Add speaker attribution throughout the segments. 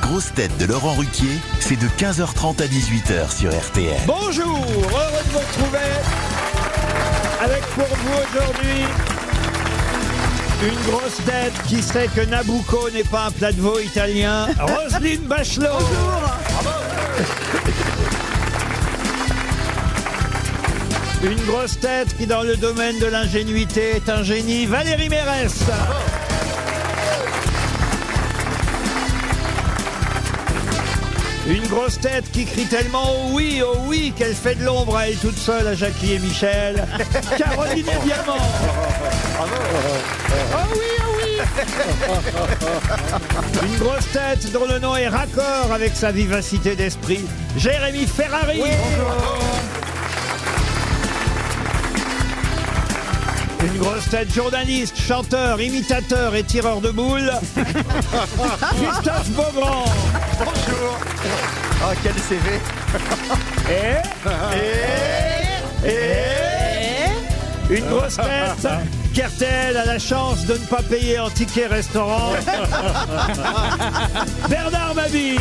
Speaker 1: grosses têtes de Laurent Ruquier, c'est de 15h30 à 18h sur RTL.
Speaker 2: Bonjour, heureux de vous retrouver avec pour vous aujourd'hui une grosse tête qui sait que Nabucco n'est pas un plat de veau italien, Roselyne Bachelot. Une grosse tête qui, dans le domaine de l'ingénuité, est un génie, Valérie Mérès. Une grosse tête qui crie tellement oh oui, oh oui, qu'elle fait de l'ombre à elle toute seule, à Jackie et Michel. Caroline et Diamant. Oh oui, oh oui. Une grosse tête dont le nom est raccord avec sa vivacité d'esprit, Jérémy Ferrari. Une grosse tête journaliste, chanteur, imitateur et tireur de boules, Christophe Beaugrand.
Speaker 3: Bonjour Oh, quel CV
Speaker 2: Et, et, une grosse tête Kertel a la chance de ne pas payer en ticket restaurant. Bernard Mabille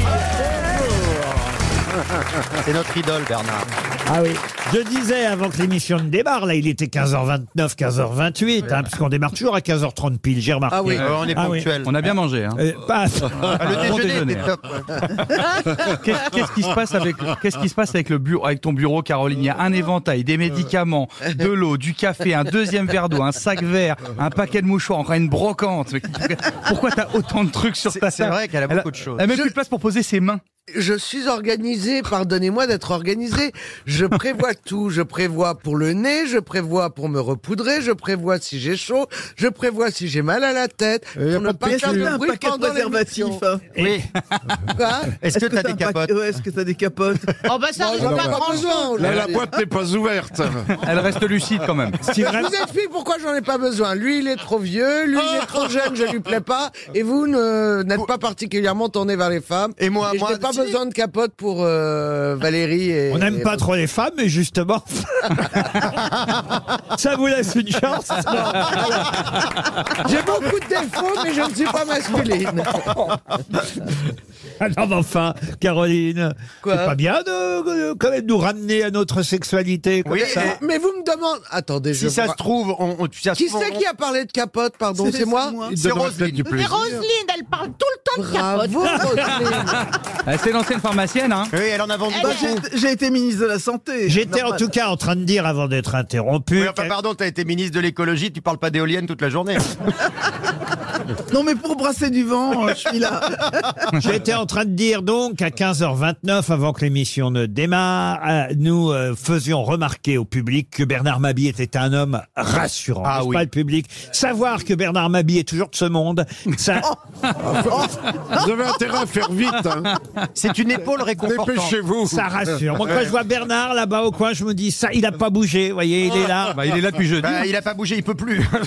Speaker 3: C'est notre idole, Bernard.
Speaker 2: Ah oui. Je disais avant que l'émission ne démarre, là il était 15h29, 15h28, hein, puisqu'on démarre toujours à 15h30 pile, j'ai remarqué.
Speaker 3: Ah oui, on est
Speaker 2: Ah oui.
Speaker 3: ponctuel.
Speaker 4: On a bien mangé. Hein.
Speaker 2: Euh, pas-
Speaker 3: Ah, le
Speaker 4: Bon
Speaker 3: déjeuner,
Speaker 4: déjeuner,
Speaker 3: était
Speaker 4: hein.
Speaker 3: top. ouais.
Speaker 4: Qu'est- Qu'est-ce qui se passe avec Qu'est-ce qui se passe avec le bureau, avec ton bureau, Caroline Il y a un éventail, des médicaments, de l'eau, du café, un deuxième verre d'eau, un sac vert, un paquet de mouchoirs, encore une brocante. Mais Pourquoi t'as autant de trucs sur
Speaker 3: C'est-
Speaker 4: ta
Speaker 3: c'est
Speaker 4: table
Speaker 3: vrai qu'elle a beaucoup de choses.
Speaker 4: Elle a même plus de place pour poser ses mains.
Speaker 5: Je suis organisé, pardonnez-moi d'être organisé. Je prévois tout. Je prévois pour le nez, je prévois pour me repoudrer, je prévois si j'ai chaud, je prévois si j'ai mal à la tête. Pour
Speaker 6: Euh, y a
Speaker 5: ne
Speaker 6: pas de
Speaker 5: pas
Speaker 6: pièce,
Speaker 5: faire
Speaker 6: il y a
Speaker 5: de
Speaker 6: un
Speaker 5: bruit
Speaker 6: paquet de
Speaker 5: pendant l'émission. Hein
Speaker 6: préservatifs. hein.
Speaker 3: Oui.
Speaker 5: Quoi
Speaker 3: Est-ce que t'as
Speaker 6: t'as
Speaker 3: des
Speaker 6: un
Speaker 3: capotes
Speaker 6: paquet- ouais, est-ce que t'as des capotes
Speaker 7: Oh bah ça arrive
Speaker 5: J'en ai
Speaker 7: pas
Speaker 5: pas
Speaker 7: grand
Speaker 5: besoin.
Speaker 8: Là,
Speaker 5: aujourd'hui.
Speaker 8: la boîte n'est pas ouverte.
Speaker 4: Elle reste lucide quand même.
Speaker 2: si
Speaker 5: Je
Speaker 2: vraiment-
Speaker 5: vous explique pourquoi j'en ai pas besoin. Lui, il est trop vieux, lui, il est trop jeune, je lui plais pas. Et vous ne- n'êtes pas particulièrement tourné vers les femmes.
Speaker 3: Et moi,
Speaker 5: Et je
Speaker 3: moi,
Speaker 5: n'ai pas
Speaker 3: si.
Speaker 5: besoin de capote pour euh, Valérie et.
Speaker 2: On n'aime
Speaker 5: et-
Speaker 2: pas trop les femmes, mais justement. ça vous laisse une chance.
Speaker 5: J'ai beaucoup de défauts, mais je ne suis pas masculine.
Speaker 2: Ah non, mais enfin, Caroline.
Speaker 5: Quoi
Speaker 2: c'est pas bien de, de- quand même nous ramener à notre sexualité. comme
Speaker 3: Oui, euh,
Speaker 2: ça.
Speaker 3: et-
Speaker 5: Mais vous me demandez. Attendez, je.
Speaker 3: Si ça
Speaker 5: vois-
Speaker 3: se trouve, on, on- si ça se
Speaker 5: Qui
Speaker 3: trouve,
Speaker 5: c'est
Speaker 3: on-
Speaker 5: qui a parlé de capote, pardon C'est moi
Speaker 3: C'est
Speaker 8: Donne-moi
Speaker 3: Roselyne.
Speaker 8: peut-être du
Speaker 7: Mais
Speaker 8: plaisir.
Speaker 7: Roselyne, elle parle tout le temps de capote.
Speaker 5: Bravo, Roselyne.
Speaker 4: Euh, C'est l'ancienne pharmacienne. Hein.
Speaker 3: Oui, elle en a vendu
Speaker 7: Elle
Speaker 6: Bah,
Speaker 3: beaucoup.
Speaker 6: j'ai- J'ai été ministre de la Santé.
Speaker 2: Eh J'étais en
Speaker 6: Normal.
Speaker 2: tout cas en train de dire avant d'être interrompu.
Speaker 3: Oui, enfin, pardon, t'as été ministre de l'écologie, tu parles pas d'éolienne toute la journée.
Speaker 6: Non, mais pour brasser du vent, euh, je suis là.
Speaker 2: J'étais en train de dire donc à 15h29, avant que l'émission ne démarre, euh, nous euh, faisions remarquer au public que Bernard Mabie était un homme rassurant.
Speaker 3: Ah
Speaker 2: n'est-ce
Speaker 3: oui.
Speaker 2: pas le public Savoir que Bernard Mabie est toujours de ce monde, ça,
Speaker 3: Oh,
Speaker 8: Vous avez intérêt à faire vite. hein.
Speaker 3: C'est une épaule réconfortante.
Speaker 8: Dépêchez-vous.
Speaker 2: ça rassure. Moi, quand je vois Bernard là-bas au coin, je me dis ça, il a pas bougé. Vous voyez, il est là.
Speaker 4: Bah, il est là depuis jeudi.
Speaker 3: Bah, il a pas bougé, il peut plus.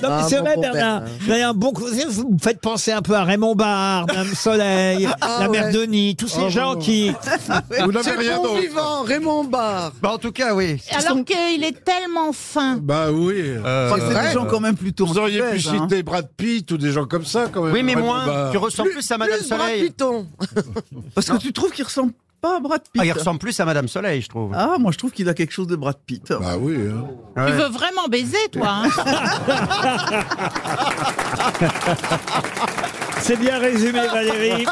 Speaker 2: Non, mais
Speaker 5: Ah,
Speaker 2: c'est
Speaker 5: mon
Speaker 2: vrai,
Speaker 5: bon
Speaker 2: Bernard.
Speaker 5: Bernard.
Speaker 2: Vous avez un bon. Vous savez, vous me faites penser un peu à Raymond Barre, Mme Soleil,
Speaker 5: Ah,
Speaker 2: la mère
Speaker 5: ouais. Oh,
Speaker 2: Denis, tous
Speaker 3: Oh,
Speaker 2: ces gens qui.
Speaker 3: Ah,
Speaker 8: Vous n'avez
Speaker 5: C'est
Speaker 8: rien
Speaker 5: bon
Speaker 8: d'autre.
Speaker 5: vivant, Raymond Barre.
Speaker 3: Bah, en tout cas, oui.
Speaker 7: Alors qu'il est tellement fin.
Speaker 8: Bah oui.
Speaker 3: Euh,
Speaker 6: Enfin, c'est des
Speaker 5: vrai.
Speaker 6: gens quand même plutôt.
Speaker 8: Vous auriez pu
Speaker 6: antithèses, hein.
Speaker 8: citer Brad Pitt ou des gens comme ça quand même.
Speaker 3: oui, mais
Speaker 8: Ouais,
Speaker 3: moins.
Speaker 8: bah,
Speaker 3: Tu ressembles plus à Madame
Speaker 5: Plus Brad
Speaker 3: Soleil.
Speaker 5: Piton.
Speaker 6: Parce que tu trouves qu'il ressemble pas à Brad Pitt.
Speaker 3: Ah, il ressemble plus à Madame Soleil, je trouve.
Speaker 6: Ah, moi je trouve qu'il a quelque chose de Brad Pitt.
Speaker 8: Bah oui. hein.
Speaker 7: Tu
Speaker 3: Ouais.
Speaker 7: veux vraiment baiser, toi hein
Speaker 2: C'est bien résumé, Valérie.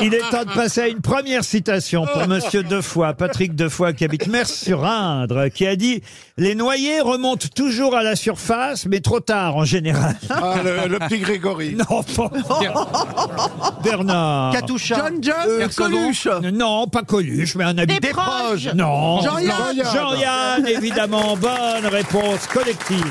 Speaker 2: Il est temps de passer à une première citation pour Monsieur Defoy, Patrick Defoy, qui habite Mers-sur-Indre, qui a dit « Les noyés remontent toujours à la surface, mais trop tard en général.
Speaker 8: Ah, le, le petit » Grégory.
Speaker 2: Non, pas- Bernard.
Speaker 3: Katoucha.
Speaker 5: John John.
Speaker 6: Euh,
Speaker 4: Personnant.
Speaker 6: Coluche.
Speaker 2: Non, pas Coluche, mais un
Speaker 7: Des
Speaker 2: habitant.
Speaker 7: proches
Speaker 2: Non.
Speaker 5: Jean-Yann.
Speaker 2: Jean-Yann, évidemment. Bonne réponse collective.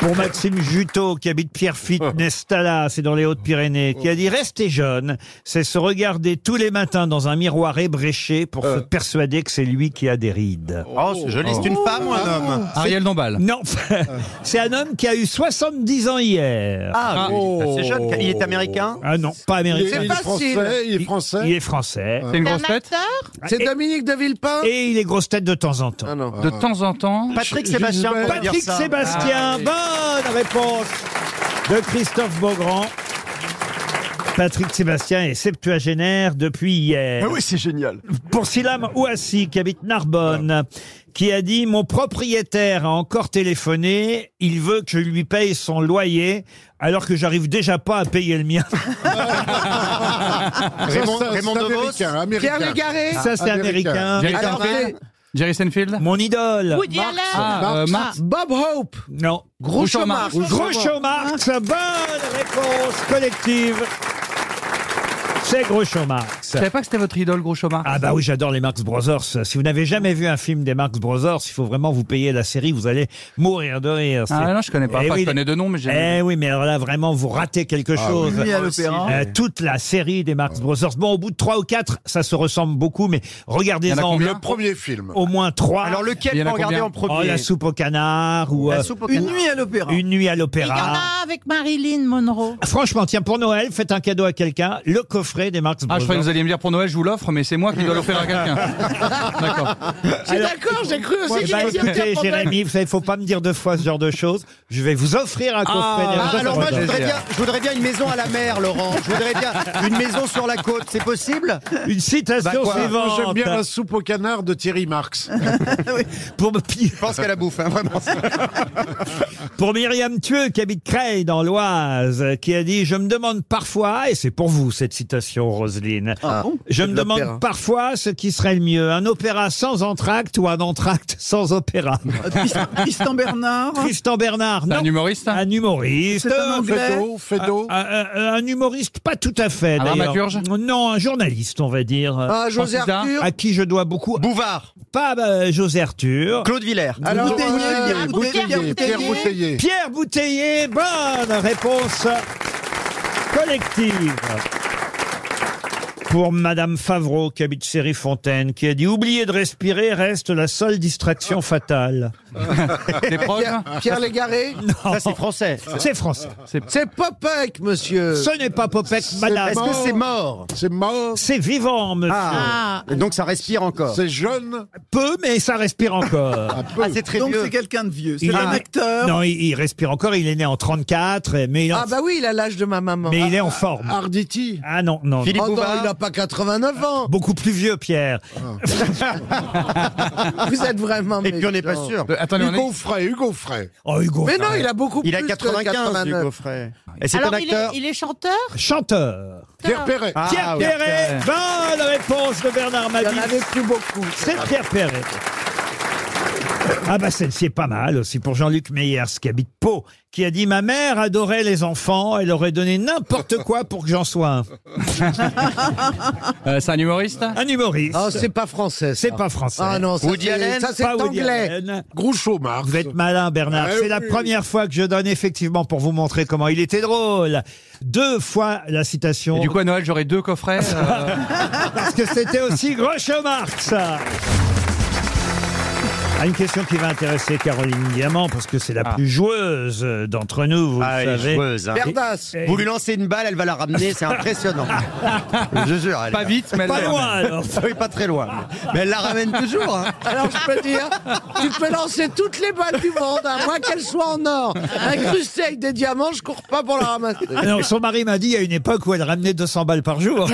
Speaker 2: Pour Maxime Juteau, qui habite Pierrefitte, Nestala, c'est dans les Hautes-Pyrénées, qui a dit Rester jeune, c'est se regarder tous les matins dans un miroir ébréché pour se persuader que c'est lui qui a des rides.
Speaker 3: Euh.
Speaker 2: Ah.
Speaker 3: Oh, c'est joli, c'est une femme ou un homme
Speaker 4: Ariel Dombal.
Speaker 2: Non, c'est un homme qui a eu 70 ans hier.
Speaker 3: Ah,
Speaker 2: oh.
Speaker 3: oui, c'est jeune. Il est américain
Speaker 2: Ah non, pas
Speaker 8: Il,
Speaker 2: américain.
Speaker 8: est, il est
Speaker 5: facile.
Speaker 8: français. Il est
Speaker 2: Il
Speaker 8: français.
Speaker 2: est français.
Speaker 4: C'est une
Speaker 7: C'est un
Speaker 4: grosse tête.
Speaker 7: acteur
Speaker 2: Ah,
Speaker 5: C'est Dominique de Villepin.
Speaker 2: Et il est grosse tête de temps en temps.
Speaker 5: Ah non.
Speaker 4: De temps en temps.
Speaker 3: Patrick Sébastien.
Speaker 8: Gisbert.
Speaker 3: pour dire Ah,
Speaker 2: Patrick
Speaker 3: ça.
Speaker 2: Sébastien, bonne réponse de Christophe Beaugrand. Patrick Sébastien est septuagénaire depuis hier.
Speaker 9: Ah oui, c'est génial.
Speaker 2: Pour Silam Ouassi, qui habite Narbonne, qui a dit Mon propriétaire a encore téléphoné, il veut que je lui paye son loyer, alors que j'arrive déjà pas à payer le mien.
Speaker 3: Raymond,
Speaker 8: Ça, c'est
Speaker 3: Raymond Devos
Speaker 8: américain, américain. Ah,
Speaker 5: Pierre Légaré
Speaker 2: Ça, c'est américain.
Speaker 4: Jerry
Speaker 5: Alors,
Speaker 4: Seinfeld Jerry Seinfeld
Speaker 2: Mon idole.
Speaker 7: Woody Allen.
Speaker 4: Ah, euh, Marx.
Speaker 5: Bob Hope
Speaker 2: Non.
Speaker 5: Groucho
Speaker 4: Groucho
Speaker 5: Marx
Speaker 2: Groucho
Speaker 4: Hein
Speaker 2: Marx, bonne réponse collective. C'est Groucho Marx.
Speaker 4: Je savais pas que c'était votre idole, gros chômage.
Speaker 2: Ah bah oui, j'adore les Marx Brothers. Si vous n'avez jamais vu un film des Marx Brothers, il faut vraiment vous payer la série, vous allez mourir de rire. C'est-
Speaker 4: Ah non, je connais pas.
Speaker 2: Eh
Speaker 4: Enfin,
Speaker 2: oui.
Speaker 4: je connais de nom, mais j'ai. Ah
Speaker 2: Eh oui, mais alors là, vraiment, vous ratez quelque chose.
Speaker 6: Lui à l'opéra.
Speaker 2: Euh, toute la série des Marx Brothers. Bon, au bout de trois ou quatre, ça se ressemble beaucoup, mais
Speaker 4: Il y en a
Speaker 2: regardez-en
Speaker 4: combien
Speaker 8: Le premier film.
Speaker 2: Ah, au moins trois.
Speaker 3: Alors
Speaker 4: Il y
Speaker 3: lequel
Speaker 4: en a
Speaker 3: faut regarder
Speaker 4: combien
Speaker 3: en
Speaker 2: Oh,
Speaker 3: premier
Speaker 2: la soupe au canard ou euh,
Speaker 3: La soupe au
Speaker 6: Une
Speaker 3: canard.
Speaker 6: nuit à l'opéra.
Speaker 2: une nuit à
Speaker 7: Il y en
Speaker 2: l'opéra.
Speaker 7: a avec Marilyn Monroe.
Speaker 2: Franchement, tiens, pour Noël, faites un cadeau à quelqu'un, le coffret des
Speaker 4: Ah,
Speaker 2: Marx
Speaker 4: je croyais que
Speaker 2: Brothers.
Speaker 4: vous alliez me dire pour Noël, je vous l'offre, mais c'est moi qui dois l'offrir à quelqu'un. D'accord.
Speaker 5: C'est Ah. d'accord, j'ai cru aussi
Speaker 2: Eh
Speaker 5: qu'il
Speaker 2: ben,
Speaker 5: allait dire
Speaker 2: écoutez,
Speaker 5: Pierre Légaré.
Speaker 2: Jérémy, vous savez, faut pas me dire deux fois ce genre de choses. Je vais vous offrir un coffret des Marx
Speaker 3: Ah, alors moi je
Speaker 2: Brothers.
Speaker 3: voudrais, bien, je voudrais bien une maison à la mer, Laurent. Je voudrais bien une maison sur la côte, c'est possible Bah,
Speaker 2: Une citation
Speaker 8: Moi, J'aime
Speaker 2: suivante
Speaker 8: bien la soupe au canard de Thierry Marx.
Speaker 2: pour, me-
Speaker 3: Je pense qu'à la bouffe, hein, vraiment.
Speaker 2: Pour Myriam Thieu, qui habite Creil, dans l'Oise, qui a dit « Je me demande parfois, et c'est pour vous cette citation, Roselyne,
Speaker 3: Ah
Speaker 2: je me
Speaker 5: de l'opéra.
Speaker 2: demande parfois ce qui serait le mieux, un opéra sans entracte ou un entracte sans opéra.
Speaker 6: Tristan Bernard. »
Speaker 2: Tristan Euh, Bernard,
Speaker 4: C'est
Speaker 2: non,
Speaker 4: un humoriste hein
Speaker 2: un humoriste.
Speaker 6: C'est un anglais.
Speaker 8: Fedo, Fedo.
Speaker 2: Un, un- un humoriste, pas tout à fait.
Speaker 4: Un
Speaker 2: d'ailleurs.
Speaker 4: dramaturge
Speaker 2: Non, un journaliste, on va dire.
Speaker 5: Ah, José
Speaker 4: Francis Dain.
Speaker 5: Arthur
Speaker 2: À qui je dois beaucoup.
Speaker 3: Bouvard,
Speaker 2: Pas euh, José Arthur.
Speaker 3: Claude Villers.
Speaker 5: Alors,
Speaker 6: Bouteiller,
Speaker 5: euh,
Speaker 6: Pierre
Speaker 7: Bouteiller,
Speaker 8: Bouteiller, Pierre Bouteiller.
Speaker 2: Pierre Bouteiller, bonne réponse collective. Pour Madame Favreau, qui habite Série-Fontaine, qui a dit Oublier de respirer reste la seule distraction fatale.
Speaker 4: Des proches
Speaker 5: Pierre- Pierre Légaré
Speaker 3: hein Ça c'est français.
Speaker 2: C'est français.
Speaker 5: C'est Popek, monsieur
Speaker 2: Ce n'est pas Popek, Madame.
Speaker 3: Est-ce que c'est mort
Speaker 8: C'est mort.
Speaker 2: C'est vivant, monsieur.
Speaker 7: Ah,
Speaker 3: Et Donc ça respire encore.
Speaker 8: C'est jeune.
Speaker 2: Peu, mais ça respire encore.
Speaker 8: Un peu.
Speaker 3: Ah, c'est très
Speaker 6: Donc
Speaker 3: vieux.
Speaker 6: c'est quelqu'un de vieux. C'est
Speaker 2: Il
Speaker 6: un
Speaker 2: est-
Speaker 6: acteur.
Speaker 2: non, il, il respire encore. Il est né en 34, mais il est en,
Speaker 5: Ah bah oui, il a l'âge de ma maman.
Speaker 2: mais il est en forme.
Speaker 8: Arditi.
Speaker 2: Ah non, non. non.
Speaker 3: Philippe
Speaker 5: Oh non,
Speaker 3: Bouvard.
Speaker 5: il n'a pas 89 ans Ah.
Speaker 2: Beaucoup plus vieux, Pierre.
Speaker 5: Vous êtes vraiment
Speaker 3: Et puis on n'est pas
Speaker 5: méchant.
Speaker 3: sûr.
Speaker 4: Euh, Attendez, on est-
Speaker 8: Hugo Frey, Hugo Frey.
Speaker 2: Oh, Hugo.
Speaker 5: Mais non, il a beaucoup
Speaker 3: Il a
Speaker 5: plus que
Speaker 3: 95,
Speaker 5: 89.
Speaker 3: Hugo Frey. Et c'est un
Speaker 7: alors il est,
Speaker 3: acteur
Speaker 7: il est chanteur
Speaker 2: Chanteur.
Speaker 8: Pierre Perret.
Speaker 3: Ah,
Speaker 2: Pierre
Speaker 3: oui.
Speaker 2: Perret,
Speaker 4: Pierre
Speaker 2: bonne réponse de Bernard
Speaker 5: Il y
Speaker 2: Mabille.
Speaker 5: en avait plus beaucoup.
Speaker 2: C'est Pierre Perret. Ah bah celle-ci est pas mal aussi pour Jean-Luc Meyers qui habite Pau, qui a dit « Ma mère adorait les enfants, elle aurait donné n'importe quoi pour que j'en sois un.
Speaker 4: euh, c'est un humoriste »
Speaker 2: Un humoriste.
Speaker 5: Ah, c'est pas français, ça.
Speaker 2: c'est pas français.
Speaker 5: Ah non, ça
Speaker 3: Woody
Speaker 5: c'est
Speaker 3: Allen,
Speaker 5: ça, c'est
Speaker 2: Pas Woody
Speaker 5: anglais.
Speaker 2: Allen.
Speaker 8: Groucho Marx.
Speaker 2: Vous êtes malin, Bernard.
Speaker 8: Ah
Speaker 2: c'est la
Speaker 8: oui.
Speaker 2: première fois que je donne effectivement pour vous montrer comment il était drôle. Deux fois la citation.
Speaker 4: Et du coup, à Noël, j'aurai deux coffrets. euh,
Speaker 2: Parce que c'était aussi Groucho Marx. Ah, Une question qui va intéresser Caroline Diamant, parce que c'est la
Speaker 4: Ah.
Speaker 2: plus joueuse euh, d'entre nous, vous
Speaker 3: Ah, elle
Speaker 2: le
Speaker 3: est
Speaker 2: savez.
Speaker 3: joueuse, hein.
Speaker 5: Verdas.
Speaker 2: Et-
Speaker 3: Vous lui lancez une balle, elle va la ramener, c'est impressionnant. Je jure. elle-
Speaker 4: pas vite, mais
Speaker 2: Pas
Speaker 4: elle-
Speaker 2: loin, alors.
Speaker 3: Oui, pas très loin. Mais elle la ramène toujours. hein.
Speaker 5: Alors je peux dire, tu peux lancer toutes les balles du monde, à moins qu'elles soient en or. Incrustées avec des diamants, je cours pas pour la ramasser.
Speaker 2: Ah non, son mari m'a dit, il y a une époque où elle ramenait 200 balles par jour.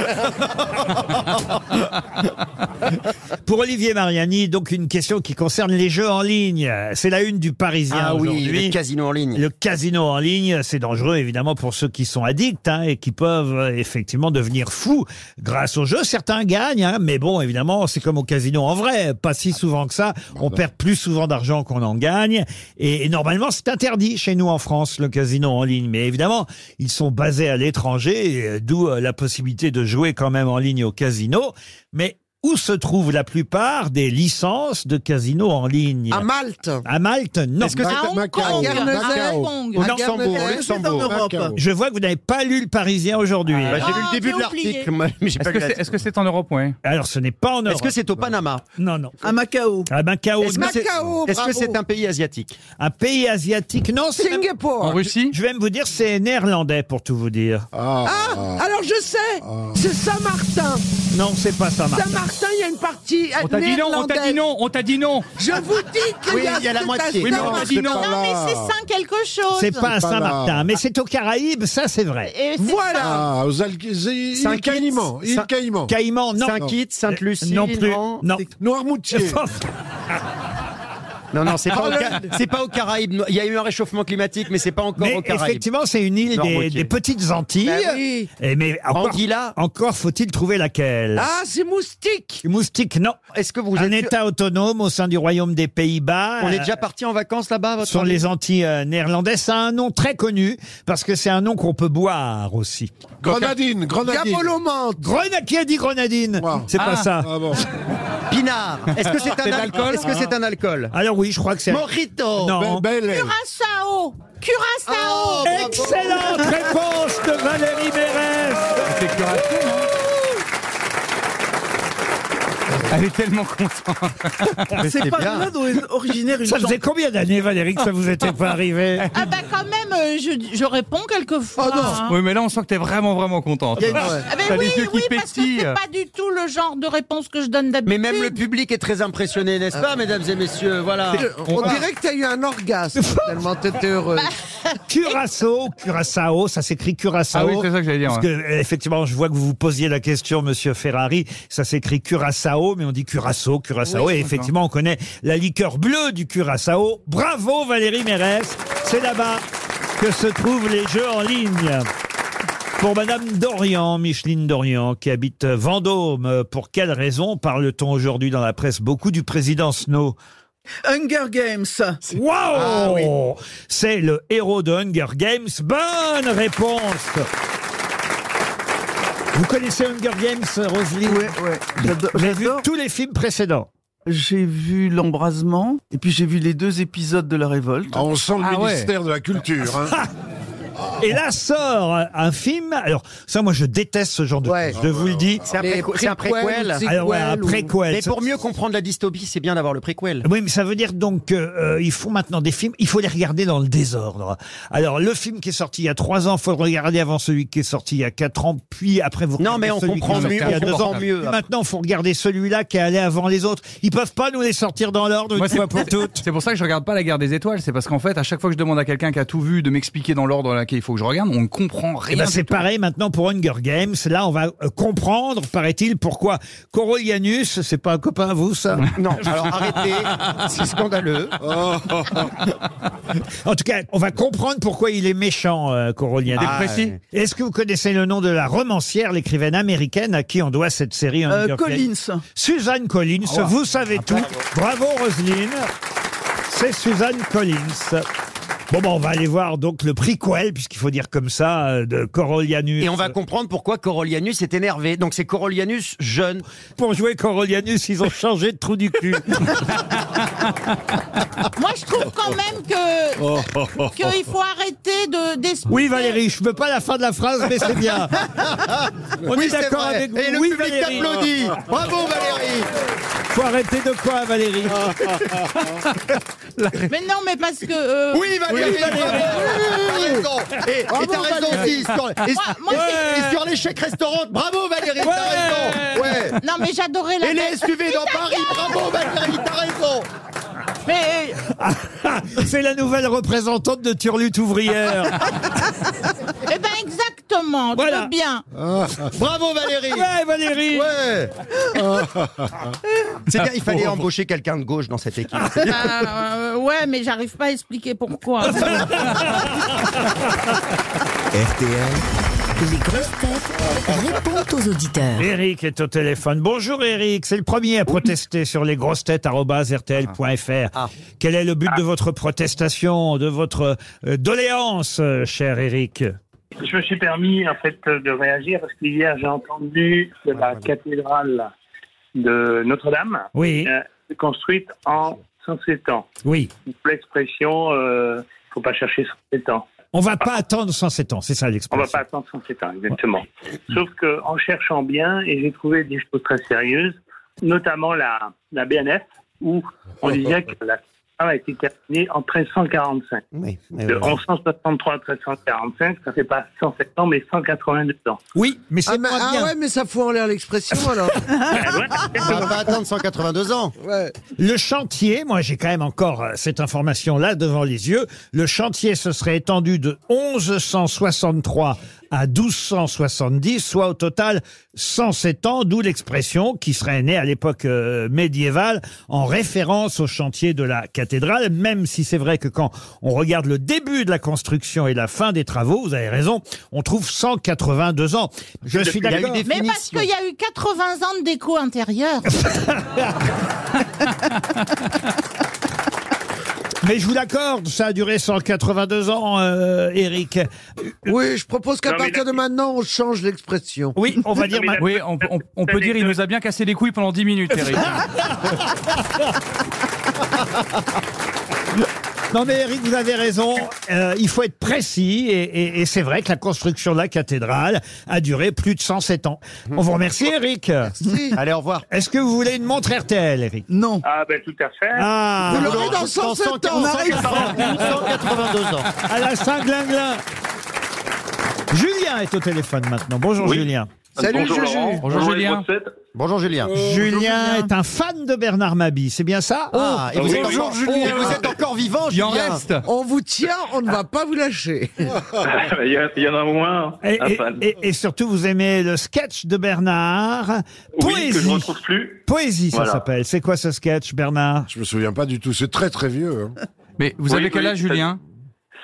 Speaker 2: Pour Olivier Mariani, donc une question qui concerne les jeux en ligne. C'est la une du Parisien
Speaker 3: Ah oui,
Speaker 2: aujourd'hui.
Speaker 3: les casinos en ligne.
Speaker 2: Le casino en ligne, c'est dangereux évidemment pour ceux qui sont addicts hein, et qui peuvent euh, effectivement devenir fous grâce au jeu. Certains gagnent, hein, mais bon, évidemment, c'est comme au casino en vrai, pas si souvent que ça. On perd plus souvent d'argent qu'on en gagne. Et, et normalement, c'est interdit chez nous en France, le casino en ligne. Mais évidemment, ils sont basés à l'étranger, et, euh, d'où euh, la possibilité de jouer quand même en ligne au casino. Mais où se trouvent la plupart des licences de casino en ligne
Speaker 5: À Malte.
Speaker 2: À Malte, non.
Speaker 8: Est-ce que
Speaker 7: à
Speaker 8: c'était
Speaker 7: Hong
Speaker 8: Macao
Speaker 7: Kong.
Speaker 5: Guernesey.
Speaker 7: À Hong
Speaker 8: Macao.
Speaker 7: Kong.
Speaker 8: Au
Speaker 5: À
Speaker 8: Luxembourg,
Speaker 5: Guernesey.
Speaker 8: Luxembourg.
Speaker 6: C'est en Europe.
Speaker 8: Macao.
Speaker 2: Je vois que vous n'avez pas lu le Parisien aujourd'hui.
Speaker 3: Bah, j'ai lu
Speaker 7: Ah,
Speaker 3: le début
Speaker 7: j'ai
Speaker 3: de
Speaker 7: oublié.
Speaker 3: l'article, moi, mais j'ai
Speaker 4: Est-ce
Speaker 3: pas
Speaker 4: que
Speaker 3: lu la
Speaker 4: c'est est-ce que c'est en Europe, ouais
Speaker 2: Alors, ce n'est pas en Europe.
Speaker 3: Est-ce que c'est au Panama
Speaker 2: Non, non.
Speaker 6: À Macao.
Speaker 2: À Macao,
Speaker 3: Est-ce
Speaker 2: non.
Speaker 3: que c'est
Speaker 5: Macao,
Speaker 3: est-ce que
Speaker 5: bravo.
Speaker 3: c'est un pays asiatique
Speaker 2: un pays asiatique. Non, c'est même-
Speaker 4: En
Speaker 5: Singapour.
Speaker 4: Russie
Speaker 2: Je vais même vous dire, c'est néerlandais, pour tout vous dire.
Speaker 8: Ah,
Speaker 5: Ah, alors je sais, c'est Saint-Martin.
Speaker 2: Non, c'est pas ça, Marc.
Speaker 5: Saint-Martin, Martin, il y a une partie
Speaker 4: On t'a dit non, on t'a dit
Speaker 5: néerlandaise.
Speaker 4: non, on t'a dit non.
Speaker 5: Je vous dis qu'il
Speaker 10: Oui,
Speaker 5: y a,
Speaker 10: il y a la
Speaker 5: cet
Speaker 10: moitié.
Speaker 4: Oui, mais on
Speaker 5: instant-
Speaker 4: t'a dit non.
Speaker 8: pas
Speaker 7: Non, mais
Speaker 8: là.
Speaker 7: c'est Saint quelque chose.
Speaker 2: C'est pas à
Speaker 8: pas là.
Speaker 2: Saint-Martin, mais c'est aux Caraïbes, ça c'est vrai.
Speaker 7: Et c'est
Speaker 5: Voilà.
Speaker 8: Ah, aux Alg- c'est-
Speaker 10: Saint-Kitts.
Speaker 8: île Caïman. Île
Speaker 10: Saint-
Speaker 8: Caïman.
Speaker 2: Caïman, non. Euh,
Speaker 10: Saint-Kitts, Sainte-Lucie.
Speaker 2: non plus. Non. Ah,
Speaker 8: Noirmoutier.
Speaker 10: Non, non, c'est pas, au Ca- c'est pas aux Caraïbes. Il y a eu un réchauffement climatique, mais c'est pas encore
Speaker 2: Mais
Speaker 10: aux Caraïbes. Ben
Speaker 2: effectivement, c'est une île des,
Speaker 10: Normoutier.
Speaker 2: des petites Antilles.
Speaker 5: Bah oui.
Speaker 2: Et mais encore,
Speaker 10: Anguilla.
Speaker 2: encore faut-il trouver laquelle
Speaker 5: Ah, c'est moustique.
Speaker 2: Moustique, non.
Speaker 10: Est-ce que vous
Speaker 2: Un
Speaker 10: êtes sûr-
Speaker 2: État autonome au sein du Royaume des Pays-Bas.
Speaker 10: On est
Speaker 2: euh,
Speaker 10: déjà parti en vacances là-bas, votre
Speaker 2: sur
Speaker 10: ami
Speaker 2: les Antilles euh, néerlandaises. Ça a un nom très connu parce que c'est un nom qu'on peut boire aussi.
Speaker 8: Grenadine, Grenadine.
Speaker 5: Diabolomante.
Speaker 2: Grenadine, qui a dit grenadine
Speaker 8: Wow.
Speaker 2: C'est pas
Speaker 4: Ah.
Speaker 2: ça.
Speaker 8: Ah bon.
Speaker 10: Pinard. Est-ce que c'est un alcool Est-ce que c'est un alcool Ben,
Speaker 2: Alors oui, je crois que c'est.
Speaker 10: Morito.
Speaker 2: Non.
Speaker 8: Be- belle aile.
Speaker 7: Curaçao. Curaçao.
Speaker 2: Excellente réponse de Valérie Mérès.
Speaker 8: hein.
Speaker 4: Elle est tellement contente.
Speaker 11: C'est pas de là d'où est originaire une
Speaker 2: Ça
Speaker 11: chanson.
Speaker 2: faisait combien d'années, Valérie, que ça vous était pas arrivé
Speaker 7: Ah bah quand même, euh, je, je réponds quelquefois.
Speaker 5: Oh non.
Speaker 7: hein.
Speaker 4: Oui, mais là, on sent que t'es vraiment, vraiment contente.
Speaker 7: Ah
Speaker 4: T'as
Speaker 7: ben
Speaker 4: les
Speaker 7: oui,
Speaker 4: yeux qui
Speaker 7: oui, parce que c'est
Speaker 4: pétillent.
Speaker 7: pas du tout le genre de réponse que je donne
Speaker 10: Mais
Speaker 7: d'habitude.
Speaker 10: même le public est très impressionné, n'est-ce pas, mesdames et messieurs Voilà.
Speaker 2: euh,
Speaker 5: On dirait que t'as eu un orgasme tellement t'étais heureuse.
Speaker 2: Curaçao, Curaçao, ça s'écrit Curaçao.
Speaker 4: Ah oui, c'est ça que j'allais dire,
Speaker 2: Parce que, euh, effectivement, je vois que vous vous posiez la question, monsieur Ferrari. Ça s'écrit Curaçao, mais on dit Curaçao, Curaçao. et effectivement, on connaît la liqueur bleue du Curaçao. Bravo, Valérie Mérès. C'est là-bas que se trouvent les jeux en ligne. Pour Madame Dorian, Micheline Dorian, qui habite Vendôme, euh, pour quelle raison parle-t-on aujourd'hui dans la presse beaucoup du président Snow
Speaker 11: Hunger Games.
Speaker 2: Wow C'est le héros de Hunger Games. Bonne réponse Vous connaissez Hunger Games, Roselyne
Speaker 11: Ouais, ouais. J'ado-
Speaker 2: Vous avez vu
Speaker 11: J'adore.
Speaker 2: tous les films précédents.
Speaker 11: J'ai vu l'embrasement et puis j'ai vu les deux épisodes de la révolte.
Speaker 8: Ah, on sent le
Speaker 4: Ah ouais.
Speaker 8: ministère de la Culture. hein.
Speaker 2: Et là sort un film. Alors, ça, moi, je déteste ce genre de
Speaker 5: Ouais.
Speaker 2: choses, je vous le dis.
Speaker 10: C'est un,
Speaker 5: Les
Speaker 10: préco- c'est un
Speaker 5: préquels,
Speaker 10: préquel.
Speaker 5: c'est-
Speaker 2: Alors, ouais, un
Speaker 5: préquel ou-
Speaker 2: préquel.
Speaker 10: Mais pour mieux comprendre la dystopie, c'est bien d'avoir le préquel.
Speaker 2: Oui, mais ça veut dire donc qu'ils font maintenant des films, il faut les regarder dans le désordre. Alors, le film qui est sorti il y a trois ans, faut le regarder avant celui qui est sorti il y a quatre ans, puis après vous
Speaker 10: Non,
Speaker 2: regardez
Speaker 10: mais on
Speaker 2: celui qui est
Speaker 10: comprend
Speaker 2: sorti
Speaker 10: mieux.
Speaker 2: il y a
Speaker 10: On
Speaker 2: deux
Speaker 10: comprend
Speaker 2: ans.
Speaker 10: mieux.
Speaker 2: Puis Maintenant, il faut regarder celui-là qui est allé avant les autres. Ils peuvent pas nous les sortir dans l'ordre une
Speaker 4: Moi,
Speaker 2: fois pour toutes.
Speaker 4: C'est pour ça que je regarde pas la guerre des étoiles, c'est parce qu'en fait, à chaque fois que je demande à quelqu'un qui a tout vu de m'expliquer dans l'ordre dans lequel il faut que je regarde, on ne comprend
Speaker 2: Eh
Speaker 4: rien.
Speaker 2: ben,
Speaker 4: du
Speaker 2: c'est
Speaker 4: tout.
Speaker 2: pareil maintenant pour Hunger Games. Là, on va euh, comprendre, paraît-il, pourquoi Corollianus, c'est pas un copain à vous, ça
Speaker 10: Non, alors arrêtez, c'est scandaleux.
Speaker 2: Oh. En tout cas, on va comprendre pourquoi il est méchant, euh, Corollianus.
Speaker 4: Précis.
Speaker 2: Est-ce que vous connaissez le nom de la romancière, l'écrivaine américaine à qui on doit cette série
Speaker 11: Euh,
Speaker 2: Hunger Games
Speaker 11: Collins.
Speaker 2: Suzanne Collins,
Speaker 10: Ah
Speaker 2: vous savez tout. Bravo, Roselyne. C'est Suzanne Collins. Bon, ben, on va aller voir donc le prequel, puisqu'il faut dire comme ça, euh, de Corollianus.
Speaker 10: Et on va comprendre pourquoi Corollianus est énervé. Donc c'est Corollianus jeune.
Speaker 2: Pour jouer Corollianus, ils ont changé de trou du cul.
Speaker 7: Moi, je trouve quand même
Speaker 2: Oh,
Speaker 7: que qu'il faut arrêter de d'espérer.
Speaker 2: Oui, Valérie, je ne veux pas la fin de la phrase, mais c'est bien. On est d'accord avec vous. oui, Valérie.
Speaker 10: Bravo Valérie
Speaker 2: Faut arrêter de quoi, Valérie
Speaker 7: Mais non, mais parce que euh,
Speaker 10: Oui Valérie Bravo Et t'as raison aussi
Speaker 7: moi, moi, c'est-
Speaker 10: sur l'échec restaurant, bravo Valérie, t'as raison ouais.
Speaker 7: non, mais j'adorais la.
Speaker 10: SUV dans Paris, bravo Valérie, t'as raison
Speaker 7: Mais
Speaker 2: Ah, C'est la nouvelle représentante de Turlut ouvrière.
Speaker 7: eh ben exactement,
Speaker 2: Voilà.
Speaker 7: très bien.
Speaker 10: Bravo Valérie
Speaker 2: Ouais, Valérie.
Speaker 10: Ouais C'est bien, il fallait embaucher quelqu'un de gauche dans cette équipe.
Speaker 7: Bah, euh, ouais, mais j'arrive pas à expliquer pourquoi.
Speaker 12: RTL,
Speaker 13: Les grosses têtes répondent aux auditeurs.
Speaker 2: Eric est au téléphone. Bonjour Eric, c'est le premier à protester sur les grosses
Speaker 10: Ah.
Speaker 2: Quel est le but de votre protestation, de votre euh, doléance, euh, cher Eric
Speaker 14: Je me suis permis en fait de réagir parce qu'hier j'ai entendu de
Speaker 3: Ah,
Speaker 14: la cathédrale de Notre-Dame
Speaker 2: Oui,
Speaker 14: euh, construite en 107 ans.
Speaker 2: oui.
Speaker 14: D'où L'expression euh, faut pas chercher 107 ans.
Speaker 2: On va pas attendre 107 ans, c'est ça
Speaker 14: On va
Speaker 2: l'expression.
Speaker 14: pas attendre 107 ans exactement. Sauf que en cherchant bien et j'ai trouvé des choses très sérieuses, notamment la la BNF où on disait que la
Speaker 15: a été terminée en 1345.
Speaker 3: Oui.
Speaker 15: De 1163 à 1345, ça fait pas 107 ans, mais 182 ans.
Speaker 2: Oui, mais c'est
Speaker 5: Ah, mais-
Speaker 2: moins
Speaker 5: ah
Speaker 2: bien.
Speaker 5: ouais, mais ça fout en l'air l'expression alors. Ah, bah,
Speaker 3: On va pas attendre 182 ans.
Speaker 5: Ouais.
Speaker 2: Le chantier, moi j'ai quand même encore euh, cette information-là devant les yeux, le chantier se serait étendu de 1163 à 1270, soit au total 107 ans, d'où l'expression qui serait née à l'époque euh, médiévale en référence au chantier de la cathédrale, même si c'est vrai que quand on regarde le début de la construction et la fin des travaux, vous avez raison, on trouve 182 ans. Je suis
Speaker 15: il y a eu
Speaker 2: d'accord.
Speaker 7: Mais parce qu'il y a eu 80 ans de déco intérieure.
Speaker 2: Mais je vous l'accorde, ça a duré 182 ans, euh, Eric.
Speaker 5: Oui, je propose qu'à
Speaker 15: Non, mais
Speaker 5: partir
Speaker 15: là-
Speaker 5: de maintenant, on change l'expression.
Speaker 2: Oui, on va dire
Speaker 15: mais la-
Speaker 4: Oui, on, on- on peut dire il nous a bien cassé les couilles pendant 10 minutes, Eric.
Speaker 3: Ah,
Speaker 2: Non mais Eric, vous avez raison, Euh, il faut être précis et, et- et c'est vrai que la construction de la cathédrale a duré plus de 107 ans. On vous remercie Eric.
Speaker 5: Si.
Speaker 3: Allez, au revoir.
Speaker 2: Est-ce que vous voulez une montre RTL Eric
Speaker 6: Non.
Speaker 15: Ah ben tout à fait.
Speaker 2: Ah,
Speaker 5: Vous l'aurez dans 107 ans.
Speaker 3: On arrive 182 ans.
Speaker 2: à la Saint-Glinglin Julien est au téléphone maintenant. Bonjour
Speaker 15: Oui.
Speaker 2: Julien.
Speaker 5: Salut,
Speaker 15: Bonjour
Speaker 5: Juju.
Speaker 15: Laurent.
Speaker 4: Bonjour
Speaker 15: les
Speaker 4: Julien.
Speaker 15: grosses têtes.
Speaker 3: Bonjour
Speaker 10: Ah.
Speaker 3: Julien.
Speaker 2: Julien est un fan de Bernard Mabie, c'est bien ça
Speaker 3: Ah, et vous,
Speaker 15: oui,
Speaker 3: êtes
Speaker 15: oui.
Speaker 3: encore,
Speaker 15: Bonjour,
Speaker 3: oh,
Speaker 15: Julien.
Speaker 3: vous êtes encore vivant,
Speaker 4: Oh. Il
Speaker 3: Julien.
Speaker 4: en reste.
Speaker 5: On vous tient, on ne va pas vous lâcher.
Speaker 15: Il y, a- il y en a moins.
Speaker 2: Et,
Speaker 15: un
Speaker 2: et-
Speaker 15: fan.
Speaker 2: et- et surtout, vous aimez le sketch de Bernard.
Speaker 15: oui, que je
Speaker 2: Poésie.
Speaker 15: ne retrouve plus.
Speaker 2: Poésie, ça
Speaker 15: Voilà.
Speaker 2: s'appelle. C'est quoi ce sketch, Bernard
Speaker 8: Je me souviens pas du tout. C'est très très vieux. hein.
Speaker 4: Mais vous
Speaker 15: Oui,
Speaker 4: avez quel
Speaker 15: oui,
Speaker 4: âge,
Speaker 15: ça-
Speaker 4: Julien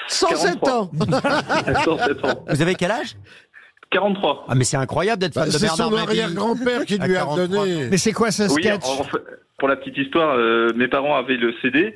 Speaker 5: 107 ans.
Speaker 15: 107 ans.
Speaker 3: Vous avez quel âge
Speaker 15: 43.
Speaker 3: Ah, mais c'est incroyable d'être
Speaker 8: Bah,
Speaker 3: fan de
Speaker 8: c'est
Speaker 3: Bernard
Speaker 8: son
Speaker 3: Mabie.
Speaker 8: arrière-grand-père qui
Speaker 3: À
Speaker 8: lui a
Speaker 3: 43.
Speaker 8: donné.
Speaker 2: Mais c'est quoi ce
Speaker 15: Oui,
Speaker 2: sketch
Speaker 15: en fait, pour la petite histoire, euh, mes parents avaient le CD.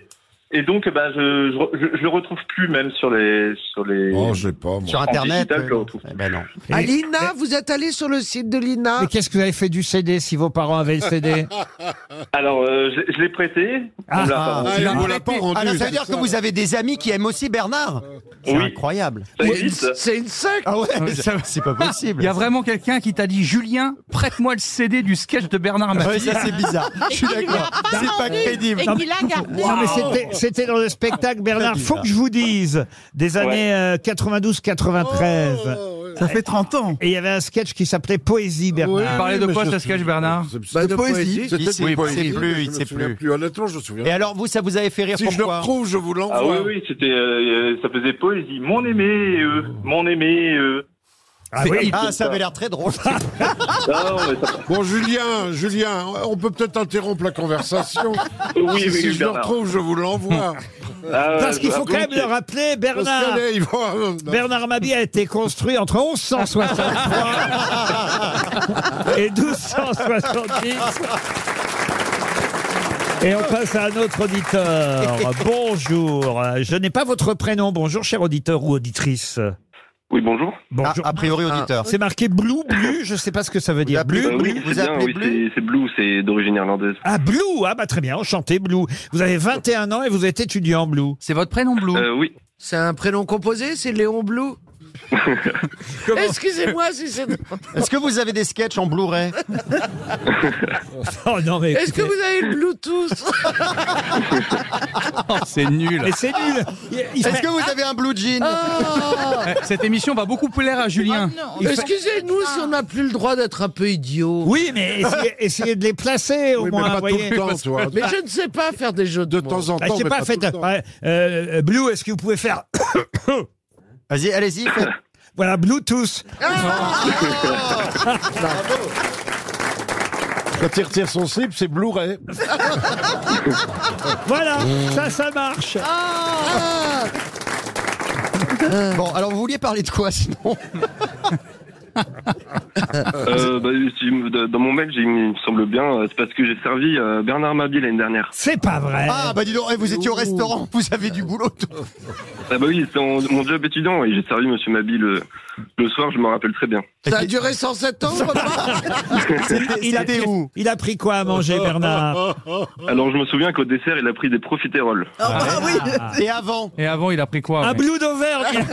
Speaker 15: Et donc, bah, je je, je- je le retrouve plus même sur les... Sur les...
Speaker 8: Oh, je sais pas. moi.
Speaker 3: Sur Internet.
Speaker 15: digital,
Speaker 3: euh,
Speaker 15: je le retrouve.
Speaker 3: eh ben non.
Speaker 2: Et-
Speaker 5: À l'INA, vous êtes allé sur le site de l'INA.
Speaker 2: Mais qu'est-ce que vous avez fait du CD si vos parents avaient le CD
Speaker 15: Alors, euh, je, je l'ai prêté. On me l'a pas
Speaker 3: ah,
Speaker 15: rendu.
Speaker 8: Ah, il
Speaker 4: Non,
Speaker 8: vous l'a pas rendu.
Speaker 3: Ah, non, ça veut
Speaker 8: c'est
Speaker 3: dire que vous avez des amis qui aiment aussi Bernard. C'est
Speaker 15: Oui.
Speaker 3: incroyable.
Speaker 15: Ça
Speaker 5: Mais
Speaker 15: existe.
Speaker 5: C'est une secte.
Speaker 3: Ah ouais,
Speaker 4: mais ça-
Speaker 3: c'est pas possible.
Speaker 4: Il y a vraiment quelqu'un qui t'a dit Julien, prête-moi le CD du sketch de Bernard Ah,
Speaker 3: Ouais,
Speaker 4: Mathis.
Speaker 3: ça c'est bizarre. Je suis
Speaker 7: Et qu'il lui
Speaker 3: d'accord.
Speaker 7: a pas
Speaker 3: C'est pas
Speaker 7: rendu,
Speaker 3: crédible.
Speaker 7: Et qu'il a gardé.
Speaker 2: Non, mais c'était- c'était dans le spectacle Bernard. Faut que je vous dise des années euh, 92-93.
Speaker 6: Ça fait 30 ans.
Speaker 2: Et il y avait un sketch qui s'appelait Poésie
Speaker 8: Oui,
Speaker 2: Bernard.
Speaker 4: Il parlait de
Speaker 8: mais
Speaker 4: quoi,
Speaker 8: je
Speaker 4: ce
Speaker 8: me
Speaker 4: sketch,
Speaker 8: souviens-
Speaker 4: Bernard
Speaker 8: C'est- c'est-
Speaker 5: Bah,
Speaker 6: de poésie.
Speaker 8: C'était
Speaker 3: Il sait-
Speaker 8: une
Speaker 3: il
Speaker 8: poésie,
Speaker 3: sait plus,
Speaker 8: mais
Speaker 3: il
Speaker 8: je me
Speaker 3: sait
Speaker 8: souviens
Speaker 3: plus.
Speaker 8: Honnêtement, je me souviens.
Speaker 3: Et alors vous, ça vous avait fait rire
Speaker 8: Si je le
Speaker 3: pourquoi
Speaker 8: retrouve, je vous l'envoie.
Speaker 15: Ah oui, oui, c'était, euh, ça faisait poésie. Mon aimé et eux. Mon aimé euh. et eux.
Speaker 2: Ah oui.
Speaker 3: Ah, ça avait l'air très drôle.
Speaker 15: Ah, non, mais ça...
Speaker 8: Bon, Julien, Julien, on peut peut-être interrompre la conversation.
Speaker 15: Oui, oui,
Speaker 8: si
Speaker 15: oui,
Speaker 8: je le
Speaker 15: Bernard.
Speaker 8: retrouve, je vous l'envoie.
Speaker 15: Ah,
Speaker 2: Euh, Parce qu'il faut
Speaker 15: ah,
Speaker 2: quand même
Speaker 15: ok.
Speaker 2: le rappeler,
Speaker 8: Parce
Speaker 2: Bernard.
Speaker 8: qu'elle est- il va- non.
Speaker 2: Bernard Mabie a été construit entre 1163 et 1270. Et on passe à un autre auditeur. Bonjour. Je n'ai pas votre prénom. Bonjour, cher auditeur ou auditrice.
Speaker 15: Oui, bonjour.
Speaker 3: Ah,
Speaker 2: Bonjour.
Speaker 3: a priori auditeur.
Speaker 2: C'est marqué Blue, Blue. Je ne sais pas ce que ça veut dire.
Speaker 3: appelez-
Speaker 2: Blue.
Speaker 15: Euh,
Speaker 3: Blue,
Speaker 15: oui, c'est
Speaker 3: vous
Speaker 15: bien,
Speaker 3: appelez
Speaker 15: oui,
Speaker 3: Blue
Speaker 15: c'est- c'est Blue, c'est d'origine irlandaise.
Speaker 2: Ah, Blue. Ah, bah très bien. Enchanté, Blue. Vous avez 21 ans et vous êtes étudiant, Blue.
Speaker 4: C'est votre prénom, Blue
Speaker 15: Euh, oui.
Speaker 5: C'est un prénom composé, c'est Léon Blou. Excusez-moi si c'est.
Speaker 3: Est-ce que vous avez des sketchs en Blu-ray
Speaker 2: Oh non, mais.
Speaker 5: Est-ce que
Speaker 2: écoutez,
Speaker 5: vous avez le Bluetooth
Speaker 4: Oh, C'est nul.
Speaker 2: Mais c'est nul. Il- il
Speaker 3: Est-ce
Speaker 2: fait-
Speaker 3: que vous avez un blue jean
Speaker 5: Ah,
Speaker 4: Eh, Cette émission va beaucoup plaire à Julien.
Speaker 5: Excusez-nous si on n'a plus le droit d'être un peu idiot.
Speaker 2: Oui, mais essayez, essayez de les placer au
Speaker 8: Oui, mais
Speaker 2: moins.
Speaker 8: pas tout
Speaker 2: voyez.
Speaker 8: le temps, toi.
Speaker 5: Mais je ne sais pas faire des jeux de,
Speaker 8: De
Speaker 5: mots.
Speaker 8: temps en
Speaker 2: Ah,
Speaker 8: temps.
Speaker 2: je sais
Speaker 8: mais
Speaker 2: pas,
Speaker 8: tout
Speaker 2: faites.
Speaker 8: le temps.
Speaker 2: ouais, euh, euh, Blue, est-ce que vous pouvez faire.
Speaker 3: Vas-y, allez-y. faites.
Speaker 2: Voilà, Bluetooth.
Speaker 8: Ah Quand il retire son slip, c'est Blu-ray.
Speaker 2: Voilà, ça, ça marche.
Speaker 5: Ah.
Speaker 3: Ah. Bon, alors vous vouliez parler de quoi sinon
Speaker 15: Euh, bah, si- dans mon mail, j'ai mis, il me semble bien, euh, c'est parce que j'ai servi euh, Bernard Mabie l'année dernière.
Speaker 2: C'est pas vrai.
Speaker 3: Ah bah dis donc, eh, vous étiez au restaurant, vous avez du boulot.
Speaker 15: Ah bah oui, c'est mon, mon job étudiant et j'ai servi Monsieur Mabie le, le soir, je m'en rappelle très bien.
Speaker 5: Ça a duré 107 ans, le
Speaker 2: Ah
Speaker 5: repas
Speaker 2: il, a
Speaker 3: c'était
Speaker 2: pris,
Speaker 3: où
Speaker 2: il a pris quoi à manger, Bernard
Speaker 15: Alors je me souviens qu'au dessert, il a pris des profiteroles.
Speaker 6: Ah oui.
Speaker 3: Et avant
Speaker 4: Et avant, il a pris quoi
Speaker 2: Un
Speaker 4: ouais
Speaker 2: Blue
Speaker 5: Ah,
Speaker 2: d'Auvergne.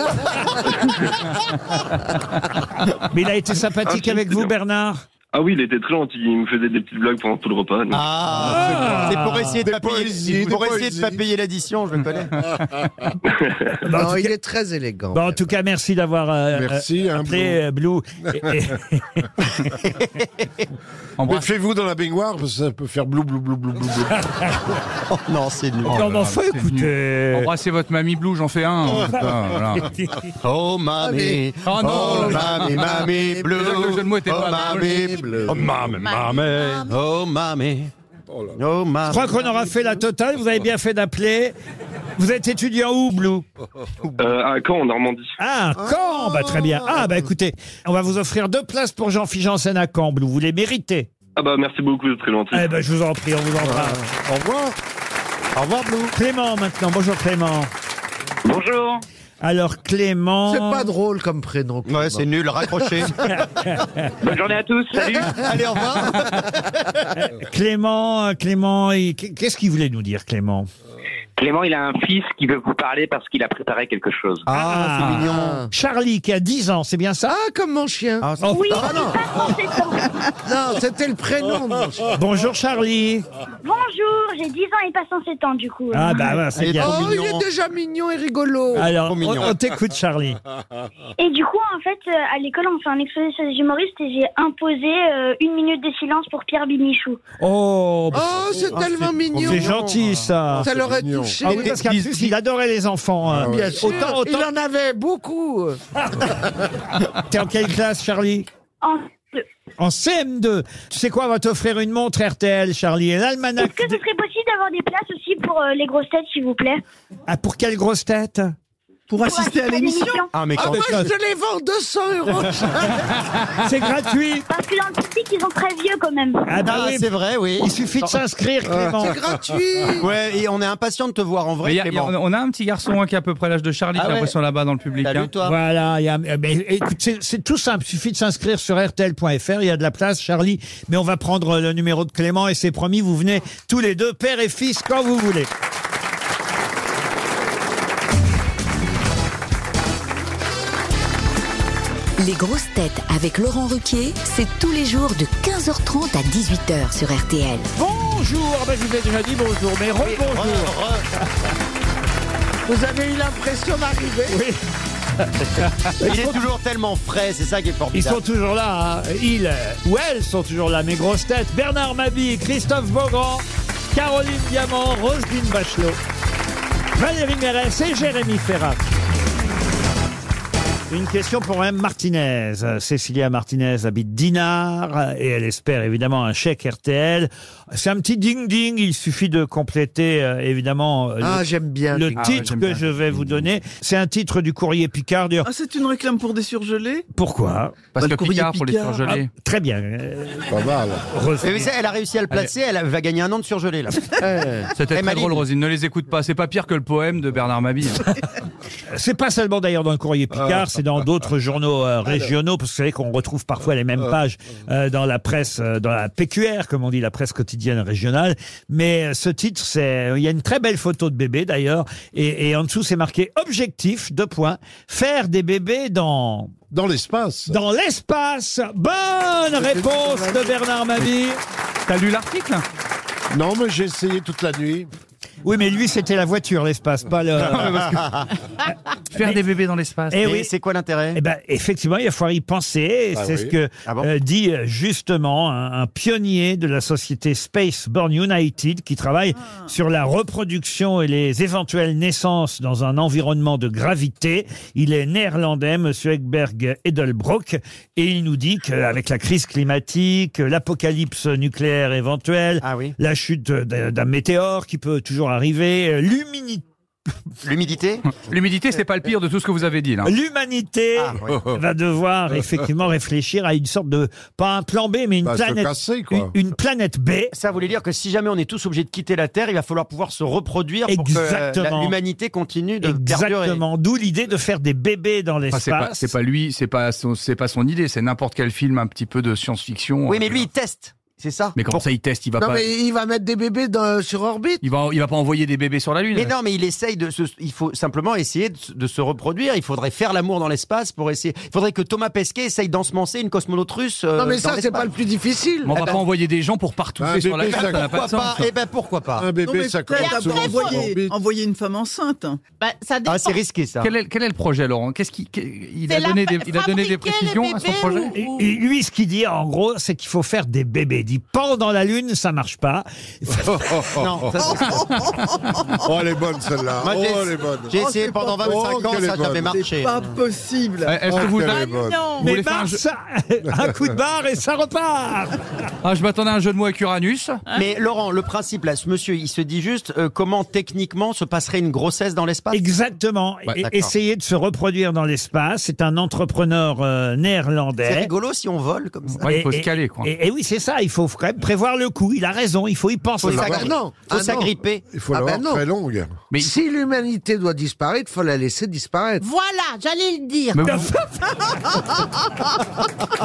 Speaker 2: Mais il a été sympathique
Speaker 15: Ah, si,
Speaker 2: avec
Speaker 15: Ah, c'est
Speaker 2: vous,
Speaker 15: bien.
Speaker 2: Bernard
Speaker 14: Ah oui, il était très gentil, il me faisait des petites blagues pendant tout le repas. donc.
Speaker 10: Ah, c'est pour essayer
Speaker 14: Des
Speaker 10: de pas payer,
Speaker 14: poésies,
Speaker 10: c'est pour
Speaker 14: des
Speaker 10: essayer de pas payer l'addition, je le connais.
Speaker 2: Bah, en
Speaker 5: Non,
Speaker 2: tout
Speaker 5: il
Speaker 2: cas-
Speaker 5: est très élégant.
Speaker 2: Bon, en tout cas, merci d'avoir euh,
Speaker 8: Merci,
Speaker 2: euh,
Speaker 8: hein,
Speaker 2: appelé euh, Blue. Et- et-
Speaker 8: Mais faites-vous dans la baignoire, parce que ça peut faire blou, blou, blou, blou, blou. blou.
Speaker 10: Oh non, c'est nul.
Speaker 2: Non, mais enfin,
Speaker 4: Oh c'est
Speaker 2: écoutez.
Speaker 4: Embrassez votre mamie Blue, j'en fais un. hein,
Speaker 2: Ah,
Speaker 4: putain, voilà.
Speaker 10: Oh mamie,
Speaker 4: Oh non,
Speaker 10: oh
Speaker 4: le-
Speaker 10: mamie, mamie bleue,
Speaker 4: Le jeu de mots était
Speaker 10: oh
Speaker 4: pas mal.
Speaker 10: mamie bleue, oh mamie, mamie, oh mamie, oh
Speaker 2: Je
Speaker 10: mamie.
Speaker 2: crois qu'on aura fait la totale. Vous avez bien fait d'appeler. Vous êtes étudiant où, Blue
Speaker 14: Euh, à Caen, en Normandie.
Speaker 2: Ah, Caen bah, Très bien. Ah, bah écoutez, on va vous offrir deux places pour Jean-Philippe Janssen à Caen, Blue. Vous les méritez.
Speaker 14: Ah bah merci beaucoup, vous êtes très gentil.
Speaker 2: Eh ben, je vous en prie, on vous embrasse.
Speaker 8: Au revoir. Au revoir, Blue.
Speaker 2: Clément, maintenant. Bonjour, Clément.
Speaker 14: Bonjour.
Speaker 2: Alors, Clément...
Speaker 5: C'est pas drôle comme prénom.
Speaker 10: Ouais, c'est nul, raccroché.
Speaker 14: Bonne journée à tous, salut.
Speaker 10: Allez, au revoir.
Speaker 2: Clément, euh, Clément, et qu- qu'est-ce qu'il voulait nous dire, Clément
Speaker 16: Clément, il a un fils qui veut vous parler parce qu'il a préparé quelque chose.
Speaker 2: Ah,
Speaker 10: c'est mignon.
Speaker 2: Charlie, qui a 10 ans, c'est bien ça
Speaker 5: Ah, comme mon chien.
Speaker 10: Ah, c'est-
Speaker 2: Oh,
Speaker 5: Ah non. Non, c'était le prénom. de mon chien.
Speaker 2: Bonjour, Charlie.
Speaker 17: Bonjour, j'ai 10 ans et pas 107 ans du coup.
Speaker 2: Ah, bah, bah,
Speaker 10: Il
Speaker 2: c'est
Speaker 10: est
Speaker 2: bien.
Speaker 10: trop
Speaker 5: Oh, il
Speaker 10: mignon.
Speaker 5: est déjà mignon et rigolo.
Speaker 2: Alors,
Speaker 10: trop
Speaker 2: on,
Speaker 10: mignon.
Speaker 2: on t'écoute, Charlie.
Speaker 17: Et du coup, en fait, euh, à l'école, on fait un exposé sur les humoristes et j'ai imposé euh, une minute de silence pour Pierre Binichou.
Speaker 2: Oh, bah,
Speaker 5: Oh, c'est tellement mignon.
Speaker 2: c'est gentil, ça.
Speaker 5: Ça l'aurait
Speaker 8: mignon.
Speaker 5: touché. Ah,
Speaker 2: Ah oui, parce qu'en plus, il adorait les enfants. hein.
Speaker 5: Bien sûr,
Speaker 2: Autant, autant...
Speaker 5: il en avait beaucoup.
Speaker 2: T'es en quelle classe, Charlie
Speaker 17: En...
Speaker 2: En CM2. Tu sais quoi, on va t'offrir une montre RTL, Charlie. Et
Speaker 17: Est-ce
Speaker 2: l'almanach...
Speaker 17: que ce
Speaker 2: des-
Speaker 17: serait possible d'avoir des places aussi pour euh, les grosses têtes, s'il vous plaît
Speaker 2: Ah, pour quelle grosse tête
Speaker 6: Pour assister à l'émission
Speaker 10: Ah, mais
Speaker 5: Ah,
Speaker 10: quand
Speaker 5: moi, je te les vends 200 euros.
Speaker 2: C'est gratuit
Speaker 17: Parce que dans le public, ils sont très vieux quand même.
Speaker 2: Ah bah
Speaker 10: Ah,
Speaker 2: oui,
Speaker 10: c'est vrai, oui. Ah.
Speaker 2: il suffit de s'inscrire, Clément.
Speaker 5: C'est gratuit.
Speaker 10: Ouais, et on est impatient de te voir en
Speaker 4: Mais
Speaker 10: vrai,
Speaker 4: y a- y a-
Speaker 10: Clément.
Speaker 4: on a un petit garçon hein, qui a à peu près l'âge de Charlie,
Speaker 10: Ah
Speaker 4: j'ai
Speaker 10: ouais.
Speaker 4: l'impression là-bas dans le public. hein.
Speaker 10: Salut, toi.
Speaker 2: Voilà, il y a- euh, mais écoute, c'est- c'est tout simple. Il suffit de s'inscrire sur RTL.fr. Il y a de la place, Charlie. Mais on va prendre le numéro de Clément et c'est promis, vous venez tous les deux, père et fils, quand vous voulez.
Speaker 9: Les grosses têtes avec Laurent Ruquier, c'est tous les jours de 15h30 à 18h sur RTL.
Speaker 2: Bonjour, Ah ben, je vous ai déjà dit bonjour, mais rebonjour.
Speaker 5: Vous avez eu l'impression d'arriver.
Speaker 2: Oui,
Speaker 10: Il est toujours tellement frais, c'est ça qui est
Speaker 2: ils
Speaker 10: formidable.
Speaker 2: sont toujours là. hein. Ils euh, ou elles sont toujours là, mes grosses têtes. Bernard Mabie, Christophe Beaugrand, Caroline Diamant, Roselyne Bachelot, Valérie Mérès et Jérémy Ferrat. Une question pour Mme Martinez. Euh, Cécilia Martinez habite Dinard euh, et elle espère évidemment un chèque RTL. C'est un petit ding-ding, il suffit de compléter euh, évidemment euh, le,
Speaker 5: Ah, j'aime bien.
Speaker 2: le
Speaker 5: Ding.
Speaker 2: titre que je vais vous donner. C'est un titre du courrier Picard. D'ailleurs,
Speaker 6: Ah, c'est une réclame pour des surgelés
Speaker 2: Pourquoi
Speaker 6: Bah,
Speaker 4: Parce que
Speaker 6: le courrier
Speaker 4: Picard, pour les
Speaker 6: Picard.
Speaker 4: surgelés.
Speaker 2: Ah, Très bien. euh,
Speaker 8: Pas mal.
Speaker 2: refais-
Speaker 10: Eh, mais ça, elle a réussi à le placer, elle va gagner un an de surgelé, là.
Speaker 4: C'était
Speaker 10: Eh,
Speaker 4: très
Speaker 10: Maline.
Speaker 4: drôle, Rosine. Ne les écoute pas. C'est pas pire que le poème de Bernard Mabille. hein.
Speaker 2: C'est pas seulement d'ailleurs dans le courrier Picard, c'est dans d'autres journaux euh, régionaux, parce que vous savez qu'on retrouve parfois les mêmes pages euh, dans la presse, euh, dans la PQR, comme on dit, la presse quotidienne régionale. Mais euh, ce titre, c'est, il y a une très belle photo de bébé d'ailleurs, et, et en dessous c'est marqué objectif, deux points, faire des bébés dans
Speaker 8: Dans l'espace.
Speaker 2: dans l'espace. Bonne réponse de Bernard Mabille.
Speaker 4: T'as lu l'article
Speaker 8: Non, mais j'ai essayé toute la nuit.
Speaker 2: Oui, mais lui c'était la voiture, l'espace, pas le.
Speaker 4: Ah, Faire des bébés dans l'espace.
Speaker 2: Eh
Speaker 10: Et
Speaker 2: oui.
Speaker 10: c'est quoi l'intérêt
Speaker 2: Eh ben, effectivement, il va falloir y penser. et
Speaker 8: Ah
Speaker 2: c'est
Speaker 8: oui.
Speaker 2: ce que
Speaker 10: Ah bon
Speaker 2: euh, dit euh, justement un, un pionnier de la société Spaceborne United qui travaille sur la reproduction et les éventuelles naissances dans un environnement de gravité. Il est néerlandais, Monsieur Ekberg Edelbrock, et il nous dit qu'avec la crise climatique, l'apocalypse nucléaire éventuelle,
Speaker 10: Ah oui.
Speaker 2: la chute d'un d'un météore qui peut toujours arriver, euh, l'humidité
Speaker 10: L'humidité
Speaker 4: L'humidité, c'est pas le pire de tout ce que vous avez dit là.
Speaker 2: L'humanité
Speaker 10: Ah, oui.
Speaker 2: va devoir effectivement réfléchir à une sorte de pas un plan B, mais une
Speaker 8: Bah, se
Speaker 2: planète
Speaker 8: casser, quoi.
Speaker 2: une, une planète B.
Speaker 10: Ça voulait dire que si jamais on est tous obligés de quitter la Terre, il va falloir pouvoir se reproduire pour que
Speaker 2: Exactement.
Speaker 10: la- l'humanité continue de perdurer.
Speaker 2: Exactement. D'où l'idée de faire des bébés dans
Speaker 4: Enfin, Ah, c'est pas,
Speaker 2: l'espace.
Speaker 4: c'est pas lui, c'est pas son, c'est pas son idée. C'est n'importe quel film un petit peu de science-fiction. hein,
Speaker 10: Oui, mais lui, il teste.
Speaker 5: C'est ça
Speaker 4: Mais comment ça, il teste Il va
Speaker 5: non,
Speaker 4: pas.
Speaker 5: mais il va mettre des bébés dans- sur orbite.
Speaker 4: Il va, il va pas envoyer des bébés sur la Lune.
Speaker 10: Mais non, mais il essaye de se- il faut simplement essayer de, se- de se reproduire. Il faudrait faire l'amour dans l'espace pour essayer. Il faudrait que Thomas Pesquet essaye d'ensemencer une cosmonaute russe. euh,
Speaker 5: non, mais
Speaker 10: dans
Speaker 5: ça, c'est
Speaker 10: l'espace.
Speaker 5: pas le plus difficile.
Speaker 4: Mais on
Speaker 10: Eh
Speaker 4: va
Speaker 10: ben-
Speaker 4: pas envoyer des gens pour partout
Speaker 10: Un
Speaker 4: sur la
Speaker 10: bébé,
Speaker 4: carte,
Speaker 10: ça
Speaker 4: ça n'a pas de
Speaker 10: pourquoi
Speaker 4: sens.
Speaker 10: pas Eh ben pourquoi pas
Speaker 7: Non, mais peut-être après,
Speaker 11: envoyer, envoyer une femme enceinte.
Speaker 7: Bah, ça dépend.
Speaker 2: Ah,
Speaker 4: ça. Quel est, quel est le projet, Laurent Qu'est-ce qui, qu'est- il, a
Speaker 7: C'est la
Speaker 4: donné
Speaker 7: fa-
Speaker 4: des, il a donné des
Speaker 7: fabriquer les
Speaker 4: précisions à son
Speaker 7: bébés
Speaker 4: projet
Speaker 2: Et- et lui, ce qu'il dit en gros, c'est qu'il faut faire des bébés. Il dit pendant la lune, ça marche pas.
Speaker 8: Non, ça, Oh, elle est bonne celle-là.
Speaker 2: Moi, j'ai-
Speaker 8: oh, elle est bonne. Oh,
Speaker 2: j'ai essayé pendant 25 ans, ça
Speaker 8: avait
Speaker 2: t'avait marché.
Speaker 11: C'est pas possible.
Speaker 4: Eh,
Speaker 8: Oh,
Speaker 2: Mais
Speaker 4: voulez faire un
Speaker 2: marche,
Speaker 4: jeu-
Speaker 2: ça- un coup de barre et ça repart.
Speaker 4: Ah, je m'attendais à un jeu de mots avec Uranus.
Speaker 10: Hein Mais Laurent, le principe là, ce monsieur, il se dit juste euh, comment techniquement se passerait une grossesse dans l'espace
Speaker 2: Exactement.
Speaker 10: Ouais,
Speaker 2: Et-
Speaker 10: d'accord.
Speaker 2: essayer de se reproduire dans l'espace. C'est un entrepreneur euh, néerlandais.
Speaker 10: C'est rigolo si on vole comme ça.
Speaker 4: Ouais, il faut se caler, quoi.
Speaker 2: Et, et oui, c'est ça. Il faut quand même prévoir le coup. Il a raison. Il faut y penser.
Speaker 10: Faut l'avoir- non. Faut s'agripper.
Speaker 8: Il faut
Speaker 5: Ah
Speaker 8: l'avoir
Speaker 5: ben non.
Speaker 8: très longue.
Speaker 5: Mais si l'humanité doit disparaître, faut la laisser disparaître.
Speaker 7: Voilà, j'allais le dire.
Speaker 4: Mais vous-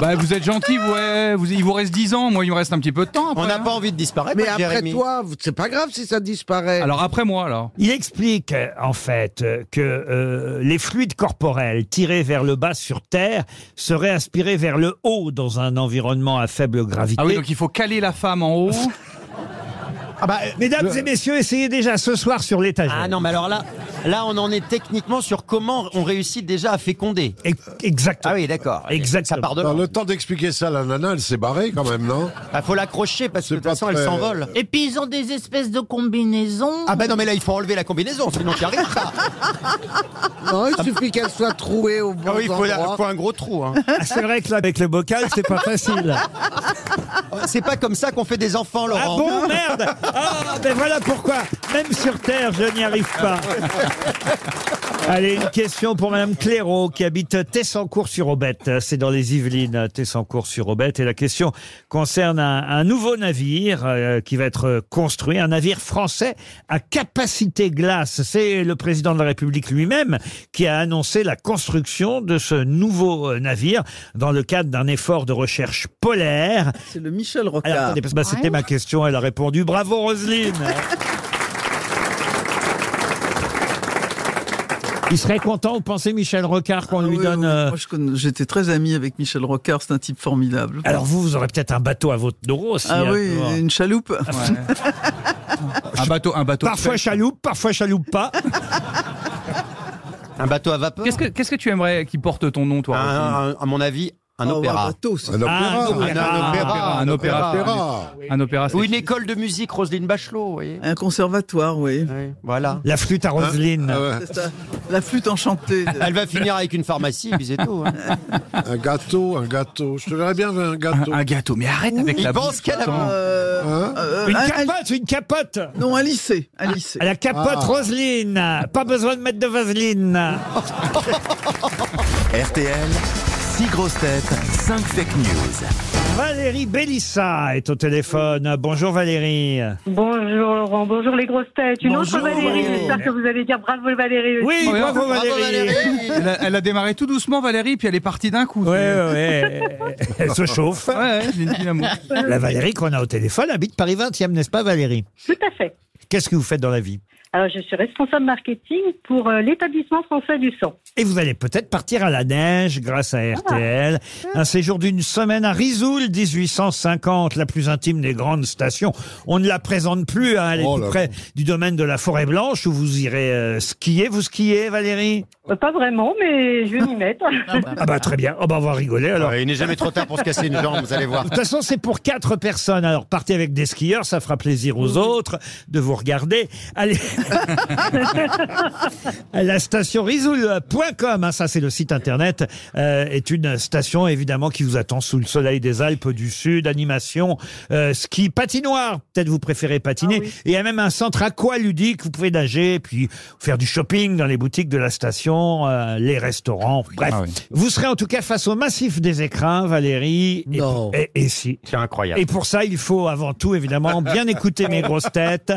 Speaker 4: Bah, vous êtes gentil, ouais. Vous, il vous reste 10 ans. Moi, il me reste un petit peu de temps.
Speaker 10: On n'a pas envie de disparaître.
Speaker 5: Mais
Speaker 10: hein,
Speaker 5: après
Speaker 10: Jérémy.
Speaker 5: toi, vous- c'est pas grave si ça disparaît.
Speaker 4: Alors après moi, alors.
Speaker 2: Il explique euh, en fait euh, que euh, les fluides corporels tirés vers le bas sur Terre seraient aspirés vers le haut dans un environnement à faible gravité.
Speaker 4: Ah oui, donc il faut caler la femme en haut.
Speaker 2: Mesdames et messieurs, essayez déjà ce soir sur l'étagère.
Speaker 10: bah, euh, Ah non, mais alors là, là, on en est techniquement sur comment on réussit déjà à féconder.
Speaker 2: Exactement.
Speaker 10: Ah oui, d'accord.
Speaker 2: Exactement.
Speaker 10: Ça part de là.
Speaker 8: Dans le temps d'expliquer ça, la nana, elle s'est barrée quand même, non
Speaker 10: Il Bah, faut l'accrocher parce que de toute façon, elle s'envole.
Speaker 7: Et puis ils ont des espèces de combinaisons.
Speaker 10: Ah ben non, mais là, il faut enlever la combinaison, sinon tu arrives pas.
Speaker 5: Non, il suffit qu'elle soit trouée au bon
Speaker 10: Ah oui, il faut, la-
Speaker 5: endroit.
Speaker 10: faut un gros trou. hein.
Speaker 2: Ah, C'est vrai que là, avec le bocal, c'est pas facile.
Speaker 10: C'est pas comme ça qu'on fait des enfants,
Speaker 2: Ah
Speaker 10: Laurent.
Speaker 2: bon, merde Ah, ben voilà pourquoi, même sur Terre, je n'y arrive pas. Allez, une question pour Madame Clairaut, qui habite Tessancourt-sur-Aubette. C'est dans les Yvelines, Tessancourt-sur-Aubette. Et la question concerne un, un nouveau navire euh, qui va être construit, un navire français à capacité glace. C'est le président de la République lui-même qui a annoncé la construction de ce nouveau euh, navire dans le cadre d'un effort de recherche polaire.
Speaker 11: C'est le Michel Rocard.
Speaker 2: Alors, attendez, parce que bah, c'était ma question, elle a répondu. Bravo Roselyne
Speaker 11: Euh,
Speaker 2: Il serait content, vous pensez, Michel Rocard, qu'on lui
Speaker 11: Ah Oui,
Speaker 2: donne...
Speaker 11: oui,
Speaker 2: euh,
Speaker 11: moi, je connais- J'étais très ami avec Michel Rocard, c'est un type formidable.
Speaker 2: Alors vous, vous aurez peut-être un bateau à votre dos aussi.
Speaker 11: ah
Speaker 2: hein,
Speaker 11: oui,
Speaker 2: tu vois.
Speaker 11: une chaloupe.
Speaker 4: Un bateau, un bateau.
Speaker 2: Parfois chaloupe, parfois chaloupe pas.
Speaker 10: Un bateau à vapeur
Speaker 4: Qu'est-ce que, qu'est-ce que tu aimerais qui porte ton nom, toi
Speaker 10: Un-
Speaker 4: Roselyne
Speaker 10: un- À mon avis, un
Speaker 11: Oh,
Speaker 10: opéra.
Speaker 11: un bateau, c'est-
Speaker 2: Ah, non, mais-
Speaker 4: Un opéra, un opéra,
Speaker 8: opéra.
Speaker 4: un opéra.
Speaker 10: Ou une école de musique, Roselyne Bachelot, vous voyez.
Speaker 11: Un conservatoire, oui.
Speaker 10: Voilà. Hein Ah
Speaker 2: La flûte à Roselyne.
Speaker 11: C'est ça, La flûte enchantée. de-
Speaker 10: Elle va finir avec une pharmacie, puis c'est tout. hein.
Speaker 8: Un gâteau, un gâteau. Je te verrais bien un gâteau.
Speaker 4: Un gâteau, mais arrête avec
Speaker 10: Il
Speaker 4: la
Speaker 10: pense qu'elle a...
Speaker 11: Euh, euh,
Speaker 2: Une
Speaker 11: un-
Speaker 2: capote, une capote
Speaker 11: un- non, un lycée. Un lycée.
Speaker 2: La capote
Speaker 8: Ah.
Speaker 2: Roselyne Pas besoin de mettre de vaseline
Speaker 1: RTL, 6 grosses têtes, 5 fake news.
Speaker 2: Valérie Bélissa est au téléphone. Bonjour Valérie.
Speaker 18: Bonjour Laurent, bonjour les grosses têtes. Une
Speaker 11: Bonjour,
Speaker 18: autre Valérie,
Speaker 11: Valérie.
Speaker 18: j'espère que vous allez dire bravo Valérie. aussi.
Speaker 2: Oui,
Speaker 4: Oh, merde.
Speaker 2: bravo Valérie
Speaker 4: Elle a, elle a démarré tout doucement, Valérie, puis elle est partie d'un coup.
Speaker 2: Ouais, ouais, ouais. Elle se chauffe.
Speaker 4: Ouais, ouais, j'ai une dynamo.
Speaker 2: La Valérie qu'on a au téléphone habite Paris 20e, n'est-ce pas Valérie
Speaker 18: Tout à fait.
Speaker 2: Qu'est-ce que vous faites dans la vie
Speaker 18: Alors je suis responsable marketing pour euh, l'établissement français du sang.
Speaker 2: Et vous allez peut-être partir à la neige grâce à RTL. Un séjour d'une semaine à Risoul, 1850, la plus intime des grandes stations. On ne la présente plus, hein, elle est
Speaker 8: Oh
Speaker 2: tout
Speaker 8: là
Speaker 2: près du domaine de la Forêt Blanche où vous irez euh, skier. Vous skiez, Valérie
Speaker 18: Euh, Pas vraiment, mais je vais m'y mettre.
Speaker 2: Ah bah très bien, oh bah, on va rigoler alors.
Speaker 10: Ouais, il n'est jamais trop tard pour se casser une jambe, vous allez voir.
Speaker 2: De toute façon, c'est pour quatre personnes. Alors, partez avec des skieurs, ça fera plaisir aux autres de vous regarder. Allez
Speaker 10: Ah bah.
Speaker 2: à la station risoul.com, hein, ça c'est le site internet, euh, est une station évidemment qui vous attend sous le soleil des Alpes du Sud, animation, euh, ski, patinoire, peut-être vous préférez
Speaker 4: Ah
Speaker 2: patiner, et il y a même un centre aqualudique, vous pouvez nager, puis faire du shopping dans les boutiques de la station, euh, les restaurants, bref.
Speaker 4: Ah oui.
Speaker 2: Vous serez en tout cas face au massif des écrins, Valérie. Et-
Speaker 5: Non.
Speaker 2: Et, et si.
Speaker 10: C'est incroyable.
Speaker 2: Et pour ça, il faut avant tout, évidemment, bien écouter mes grosses têtes,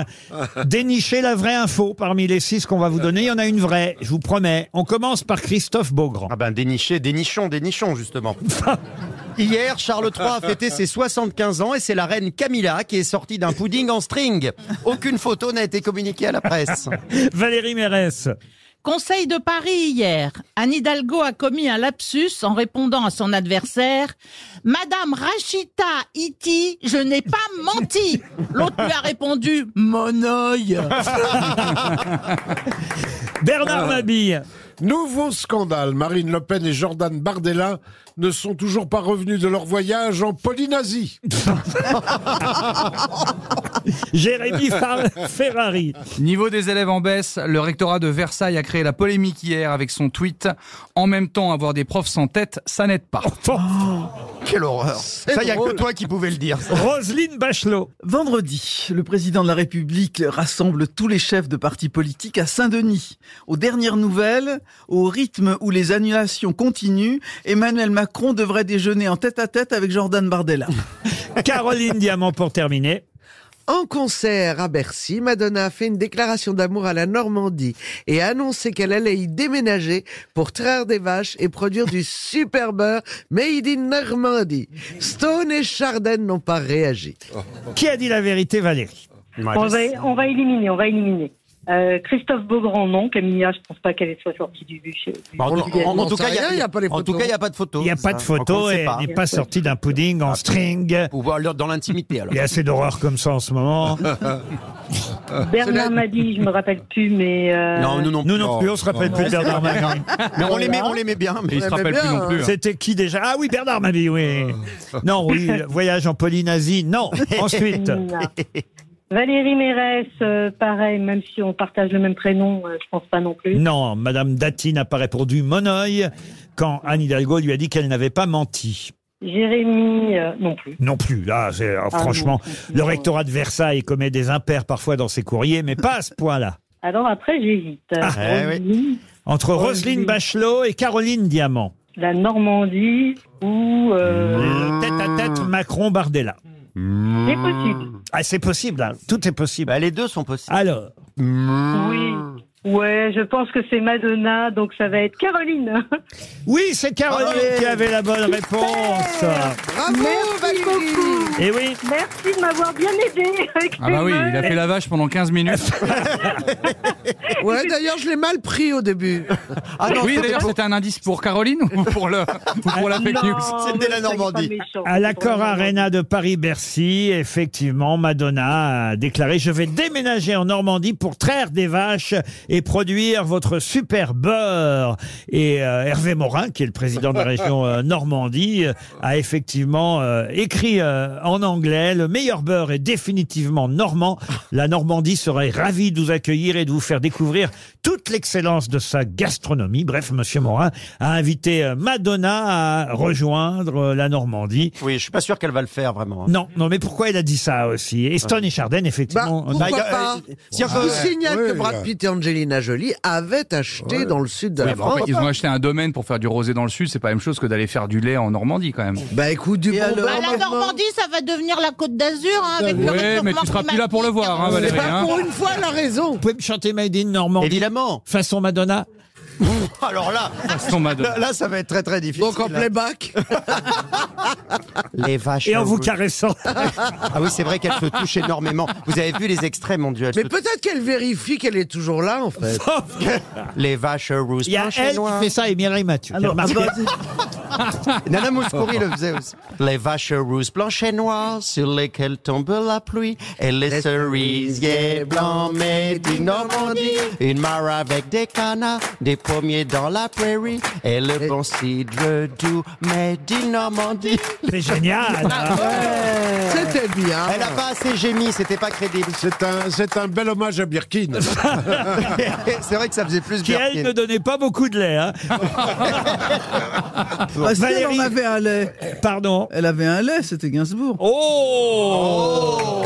Speaker 2: dénicher la vraie info parmi les six qu'on va vous donner. Il y en a une vraie, je vous promets. On commence par Christophe Beaugrand.
Speaker 10: Ah ben dénicher, dénichons, dénichons justement. Hier, Charles III a fêté ses 75 ans et c'est la reine Camilla qui est sortie d'un pudding en string. Aucune photo n'a été communiquée à la presse.
Speaker 2: Valérie Mérès.
Speaker 7: Conseil de Paris hier. Anne Hidalgo a commis un lapsus en répondant à son adversaire. Madame Rachita Iti, je n'ai pas menti. L'autre lui a répondu, mon œil.
Speaker 2: Bernard Mabille.
Speaker 8: Ah. Nouveau scandale. Marine Le Pen et Jordan Bardella ne sont toujours pas revenus de leur voyage en Polynésie.
Speaker 2: Jérémy Fer- Ferrari.
Speaker 4: Niveau des élèves en baisse, le rectorat de Versailles a créé la polémique hier avec son tweet. En même temps, avoir des profs sans tête, ça n'aide pas.
Speaker 10: Quelle horreur. Ça, il y a que toi qui pouvais le dire.
Speaker 2: Roselyne Bachelot.
Speaker 11: Vendredi, le président de la République rassemble tous les chefs de partis politiques à Saint-Denis. Aux dernières nouvelles, au rythme où les annulations continuent, Emmanuel Macron devrait déjeuner en tête-à-tête avec Jordan Bardella.
Speaker 2: Caroline Diamant pour terminer.
Speaker 5: En concert à Bercy, Madonna a fait une déclaration d'amour à la Normandie et a annoncé qu'elle allait y déménager pour traire des vaches et produire du super beurre made in Normandie. Stone et Chardin n'ont pas réagi.
Speaker 2: Qui a dit la vérité, Valérie
Speaker 18: On va, on va éliminer, on va éliminer. Euh, Christophe Beaugrand, non. Camilla, je pense pas qu'elle soit sortie du bûcher.
Speaker 10: Bah, en, tout- en- en tout cas, il
Speaker 5: rien,
Speaker 10: n'y
Speaker 5: il y
Speaker 10: a,
Speaker 5: a pas les
Speaker 10: en tout
Speaker 5: photos.
Speaker 10: cas, il y a pas de photo.
Speaker 2: Il n'y a pas de photo et elle n'est pas sortie d'un pudding
Speaker 10: Ah,
Speaker 2: en string.
Speaker 10: Ou alors dans l'intimité, alors.
Speaker 2: Il y a assez d'horreur comme ça en ce moment.
Speaker 18: Bernard m'a dit, je me rappelle plus, mais. euh,
Speaker 10: Non, nous non plus.
Speaker 2: Nous non plus, on se rappelle plus de Bernard Mabille.
Speaker 10: Mais on l'aimait, on l'aimait bien, mais
Speaker 4: Il se rappelle plus non plus. hein.
Speaker 2: C'était qui déjà Ah oui, Bernard Mabille, oui. Non, oui, le voyage en Polynésie, non. Ensuite,
Speaker 18: Non. Valérie Mérès, euh, pareil, même si on partage le même prénom, euh, je pense pas non plus.
Speaker 2: non, Madame Dati n'a pas répondu Monoï quand Anne Hidalgo lui a dit qu'elle n'avait pas menti.
Speaker 18: Jérémy, euh, non plus.
Speaker 2: Non plus, là, c'est- alors,
Speaker 18: Ah
Speaker 2: franchement,
Speaker 18: non, non,
Speaker 2: le
Speaker 18: non,
Speaker 2: rectorat de Versailles commet des impairs parfois dans ses courriers, mais pas à ce point-là.
Speaker 18: Alors après, j'hésite. Euh,
Speaker 2: eh oui.
Speaker 18: Roselyne,
Speaker 2: Entre
Speaker 18: Oh,
Speaker 2: Roselyne
Speaker 18: oui.
Speaker 2: Bachelot et Caroline Diamant.
Speaker 18: La Normandie ou. euh,
Speaker 2: Mmh. Tête à tête, Macron-Bardella.
Speaker 18: C'est possible.
Speaker 2: Ah, c'est possible, hein. tout est possible.
Speaker 10: Bah, les deux sont possibles.
Speaker 2: Alors,
Speaker 10: Mmh.
Speaker 18: Oui. Ouais, je pense que c'est Madonna, donc ça va être Caroline.
Speaker 2: oui, c'est Caroline qui avait la bonne réponse.
Speaker 10: Ah,
Speaker 5: Bravo, Valérie.
Speaker 2: Et oui,
Speaker 18: Merci de m'avoir bien aidé avec
Speaker 4: Ah bah
Speaker 18: les
Speaker 4: oui,
Speaker 18: mains.
Speaker 4: il a fait la vache pendant 15 minutes.
Speaker 5: Ouais, d'ailleurs, je l'ai mal pris au début.
Speaker 10: Ah non,
Speaker 4: oui,
Speaker 10: c'était
Speaker 4: d'ailleurs,
Speaker 10: pour-
Speaker 4: c'était un indice pour Caroline ou pour, le, ou pour
Speaker 2: Ah
Speaker 4: la fake
Speaker 18: Non,
Speaker 4: news
Speaker 10: C'était
Speaker 18: mais
Speaker 10: la
Speaker 18: soyez pas
Speaker 10: Normandie.
Speaker 18: méchants.
Speaker 2: à l'accord Arena de Paris-Bercy, effectivement, Madonna a déclaré Je vais déménager en Normandie pour traire des vaches et produire votre super beurre. Et euh, Hervé Morin, qui est le président de la région euh, Normandie, euh, a effectivement euh, écrit euh, en anglais Le meilleur beurre est définitivement normand. La Normandie serait ravie de vous accueillir et de vous faire découvrir toute l'excellence de sa gastronomie. Bref, Monsieur Morin a invité euh, Madonna à rejoindre euh, la Normandie.
Speaker 10: Oui, je suis pas sûr qu'elle va le faire vraiment.
Speaker 2: Non, non, mais pourquoi il a dit ça aussi Et Stone et Chardin, effectivement.
Speaker 5: Bah,
Speaker 2: on a-
Speaker 5: pourquoi
Speaker 10: il y a-
Speaker 5: pas
Speaker 10: euh, si on
Speaker 5: Je
Speaker 10: peut-
Speaker 5: vous signale
Speaker 8: ouais,
Speaker 5: que Brad
Speaker 8: ouais.
Speaker 5: Pitt et Angelina Jolie avaient acheté dans le sud de
Speaker 4: Oui,
Speaker 5: la
Speaker 4: bon, après,
Speaker 5: France.
Speaker 4: ils ont acheté un domaine pour faire du rosé dans le sud, c'est pas la même chose que d'aller faire du lait en Normandie quand même.
Speaker 5: Bah écoute, du
Speaker 11: Et
Speaker 5: bon
Speaker 11: alors
Speaker 5: beurre,
Speaker 7: Bah, la
Speaker 5: maintenant.
Speaker 7: Normandie, ça va devenir la Côte d'Azur, hein, avec le
Speaker 4: Ouais, mais
Speaker 7: réchauffement
Speaker 4: tu seras plus là pour le voir, hein,
Speaker 5: C'est
Speaker 4: Valérie.
Speaker 5: pas
Speaker 4: hein.
Speaker 5: pour une fois la raison.
Speaker 2: Vous pouvez me chanter Made in Normandie
Speaker 10: Évidemment.
Speaker 2: façon Madonna
Speaker 10: Alors là,
Speaker 4: Son Madonna.
Speaker 10: là, ça va être très très difficile.
Speaker 5: Donc en playback.
Speaker 10: les vaches.
Speaker 2: et en vous
Speaker 10: carré.
Speaker 2: caressant.
Speaker 10: Ah oui, c'est vrai qu'elle se touche énormément. Vous avez vu les extraits, mon Dieu. elle
Speaker 5: Mais
Speaker 10: se-
Speaker 5: peut-être qu'elle vérifie qu'elle est toujours là en fait.
Speaker 10: Les vaches rousses.
Speaker 2: Il y a
Speaker 10: Un
Speaker 2: elle
Speaker 10: chinois.
Speaker 2: qui fait ça et Mireille Mathieu.
Speaker 11: Alors,
Speaker 2: Remarquez.
Speaker 10: Nana Mouskouri le faisait aussi. Les vaches rousses blanches et noires sur lesquelles tombe la pluie. Et les,
Speaker 5: Les cerisiers
Speaker 10: cerisiers blancs mais du Normandie. Une mare avec des canards, des pommiers dans la prairie. Et le bon cidre doux mais du Normandie. Ah
Speaker 2: C'est génial. hein.
Speaker 5: C'était bien.
Speaker 10: Elle a pas assez gémi, c'était pas crédible.
Speaker 8: C'est un, c'est un bel hommage à Birkin.
Speaker 10: c'est vrai que ça faisait plus
Speaker 2: Qui, elle, ne
Speaker 10: bien.
Speaker 2: donnait pas beaucoup de lait. hein.
Speaker 11: Bah, si, elle en
Speaker 2: Valérie.
Speaker 11: avait un lait.
Speaker 2: Pardon.
Speaker 11: Elle avait un lait, c'était Gainsbourg.
Speaker 2: Oh,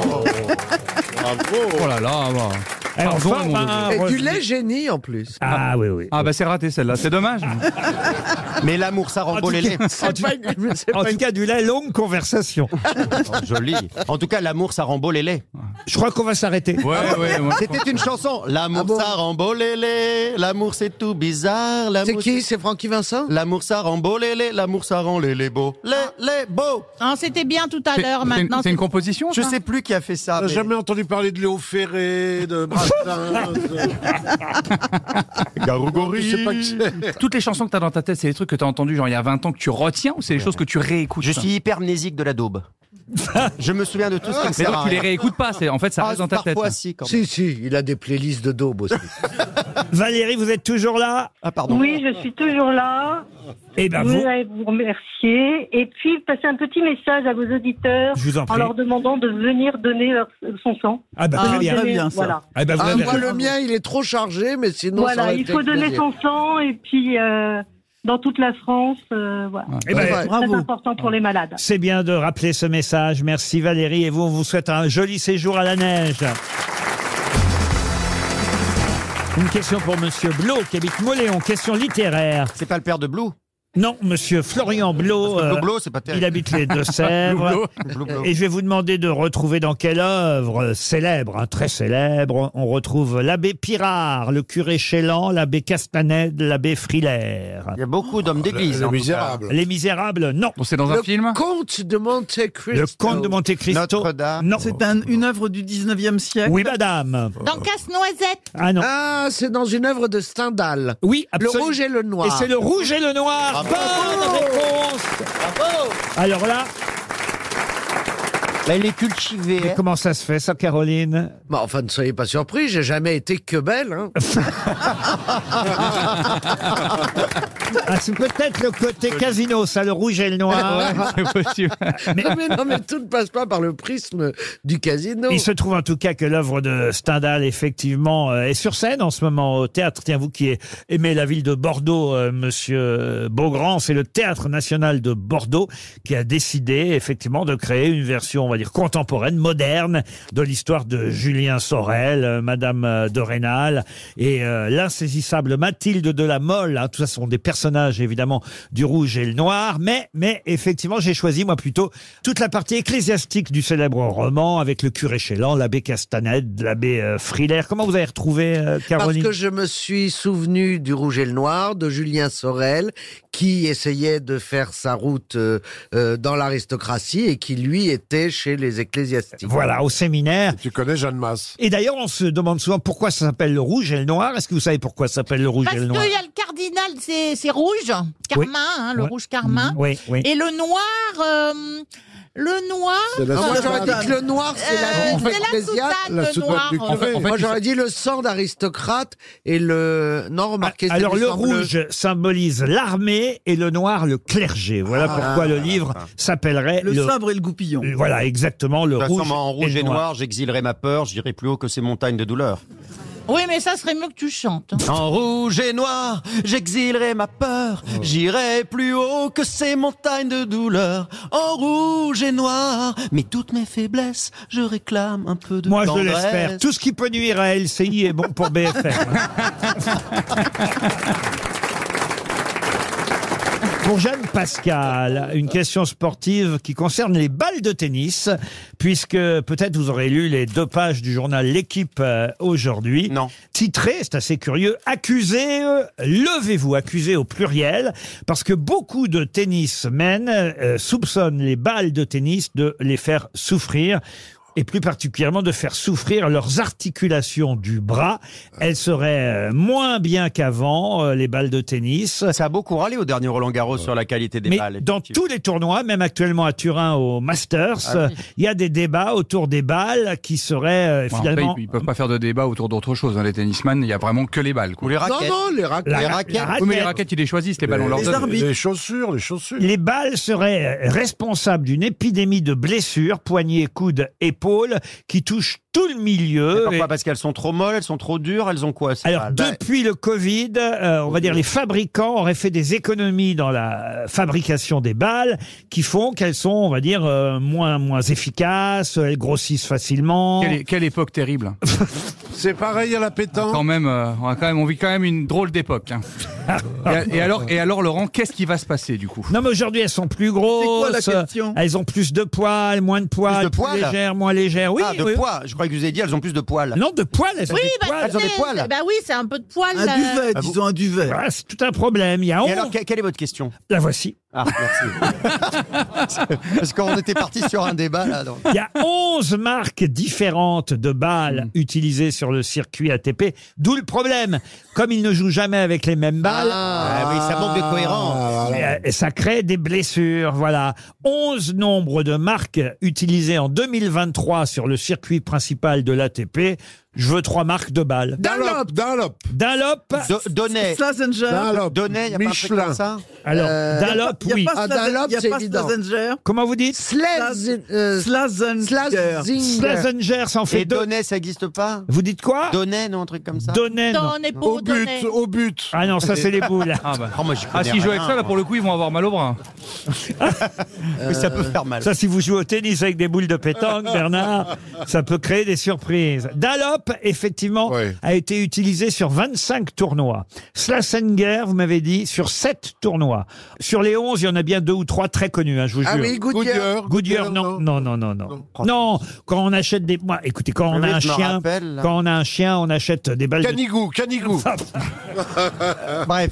Speaker 4: Oh là là. bah.
Speaker 2: Elle est en
Speaker 4: Pardon,
Speaker 2: forme,
Speaker 4: mon
Speaker 2: hein,
Speaker 5: Et du
Speaker 2: Roselyne.
Speaker 5: lait génie en plus.
Speaker 2: Ah oui, oui.
Speaker 4: Ah bah c'est raté celle-là, c'est dommage.
Speaker 10: Mais l'amour, ça
Speaker 2: En tout
Speaker 10: rembolle les
Speaker 2: cas-
Speaker 10: lèvres.
Speaker 2: en tout- En tout cas, du la longue conversation.
Speaker 10: Oh, Joli. En tout cas, l'amour, ça rembolle les lèvres.
Speaker 2: Je crois qu'on va s'arrêter.
Speaker 10: C'était une chanson. L'amour, ça rembolle les lèvres. L'amour, c'est tout bizarre. C'est qui
Speaker 5: C'est Francky Vincent
Speaker 10: L'amour, ça rembolle les lèvres. L'amour, ça rend les les beaux. Les les beaux.
Speaker 7: Non, Ah. c'était bien tout à l'heure maintenant.
Speaker 10: composition Je sais plus qui a fait ça.
Speaker 8: T'as
Speaker 10: mais-
Speaker 8: jamais entendu parler de Léo Ferré, de Brassens, de...
Speaker 4: Garugori.
Speaker 8: Je sais pas qui c'est.
Speaker 4: Toutes les chansons que t'as dans ta tête, c'est des trucs que t'as entendus genre il y a 20 ans que tu retiens ou c'est des choses que tu réécoutes hein
Speaker 10: Je suis hypermnésique de la daube. Je me souviens de tout ce qui me
Speaker 4: Mais
Speaker 10: sert
Speaker 4: donc
Speaker 10: à
Speaker 4: tu les
Speaker 10: rien.
Speaker 4: réécoutes pas, c'est- en fait ça
Speaker 10: Ah,
Speaker 4: reste dans ta tête.
Speaker 10: parfois, si, quand
Speaker 5: Si, si, il a des playlists de daube aussi.
Speaker 2: Valérie, vous êtes toujours là
Speaker 10: Ah,
Speaker 18: Oui, je suis toujours là.
Speaker 2: Eh
Speaker 18: je
Speaker 2: ben, vous-
Speaker 18: voudrais vous remercier et puis passer un petit message à vos auditeurs
Speaker 2: Je vous en prie.
Speaker 18: leur demandant de venir donner leur, son sang.
Speaker 2: Ah bah, très
Speaker 18: Vous
Speaker 2: bien.
Speaker 18: donnez-
Speaker 2: Très bien, ça.
Speaker 18: Voilà,
Speaker 2: Ah bah, vous
Speaker 5: Ah,
Speaker 2: avez
Speaker 5: moi,
Speaker 2: raison.
Speaker 5: le mien, il est trop chargé, mais sinon.
Speaker 18: Voilà,
Speaker 5: ça aurait
Speaker 18: il
Speaker 5: été
Speaker 18: faut
Speaker 5: avec
Speaker 18: donner
Speaker 5: plaisir.
Speaker 18: son sang et puis euh, dans toute la France, euh, voilà.
Speaker 2: Eh ben,
Speaker 18: C'est très
Speaker 2: bravo.
Speaker 18: important pour les malades.
Speaker 2: C'est bien de rappeler ce message. Merci Valérie. Et vous, on vous souhaite un joli séjour à la neige. Une question pour Monsieur Blot, qui habite Moléon. Question littéraire.
Speaker 10: C'est pas le père de Blot
Speaker 2: Non, Monsieur Florian Blot.
Speaker 10: Parce que
Speaker 2: euh,
Speaker 10: Blot, Blot, c'est pas terrible.
Speaker 2: Il habite les Deux-Sèvres.
Speaker 10: Blot, Blot.
Speaker 2: Et je vais vous demander de retrouver dans quelle œuvre célèbre, hein, très célèbre, on retrouve l'abbé Pirard, le curé Chélan, l'abbé Castanède, l'abbé Frilair.
Speaker 10: Il y a beaucoup d'hommes d'église.
Speaker 2: Les
Speaker 10: en tout cas.
Speaker 2: Misérables. Les Misérables, non.
Speaker 4: C'est dans
Speaker 2: Le-
Speaker 11: film Comte de Monte Cristo.
Speaker 2: Le Comte de Monte Cristo. Non.
Speaker 11: C'est un- une œuvre du 19e siècle.
Speaker 2: Oui, madame.
Speaker 7: Dans Casse-Noisette.
Speaker 2: Ah non.
Speaker 5: Ah, c'est dans une œuvre de Stendhal.
Speaker 2: Oui,
Speaker 5: Le
Speaker 2: absolument.
Speaker 5: rouge et le noir.
Speaker 2: Et c'est le rouge et le noir. Bonne réponse. Alors là.
Speaker 10: elle est cultivée.
Speaker 2: Mais comment ça se fait, ça, Caroline
Speaker 5: Bah, enfin, ne soyez pas surpris, j'ai jamais été que belle. hein.
Speaker 2: Ah, c'est peut-être le côté casino, ça, le rouge et le noir.
Speaker 5: mais... Non, mais, non, mais tout ne passe pas par le prisme du casino.
Speaker 2: Il se trouve en tout cas que l'œuvre de Stendhal, effectivement, euh, est sur scène en ce moment au théâtre. Tiens, vous qui aimez la ville de Bordeaux, euh, monsieur Beaugrand, c'est le Théâtre National de Bordeaux qui a décidé, effectivement, de créer une version, on va dire, contemporaine, moderne, de l'histoire de Julien Sorel, euh, madame euh, de Rênal, et euh, l'insaisissable Mathilde de la Molle. hein. tout ça sont des personnages, évidemment, du rouge et le noir, mais, mais effectivement, j'ai choisi, moi, plutôt toute la partie ecclésiastique du célèbre roman avec le curé Chélan, l'abbé Castanède, l'abbé euh, Frilair. Comment vous avez retrouvé euh,
Speaker 5: Parce
Speaker 2: Caroline
Speaker 5: que je me suis souvenu du Rouge et le Noir, de Julien Sorel, qui essayait de faire sa route euh, euh, dans l'aristocratie et qui, lui, était chez les ecclésiastiques.
Speaker 2: Voilà, au séminaire.
Speaker 8: Tu connais Jeanne Masse.
Speaker 2: Et d'ailleurs, on se demande souvent pourquoi ça s'appelle le rouge et le noir. Est-ce que vous savez pourquoi ça s'appelle le rouge
Speaker 7: Parce
Speaker 2: et le
Speaker 7: qu'il
Speaker 2: noir
Speaker 7: y a le cardinal, c'est c'est rouge, carmin,
Speaker 2: Oui.
Speaker 7: hein, le
Speaker 2: Ouais.
Speaker 7: rouge carmin.
Speaker 2: Mmh, oui, oui.
Speaker 7: Et le noir, euh, le noir.
Speaker 8: C'est la Ah, moi, j'aurais
Speaker 5: dit que le noir, c'est la-
Speaker 7: Euh,
Speaker 5: en fait,
Speaker 7: c'est la
Speaker 5: l'ecclésiaste.
Speaker 7: soutane,
Speaker 8: La
Speaker 7: le
Speaker 8: soutane
Speaker 7: noir.
Speaker 8: du
Speaker 7: euh,
Speaker 8: En fait- en fait,
Speaker 5: Moi,
Speaker 8: il
Speaker 5: j'aurais dit le sang d'aristocrate et le... Non, remarquez... c'est
Speaker 2: Ah, Alors
Speaker 5: du
Speaker 2: le
Speaker 5: sang bleu.
Speaker 2: rouge symbolise l'armée et le noir le clergé. Voilà
Speaker 5: Ah.
Speaker 2: pourquoi le livre s'appellerait
Speaker 11: Le sabre et le goupillon.
Speaker 2: Voilà exactement le
Speaker 10: De toute façon,
Speaker 2: rouge,
Speaker 10: moi, en rouge et noir, j'exilerai ma peur, j'irai plus haut que ces montagnes de douleur.
Speaker 7: Oui, mais ça serait mieux que tu chantes.
Speaker 10: En rouge et noir, j'exilerai ma peur,
Speaker 2: Oh.
Speaker 10: j'irai plus haut que ces montagnes de douleur. En rouge et noir, mais toutes mes faiblesses, je réclame un peu de
Speaker 2: Moi je
Speaker 10: tendresse.
Speaker 2: l'espère. Tout ce qui peut nuire à LCI est bon pour BFM. Pour Jeanne Pascal, une question sportive qui concerne les balles de tennis, puisque peut-être vous aurez lu les deux pages du journal L'équipe euh, aujourd'hui. Non. Titré, c'est assez curieux, accusé, euh, levez-vous, accusé au pluriel, parce que beaucoup de tennismen euh, soupçonnent les balles de tennis de les faire souffrir et plus particulièrement de faire souffrir leurs articulations du bras. Elles seraient euh, moins bien qu'avant, euh, les balles de tennis.
Speaker 10: Ça a beaucoup râlé au dernier Roland Garros sur la qualité des
Speaker 2: Mais
Speaker 10: balles.
Speaker 2: dans tous les tournois, même actuellement à Turin au Masters,
Speaker 10: Ah
Speaker 2: euh,
Speaker 10: oui.
Speaker 2: il y a des débats autour des balles qui seraient euh,
Speaker 4: Bon, après,
Speaker 2: finalement...
Speaker 4: ils, ils peuvent pas faire de débat autour d'autre chose. hein. Les tennisman, il y a vraiment que les balles. Quoi.
Speaker 10: les
Speaker 5: raquettes. Non, non, les raquettes.
Speaker 4: La-
Speaker 5: Les
Speaker 4: la-
Speaker 5: raquettes.
Speaker 4: Oui, mais les raquettes, ils les choisissent, les balles, on leur
Speaker 8: les,
Speaker 4: donne.
Speaker 8: les chaussures, les chaussures.
Speaker 2: Les balles seraient euh, responsables d'une épidémie de blessures, poignets, coudes, épaules, qui touche tout le milieu.
Speaker 10: Pourquoi Parce qu'elles sont trop molles, elles sont trop dures, elles ont quoi ces
Speaker 2: Alors,
Speaker 10: balles Ben,
Speaker 2: depuis le Covid, euh, on va dire les fabricants auraient fait des économies dans la euh, fabrication des balles qui font qu'elles sont, on va dire, euh, moins, moins efficaces, elles grossissent facilement.
Speaker 4: Quelle, quelle époque terrible.
Speaker 8: C'est pareil à la pétanque.
Speaker 4: Quand même, euh, on, a quand même, on vit quand même une drôle d'époque. hein. Et, et alors, et alors, Laurent, qu'est-ce qui va se passer du coup
Speaker 2: Non, mais aujourd'hui, elles sont plus grosses.
Speaker 4: quoi la question
Speaker 2: Ah, Elles ont plus de poils, moins de poils,
Speaker 4: de
Speaker 2: plus
Speaker 4: poils
Speaker 2: légères, moins légères. Oui,
Speaker 4: Ah, de
Speaker 2: oui.
Speaker 4: poids.
Speaker 10: Je crois que vous avez dit, elles ont plus de poils.
Speaker 2: Non, de poils, Ah, elles ont
Speaker 7: Oui,
Speaker 2: des
Speaker 7: bah,
Speaker 2: poils.
Speaker 7: tu sais, bah oui, c'est un peu de euh, poil.
Speaker 8: Ah,
Speaker 7: là.
Speaker 2: disons un duvet. ah c'est tout un problème. Il y a
Speaker 10: Et
Speaker 2: honte.
Speaker 10: alors, que- quelle est votre question
Speaker 2: La voici.
Speaker 10: Ah, merci. Parce qu'on était parti sur un débat, là. donc.
Speaker 2: Il y a 11 marques différentes de balles
Speaker 10: Hmm.
Speaker 2: utilisées sur le circuit ATP, d'où le problème. Comme ils ne jouent jamais avec les mêmes balles,
Speaker 10: Ah, oui, ça manque de cohérence.
Speaker 2: Et, euh, et ça crée des blessures. Voilà. 11 nombres de marques utilisées en 2023 sur le circuit principal de l'ATP. Je veux trois marques de balles.
Speaker 8: Dunlop, Dunlop.
Speaker 2: Dunlop.
Speaker 10: Do- Donnet.
Speaker 11: Schlesinger.
Speaker 8: Dunlop.
Speaker 10: Donnet, y a pas un truc
Speaker 8: Michelin.
Speaker 10: comme ça
Speaker 2: Alors,
Speaker 10: Euh,
Speaker 2: Dunlop,
Speaker 11: y a
Speaker 2: oui.
Speaker 11: pas
Speaker 10: Ah,
Speaker 11: Slazen-
Speaker 10: Dunlop,
Speaker 11: y a
Speaker 10: c'est
Speaker 11: pas
Speaker 10: évident.
Speaker 11: Slazenger.
Speaker 2: Comment vous dites
Speaker 5: Slaz- euh,
Speaker 11: Slazen-
Speaker 5: Slazinger.
Speaker 2: Slazenger, ça en fait
Speaker 10: Et
Speaker 2: deux.
Speaker 10: Donnet, ça n'existe pas
Speaker 2: Vous dites quoi
Speaker 10: Donnet, non, un truc comme ça
Speaker 2: Donnen.
Speaker 7: Donnet pour
Speaker 8: Au but,
Speaker 7: Donnet.
Speaker 8: au but.
Speaker 2: Ah non, ça c'est les boules.
Speaker 4: Ah, bah.
Speaker 10: Oh, moi, j'y connais
Speaker 4: Ah, s'ils jouent avec
Speaker 10: rien,
Speaker 4: ça, là,
Speaker 10: moi.
Speaker 4: pour le coup, ils vont avoir mal au bras.
Speaker 10: Mais Euh, ça peut faire mal.
Speaker 2: Ça, si vous jouez au tennis avec des boules de pétanque, Bernard, ça peut créer des surprises. Dallop, effectivement,
Speaker 8: Oui.
Speaker 2: a été utilisé sur 25 tournois. Slasenger, vous m'avez dit, sur 7 tournois. Sur les 11, il y en a bien deux ou trois très connus, hein, je vous
Speaker 5: Ah
Speaker 2: jure.
Speaker 5: oui, Goodyear.
Speaker 2: Goodyear, non, non, non, non, non. Non, quand on achète des... Moi, écoutez, quand on
Speaker 10: Oui,
Speaker 2: a un
Speaker 10: je m'en
Speaker 2: chien,
Speaker 10: rappelle, là.
Speaker 2: quand on a un chien, on achète des balles de...
Speaker 8: Canigou, Canigou.
Speaker 10: Bref.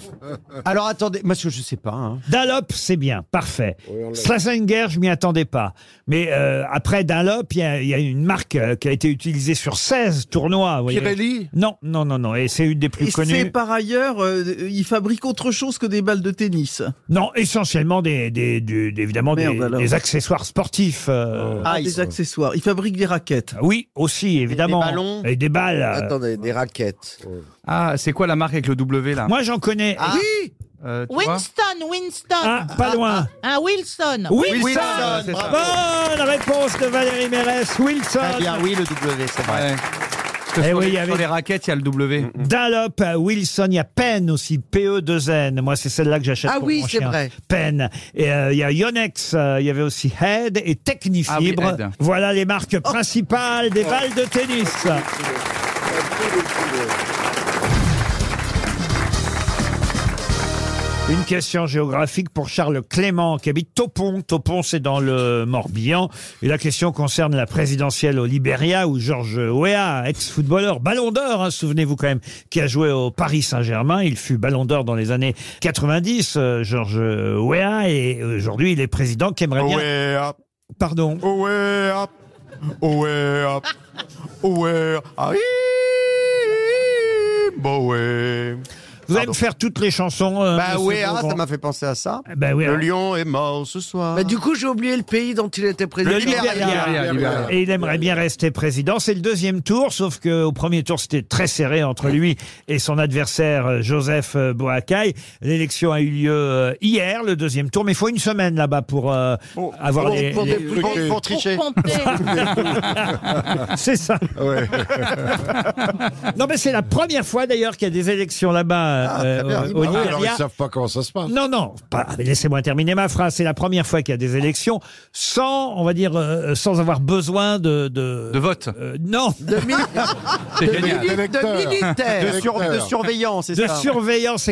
Speaker 10: Alors, attendez, parce que je sais pas. hein.
Speaker 2: Dunlop, c'est bien, parfait.
Speaker 8: Oui, on l'a-
Speaker 2: Slazenger, je m'y attendais pas. Mais euh, après Dunlop, il y, a- il y a une marque euh, qui a été utilisée sur 16 tournois. vous voyez.
Speaker 8: Pirelli
Speaker 2: Non, non, non, non. Et c'est une des plus
Speaker 11: Et c'est
Speaker 2: connues.
Speaker 11: par ailleurs, euh, il fabrique autre chose que des balles de tennis.
Speaker 2: Non, essentiellement des, des, du- des- évidemment des,
Speaker 11: Merde, alors.
Speaker 2: des accessoires sportifs. euh,
Speaker 10: Ah, ils
Speaker 11: des
Speaker 10: sont-
Speaker 11: accessoires. Il fabrique des raquettes.
Speaker 2: Oui, aussi, évidemment.
Speaker 10: ballons
Speaker 2: Et des balles.
Speaker 5: Attendez, des raquettes.
Speaker 4: Ah, c'est quoi la marque avec le W là
Speaker 2: Moi, j'en connais.
Speaker 10: Ah.
Speaker 5: Oui
Speaker 4: Euh, tu vois
Speaker 7: Winston, Winston.
Speaker 2: Ah, pas loin.
Speaker 7: Un Wilson.
Speaker 2: Wilson.
Speaker 10: Wilson, c'est ça.
Speaker 2: Bonne réponse de Valérie Mérès. Wilson.
Speaker 10: Très bien, oui, le W, c'est vrai.
Speaker 4: Ouais. Parce que
Speaker 2: Eh
Speaker 4: sur,
Speaker 2: oui,
Speaker 4: les,
Speaker 2: il y avait-
Speaker 4: sur les raquettes, il y a le W.
Speaker 2: Dunlop, euh, Wilson, il y a Penn aussi, PE2N. Moi, c'est celle-là que j'achète
Speaker 5: Ah
Speaker 2: pour
Speaker 5: oui,
Speaker 2: mon
Speaker 5: c'est
Speaker 2: chien.
Speaker 5: vrai.
Speaker 2: Penn. Et euh, il y a Yonex, euh, il y avait aussi Head et
Speaker 4: Ah oui,
Speaker 2: Technifibre.
Speaker 4: Head.
Speaker 2: voilà les
Speaker 5: Oh.
Speaker 2: marques principales des balles de tennis. Une question géographique pour Charles Clément qui habite Topon. Topon, c'est dans le Morbihan. Et la question concerne la présidentielle au Libéria où Georges Weah, ex-footballeur, ballon d'or, hein, souvenez-vous quand même, qui a joué au Paris Saint-Germain. Il fut ballon d'or dans les années 90, euh, Georges Weah. Et aujourd'hui, il est président qui aimerait
Speaker 15: Oh
Speaker 2: bien...
Speaker 8: Ouais,
Speaker 19: ah.
Speaker 8: hop,
Speaker 2: Pardon.
Speaker 19: Oh.
Speaker 10: Oh,
Speaker 8: ouais, hop, ouais, hop,
Speaker 10: Oh,
Speaker 8: ouais, ah, hi, bon, ouais.
Speaker 2: Vous allez me faire toutes les chansons. euh,
Speaker 10: Bah
Speaker 2: monsieur
Speaker 10: ouais, ah,
Speaker 2: Beaugrand.
Speaker 10: ça m'a fait penser à ça.
Speaker 2: Bah oui,
Speaker 10: le
Speaker 2: alors.
Speaker 10: lion est mort ce soir.
Speaker 5: Bah, du coup, j'ai oublié le pays dont il était président.
Speaker 10: Le Libéria.
Speaker 4: Libéria, Libéria.
Speaker 2: Et il aimerait bien rester président. C'est le deuxième tour, sauf que au premier tour, c'était très serré entre lui et son adversaire euh, Joseph euh, Boakai. L'élection a eu lieu euh, hier, le deuxième tour, mais il faut une semaine là-bas pour euh, avoir
Speaker 8: pour-
Speaker 2: les-
Speaker 8: pour
Speaker 2: les-
Speaker 8: des-
Speaker 10: Pour, pour
Speaker 8: Pour
Speaker 10: tricher.
Speaker 7: Pour pomper.
Speaker 2: C'est ça.
Speaker 8: Ouais.
Speaker 2: Non, mais c'est la première fois d'ailleurs qu'il y a des élections là-bas euh, au, au
Speaker 8: Ah ouais, alors
Speaker 2: Libéria.
Speaker 8: ils savent pas comment ça se passe.
Speaker 2: Non, non, pas- mais laissez-moi terminer ma phrase. C'est la première fois qu'il y a des élections sans, on va dire, euh, sans avoir besoin de... De,
Speaker 4: De vote.
Speaker 2: euh, non,
Speaker 5: De, mi-
Speaker 4: C'est
Speaker 5: de
Speaker 4: génial.
Speaker 5: mili- de
Speaker 8: Électeur.
Speaker 5: militaire.
Speaker 10: De, sur- de surveillance, c'est
Speaker 2: de
Speaker 10: ça
Speaker 2: surveillance
Speaker 4: Ah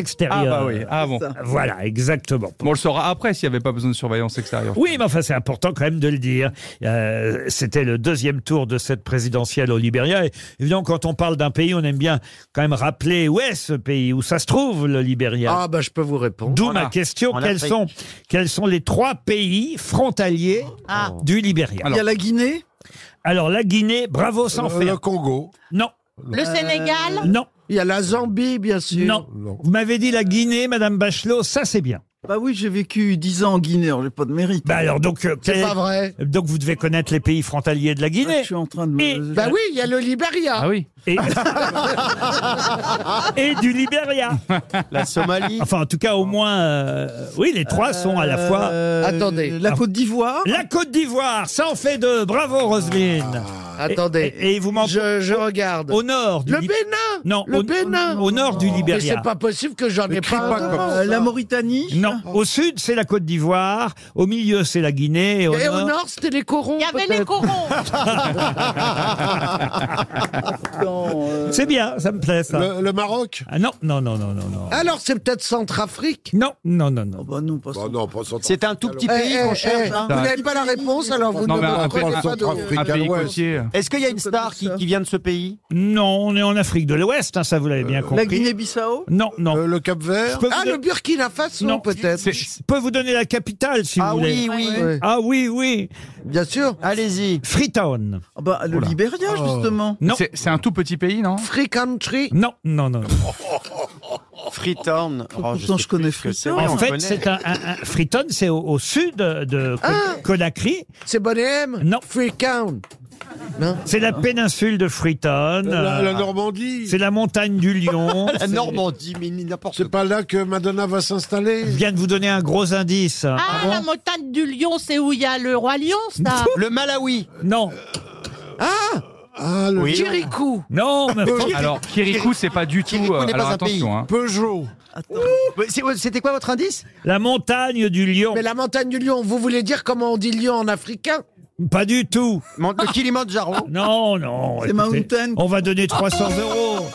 Speaker 4: bah
Speaker 2: extérieure.
Speaker 4: oui. Ah bon.
Speaker 2: Voilà, exactement.
Speaker 4: Bon, on le saura après s'il n'y avait pas besoin de surveillance extérieure.
Speaker 2: Oui, mais enfin, c'est important quand même de le dire. Euh, C'était le deuxième tour de cette présidentielle au Libéria. Et évidemment, quand on parle d'un pays, on aime bien quand même rappeler où est ce pays, où ça se trouve, le Libéria.
Speaker 5: Ah, bah, je peux vous répondre.
Speaker 2: D'où
Speaker 4: en
Speaker 2: ma
Speaker 4: Af-
Speaker 2: question,
Speaker 10: en
Speaker 2: quels
Speaker 10: Afrique.
Speaker 2: sont, quels sont les trois pays frontaliers
Speaker 7: Ah.
Speaker 2: du Libéria
Speaker 11: Il y a la Guinée.
Speaker 2: Alors, la Guinée, bravo
Speaker 5: Euh,
Speaker 2: sans
Speaker 8: Le, le
Speaker 2: faire.
Speaker 8: Congo.
Speaker 2: Non,
Speaker 7: Le Sénégal.
Speaker 2: non,
Speaker 5: Il y a la Zambie, bien sûr.
Speaker 2: non.
Speaker 8: Non.
Speaker 2: Vous m'avez dit la Guinée, Madame Bachelot, ça c'est bien.
Speaker 11: Bah oui, j'ai vécu 10 ans en Guinée, alors j'ai pas de mérite.
Speaker 2: Bah alors, donc, euh,
Speaker 5: C'est
Speaker 2: quel-
Speaker 5: pas vrai.
Speaker 2: donc vous devez connaître les pays frontaliers de la Guinée.
Speaker 11: Ah, je suis en train de
Speaker 2: Et-
Speaker 11: me...
Speaker 5: Bah oui, il y a le Libéria.
Speaker 4: Ah oui.
Speaker 2: Et, et du Libéria.
Speaker 10: La Somalie.
Speaker 2: Enfin, en tout cas, au moins, euh, oui, les trois sont à la fois.
Speaker 11: Euh,
Speaker 5: Attendez.
Speaker 11: La Côte d'Ivoire.
Speaker 2: La Côte d'Ivoire, ça en fait deux. Bravo, Roselyne.
Speaker 5: Ah, Attendez.
Speaker 2: Et, et vous m'en
Speaker 5: je, je regarde.
Speaker 2: Au nord du
Speaker 5: Le
Speaker 2: Lib-
Speaker 5: Bénin
Speaker 2: Non,
Speaker 5: Le
Speaker 2: au-
Speaker 5: Bénin
Speaker 2: au nord du Libéria.
Speaker 5: Mais c'est pas possible que j'en ai pas. un devant.
Speaker 2: Mauritanie Non. Au sud, c'est la Côte d'Ivoire. Au milieu, c'est la Guinée. Et au,
Speaker 5: Et au
Speaker 2: nord,
Speaker 5: nord, c'était les corons. Ah, Il y
Speaker 7: avait les corons. Ah,
Speaker 5: euh.
Speaker 2: C'est bien, ça me plaît ça.
Speaker 8: Le, le Maroc
Speaker 2: Ah non, non, non, non, non, non.
Speaker 5: Alors, c'est peut-être Centrafrique Oh,
Speaker 2: Non, non, non, non.
Speaker 8: Bah non, pas centre-
Speaker 10: C'est un tout petit
Speaker 5: Eh,
Speaker 10: pays
Speaker 5: eh,
Speaker 10: qu'on cherche.
Speaker 5: eh,
Speaker 10: hein.
Speaker 5: Vous n'avez pas la réponse, alors vous
Speaker 10: Non,
Speaker 5: ne
Speaker 10: mais
Speaker 5: me
Speaker 10: un
Speaker 5: prenez
Speaker 10: pays-
Speaker 5: pas de...
Speaker 10: un pays
Speaker 8: l'Ouest.
Speaker 4: côtier.
Speaker 10: Est-ce qu'il y a une star qui, qui vient de ce pays
Speaker 2: Non, on est en Afrique de l'Ouest, hein, ça vous l'avez bien compris.
Speaker 11: La Guinée-Bissau
Speaker 2: Non, non.
Speaker 8: Euh, le Cap Vert
Speaker 2: Je peux
Speaker 5: Ah,
Speaker 2: vous
Speaker 5: le
Speaker 2: don-
Speaker 5: Burkina Faso,
Speaker 2: Non.
Speaker 5: peut-être.
Speaker 2: C'est- Je peux vous donner la capitale si
Speaker 10: Ah
Speaker 2: vous voulez.
Speaker 10: oui, oui.
Speaker 5: Ouais.
Speaker 2: Ah oui, oui.
Speaker 5: Bien sûr.
Speaker 10: Allez-y.
Speaker 2: Freetown.
Speaker 11: Ah bah, le
Speaker 4: Oula.
Speaker 11: Libéria, justement.
Speaker 2: Oh. Non,
Speaker 4: C'est c'est un tout petit pays, non
Speaker 5: Free country.
Speaker 2: non, non, non. non.
Speaker 10: Freetown. Oh,
Speaker 11: Pourtant,
Speaker 10: sais
Speaker 11: je connais
Speaker 10: plus ce que c'est.
Speaker 11: Freetown.
Speaker 10: Oui, on
Speaker 2: en fait,
Speaker 10: connaît.
Speaker 2: c'est un, un- un- Freetown, c'est au, au sud de Ko-
Speaker 8: Ah.
Speaker 2: Conakry.
Speaker 5: C'est Bonnet M
Speaker 2: Non.
Speaker 5: Free Count. Non.
Speaker 2: C'est la péninsule de Freetown.
Speaker 8: la, la
Speaker 2: Euh,
Speaker 8: Normandie
Speaker 2: C'est la montagne du Lion.
Speaker 10: La Normandie, mais n'importe
Speaker 8: C'est pas là que Madonna va s'installer
Speaker 2: Je viens de vous donner un gros indice.
Speaker 7: Ah, la montagne du lion, c'est où il y a le roi lion, ça
Speaker 10: Le Malawi.
Speaker 2: Non,
Speaker 8: Ah, le
Speaker 10: Oui.
Speaker 5: Kirikou.
Speaker 2: non, mais-
Speaker 4: Alors, Kirikou, c'est pas du tout.
Speaker 10: Kirikou
Speaker 4: euh,
Speaker 10: n'est pas
Speaker 4: alors
Speaker 10: un
Speaker 4: attention,
Speaker 10: pays.
Speaker 4: hein.
Speaker 8: Peugeot.
Speaker 10: Mais c'est- C'était quoi votre indice
Speaker 2: la montagne du Lion.
Speaker 5: Mais la montagne du lion, vous voulez dire comment on dit lion en africain
Speaker 2: Pas du tout.
Speaker 10: Mon- Le Kilimanjaro.
Speaker 2: Non, non.
Speaker 11: C'est Mountain.
Speaker 2: On va donner 300 euros.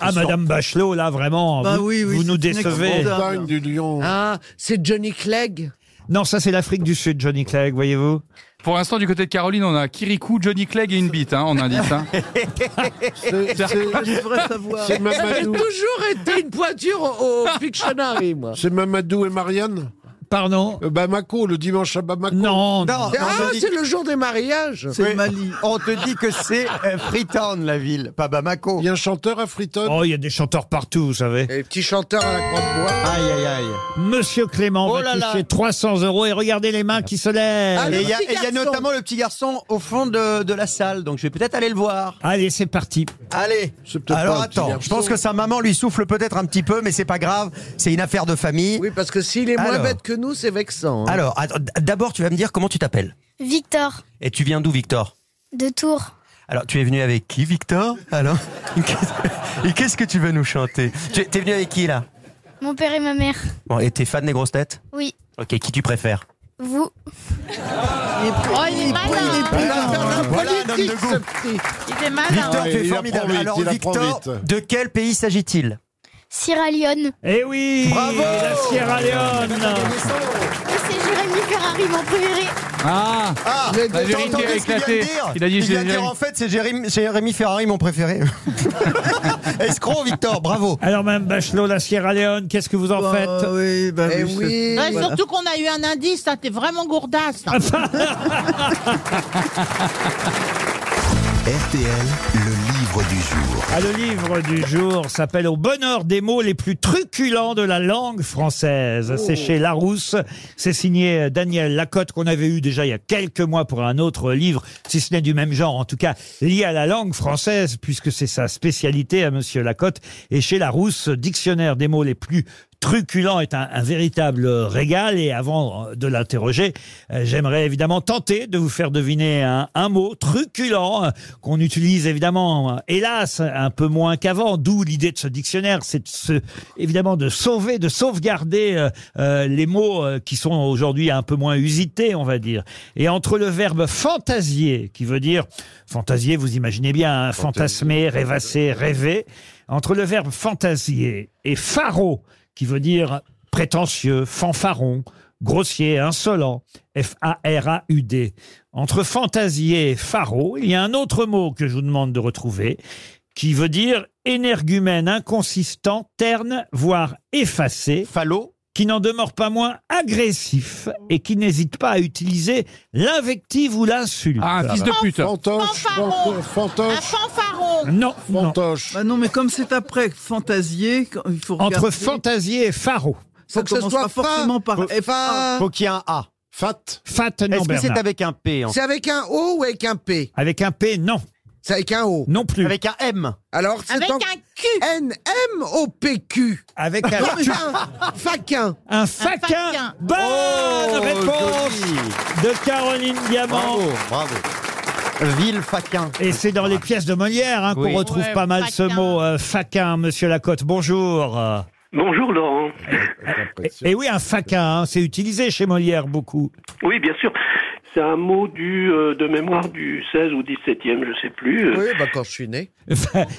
Speaker 2: Ah, Madame Bachelot, là, vraiment,
Speaker 11: Bah
Speaker 2: vous,
Speaker 11: oui, oui,
Speaker 2: vous
Speaker 11: c'est
Speaker 2: nous
Speaker 11: une
Speaker 2: décevez.
Speaker 11: excellente-
Speaker 8: Montagne du Lion.
Speaker 5: Ah, c'est Johnny Clegg.
Speaker 2: Non, ça, c'est l'Afrique du Sud, Johnny Clegg, voyez-vous.
Speaker 4: Pour l'instant, du côté de Caroline, on a Kirikou, Johnny Clegg et une bite, hein, en indice. hein.
Speaker 8: C'est- c'est-
Speaker 11: Je devrais savoir.
Speaker 8: C'est
Speaker 5: J'ai
Speaker 8: Mamadou.
Speaker 5: toujours été une pointure au, au Pictionary, moi.
Speaker 8: C'est Mamadou et Marianne
Speaker 2: Pardon
Speaker 8: Euh, Bamako, le dimanche à Bamako.
Speaker 2: Non,
Speaker 10: Non, on
Speaker 5: Ah,
Speaker 10: te dit-
Speaker 5: c'est le jour des mariages.
Speaker 11: C'est
Speaker 10: Oui.
Speaker 11: le Mali.
Speaker 10: on te dit que c'est euh, Freetown, la ville, pas Bamako.
Speaker 8: Il y a un chanteur à Freetown
Speaker 2: Oh, il y a des chanteurs partout, vous savez.
Speaker 5: Et petit chanteur à la croix de bois.
Speaker 10: Aïe, aïe, aïe.
Speaker 2: Monsieur Clément
Speaker 10: Oh
Speaker 2: va
Speaker 10: là là.
Speaker 2: toucher 300 euros et regardez les mains qui se lèvent.
Speaker 5: Ah,
Speaker 10: Et il y, a-
Speaker 5: Le
Speaker 10: et
Speaker 5: petit
Speaker 10: il y a
Speaker 5: garçon.
Speaker 10: notamment le petit garçon au fond de, de la salle, donc je vais peut-être aller le voir.
Speaker 2: Allez, c'est parti.
Speaker 10: Allez.
Speaker 8: C'est peut-être
Speaker 10: Alors
Speaker 8: pas un petit
Speaker 10: attends,
Speaker 8: garçon.
Speaker 10: je pense que sa maman lui souffle peut-être un petit peu, mais c'est pas grave, c'est une affaire de famille.
Speaker 5: Oui, parce que s'il est moins
Speaker 10: Alors.
Speaker 5: bête que nous, c'est vexant. hein.
Speaker 10: Alors, attends, d- d'abord, tu vas me dire comment tu t'appelles.
Speaker 17: Victor,
Speaker 10: Et tu viens d'où, Victor
Speaker 17: de Tours.
Speaker 10: Alors, tu es venu avec qui, Victor Alors, et qu'est-ce que tu veux nous chanter Tu es venu avec qui, là
Speaker 17: Mon père et ma mère.
Speaker 10: Bon, et t'es fan des grosses têtes
Speaker 17: Oui,
Speaker 10: Ok, qui tu préfères
Speaker 17: vous.
Speaker 7: Oh, il est malin
Speaker 10: Voilà, un homme de
Speaker 5: Politique,
Speaker 10: goût.
Speaker 5: ce petit.
Speaker 7: Il est malin
Speaker 10: Victor,
Speaker 8: Ah,
Speaker 10: tu es
Speaker 8: il apprend
Speaker 10: formidable.
Speaker 8: vite,
Speaker 10: Alors,
Speaker 8: il apprend
Speaker 10: Victor,
Speaker 8: vite.
Speaker 10: de quel pays s'agit-il
Speaker 17: Sierra Leone.
Speaker 2: Eh oui
Speaker 10: Bravo
Speaker 2: La Sierra Leone
Speaker 17: C'est Jérémy Ferrari, mon préféré.
Speaker 4: Ah
Speaker 5: Mais
Speaker 4: La
Speaker 10: T'as
Speaker 4: vérité
Speaker 10: entendu
Speaker 4: a
Speaker 10: ce qu'il vient de
Speaker 4: éclaté.
Speaker 10: dire
Speaker 4: Il a dit,
Speaker 10: bah, Il
Speaker 4: je
Speaker 10: vient de
Speaker 4: l'ai-
Speaker 10: dire, en fait, c'est Jérémy, Jérémy Ferrari, mon préféré. Escroc, Victor, bravo.
Speaker 2: Alors, Madame Bachelot, la Sierra Leone, qu'est-ce que vous en
Speaker 11: Bah,
Speaker 2: faites
Speaker 11: oui, bah,
Speaker 5: Eh
Speaker 11: oui, je-
Speaker 5: oui.
Speaker 7: Ouais,
Speaker 5: voilà.
Speaker 7: Surtout qu'on a eu un indice, ça, t'es vraiment gourdasse. là.
Speaker 1: RTL, le livre du jour.
Speaker 2: Ah, le livre du jour s'appelle Au bonheur des mots les plus truculents de la langue française. C'est chez Larousse. C'est signé euh, Daniel Lacotte qu'on avait eu déjà il y a quelques mois pour un autre livre, si ce n'est du même genre, en tout cas lié à la langue française, puisque c'est sa spécialité à Monsieur Lacotte. Et chez Larousse, ce dictionnaire des mots les plus truculents est un, un véritable régal et avant de l'interroger, euh, j'aimerais évidemment tenter de vous faire deviner un, un mot truculent euh, qu'on utilise évidemment, euh, hélas, un peu moins qu'avant. D'où l'idée de ce dictionnaire, c'est de se- évidemment de sauver, de sauvegarder euh, euh, les mots euh, qui sont aujourd'hui un peu moins usités, on va dire. Et entre le verbe fantasier, qui veut dire fantasier, vous imaginez bien, hein, fantasmer, rêvasser, rêver, entre le verbe fantasier et pharo, qui veut dire prétentieux, fanfaron, grossier, insolent, F-A-R-A-U-D. Entre fantasier et pharo, il y a un autre mot que je vous demande de retrouver, qui veut dire énergumène, inconsistant, terne, voire effacé,
Speaker 10: Fallot
Speaker 2: qui n'en demeure pas moins agressif et qui n'hésite pas à utiliser l'invective ou l'insulte.
Speaker 4: Ah, un fils de pute.
Speaker 8: Fantoche,
Speaker 7: Fanfaron.
Speaker 8: fanto-
Speaker 7: Un
Speaker 8: fantoche,
Speaker 7: fanfaron.
Speaker 2: Non, non.
Speaker 8: fantoche.
Speaker 11: Bah non, mais comme c'est après fantasier, quand- il faut regarder.
Speaker 2: Entre fantasier et pharo.
Speaker 11: ça
Speaker 5: Faut que ce
Speaker 11: commencera
Speaker 5: soit fa-
Speaker 11: forcément par
Speaker 5: Faut-
Speaker 11: F1.
Speaker 5: fa-
Speaker 10: Faut qu'il y ait un A.
Speaker 8: Fat.
Speaker 2: Fat, non,
Speaker 10: Est-ce que c'est
Speaker 2: Bernard.
Speaker 10: avec un P en
Speaker 5: C'est avec un O ou avec un P
Speaker 2: Avec un P, non.
Speaker 5: C'est avec un O.
Speaker 2: Non plus.
Speaker 10: Avec un M.
Speaker 5: Alors, c'est
Speaker 7: Avec
Speaker 5: en...
Speaker 7: un cul.
Speaker 5: N M O P Q.
Speaker 2: Avec un...
Speaker 5: Faquin. Faquin.
Speaker 2: Un faquin.
Speaker 7: faquin.
Speaker 2: Bonne
Speaker 10: Oh,
Speaker 2: réponse
Speaker 10: joli.
Speaker 2: de Caroline Diamant.
Speaker 10: Bravo, bravo.
Speaker 2: Villefaquin. Et c'est dans les pièces de Molière hein,
Speaker 14: Oui.
Speaker 2: qu'on retrouve
Speaker 14: Ouais,
Speaker 2: pas mal ce
Speaker 14: faquin.
Speaker 2: mot euh, faquin, monsieur Lacote. Bonjour.
Speaker 14: Bonjour Laurent.
Speaker 2: Et oui, un faquin, hein, c'est utilisé chez Molière beaucoup.
Speaker 14: Oui, bien sûr. C'est un mot du, euh, de mémoire du 16 ou 17e, je sais plus. euh,
Speaker 5: Oui, bah quand je suis né.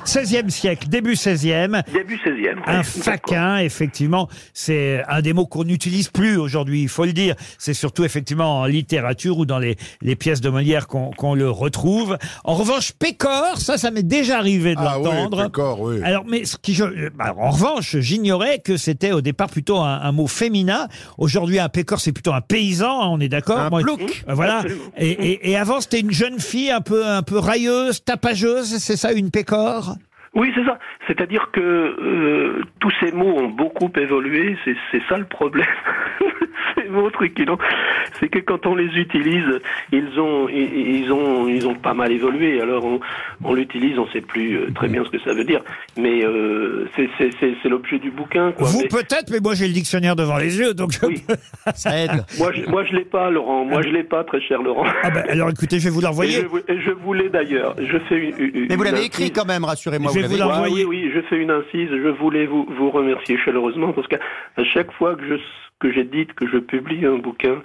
Speaker 2: 16e siècle, début 16e.
Speaker 14: Début 16e.
Speaker 2: Un
Speaker 14: ouais.
Speaker 2: faquin, effectivement, c'est un des mots qu'on n'utilise plus aujourd'hui, il faut le dire. C'est surtout effectivement en littérature ou dans les, les pièces de Molière qu'on qu'on le retrouve. En revanche, pécor, ça, ça m'est déjà arrivé de
Speaker 8: Ah oui,
Speaker 2: l'entendre.
Speaker 8: pécor, oui.
Speaker 2: Alors, mais ce qui, je, alors, en revanche, j'ignorais que c'était au départ plutôt un, un mot féminin. Aujourd'hui, un pécor, c'est plutôt un paysan, hein, on est d'accord.
Speaker 11: Un
Speaker 2: Moi,
Speaker 11: plouc.
Speaker 14: Mmh.
Speaker 2: Euh, Voilà.
Speaker 11: Absolument.
Speaker 2: Et, et- et avant, c'était une jeune fille un peu, un peu railleuse, tapageuse, c'est ça, une pécore
Speaker 14: Oui, c'est ça. C'est-à-dire que euh, tous ces mots ont beaucoup évolué. C'est, c'est ça le problème. ces mots truculents, c'est que quand on les utilise, ils ont, ils, ils ont, ils ont pas mal évolué. Alors on, on l'utilise, on sait plus euh, très bien ce que ça veut dire. Mais euh, c'est, c'est, c'est, c'est l'objet du bouquin. Quoi.
Speaker 2: Vous
Speaker 14: Mais-
Speaker 2: peut-être, mais moi j'ai le dictionnaire devant les yeux, donc ça aide.
Speaker 14: Moi, je, moi, je l'ai pas, Laurent. Moi, je l'ai pas, très cher Laurent.
Speaker 2: Ah bah, alors écoutez, Ah je vais vous
Speaker 14: Et
Speaker 2: l'envoyer.
Speaker 14: je, vou- et je voulais d'ailleurs. Je fais une, une-
Speaker 10: Mais vous
Speaker 14: une
Speaker 10: l'avez
Speaker 14: incise.
Speaker 10: écrit quand même, rassurez-moi.
Speaker 14: Je vais
Speaker 10: l'avez
Speaker 14: vous
Speaker 10: écrit.
Speaker 14: l'envoyer. oui, oui, je fais une incise. Je voulais vous, vous remercier chaleureusement parce qu'à à chaque fois que je que j'édite, que je publie un bouquin,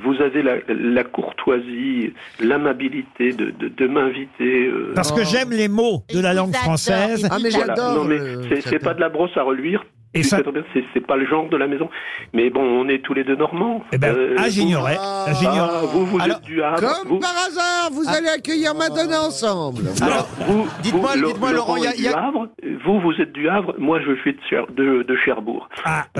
Speaker 14: vous avez la, la courtoisie, l'amabilité de, de, de m'inviter. euh.
Speaker 2: Parce que j'aime les mots de la langue française.
Speaker 10: Ah,
Speaker 14: Voilà. Non, mais c'est- c'est pas de la brosse à reluire.
Speaker 2: Et
Speaker 14: Tu
Speaker 2: ça-
Speaker 14: sais très bien, c'est- C'est pas le genre de la maison. Mais bon, on est tous les deux normands. Euh,
Speaker 2: ah,
Speaker 14: vous-
Speaker 2: j'ignorais.
Speaker 14: Ah,
Speaker 2: J'ignorais.
Speaker 14: vous, vous
Speaker 2: Alors,
Speaker 14: êtes du Havre.
Speaker 5: Comme
Speaker 14: vous-
Speaker 5: par
Speaker 2: Ah.
Speaker 5: hasard, vous allez accueillir Madonna ensemble.
Speaker 14: Alors, vous,
Speaker 5: dites-moi-
Speaker 14: vous,
Speaker 5: dites-moi, Laurent,
Speaker 14: est
Speaker 5: il y a- il y
Speaker 14: du
Speaker 5: a-
Speaker 14: Havre, vous, vous êtes du Havre, moi, je suis de, Cher- de, de Cherbourg.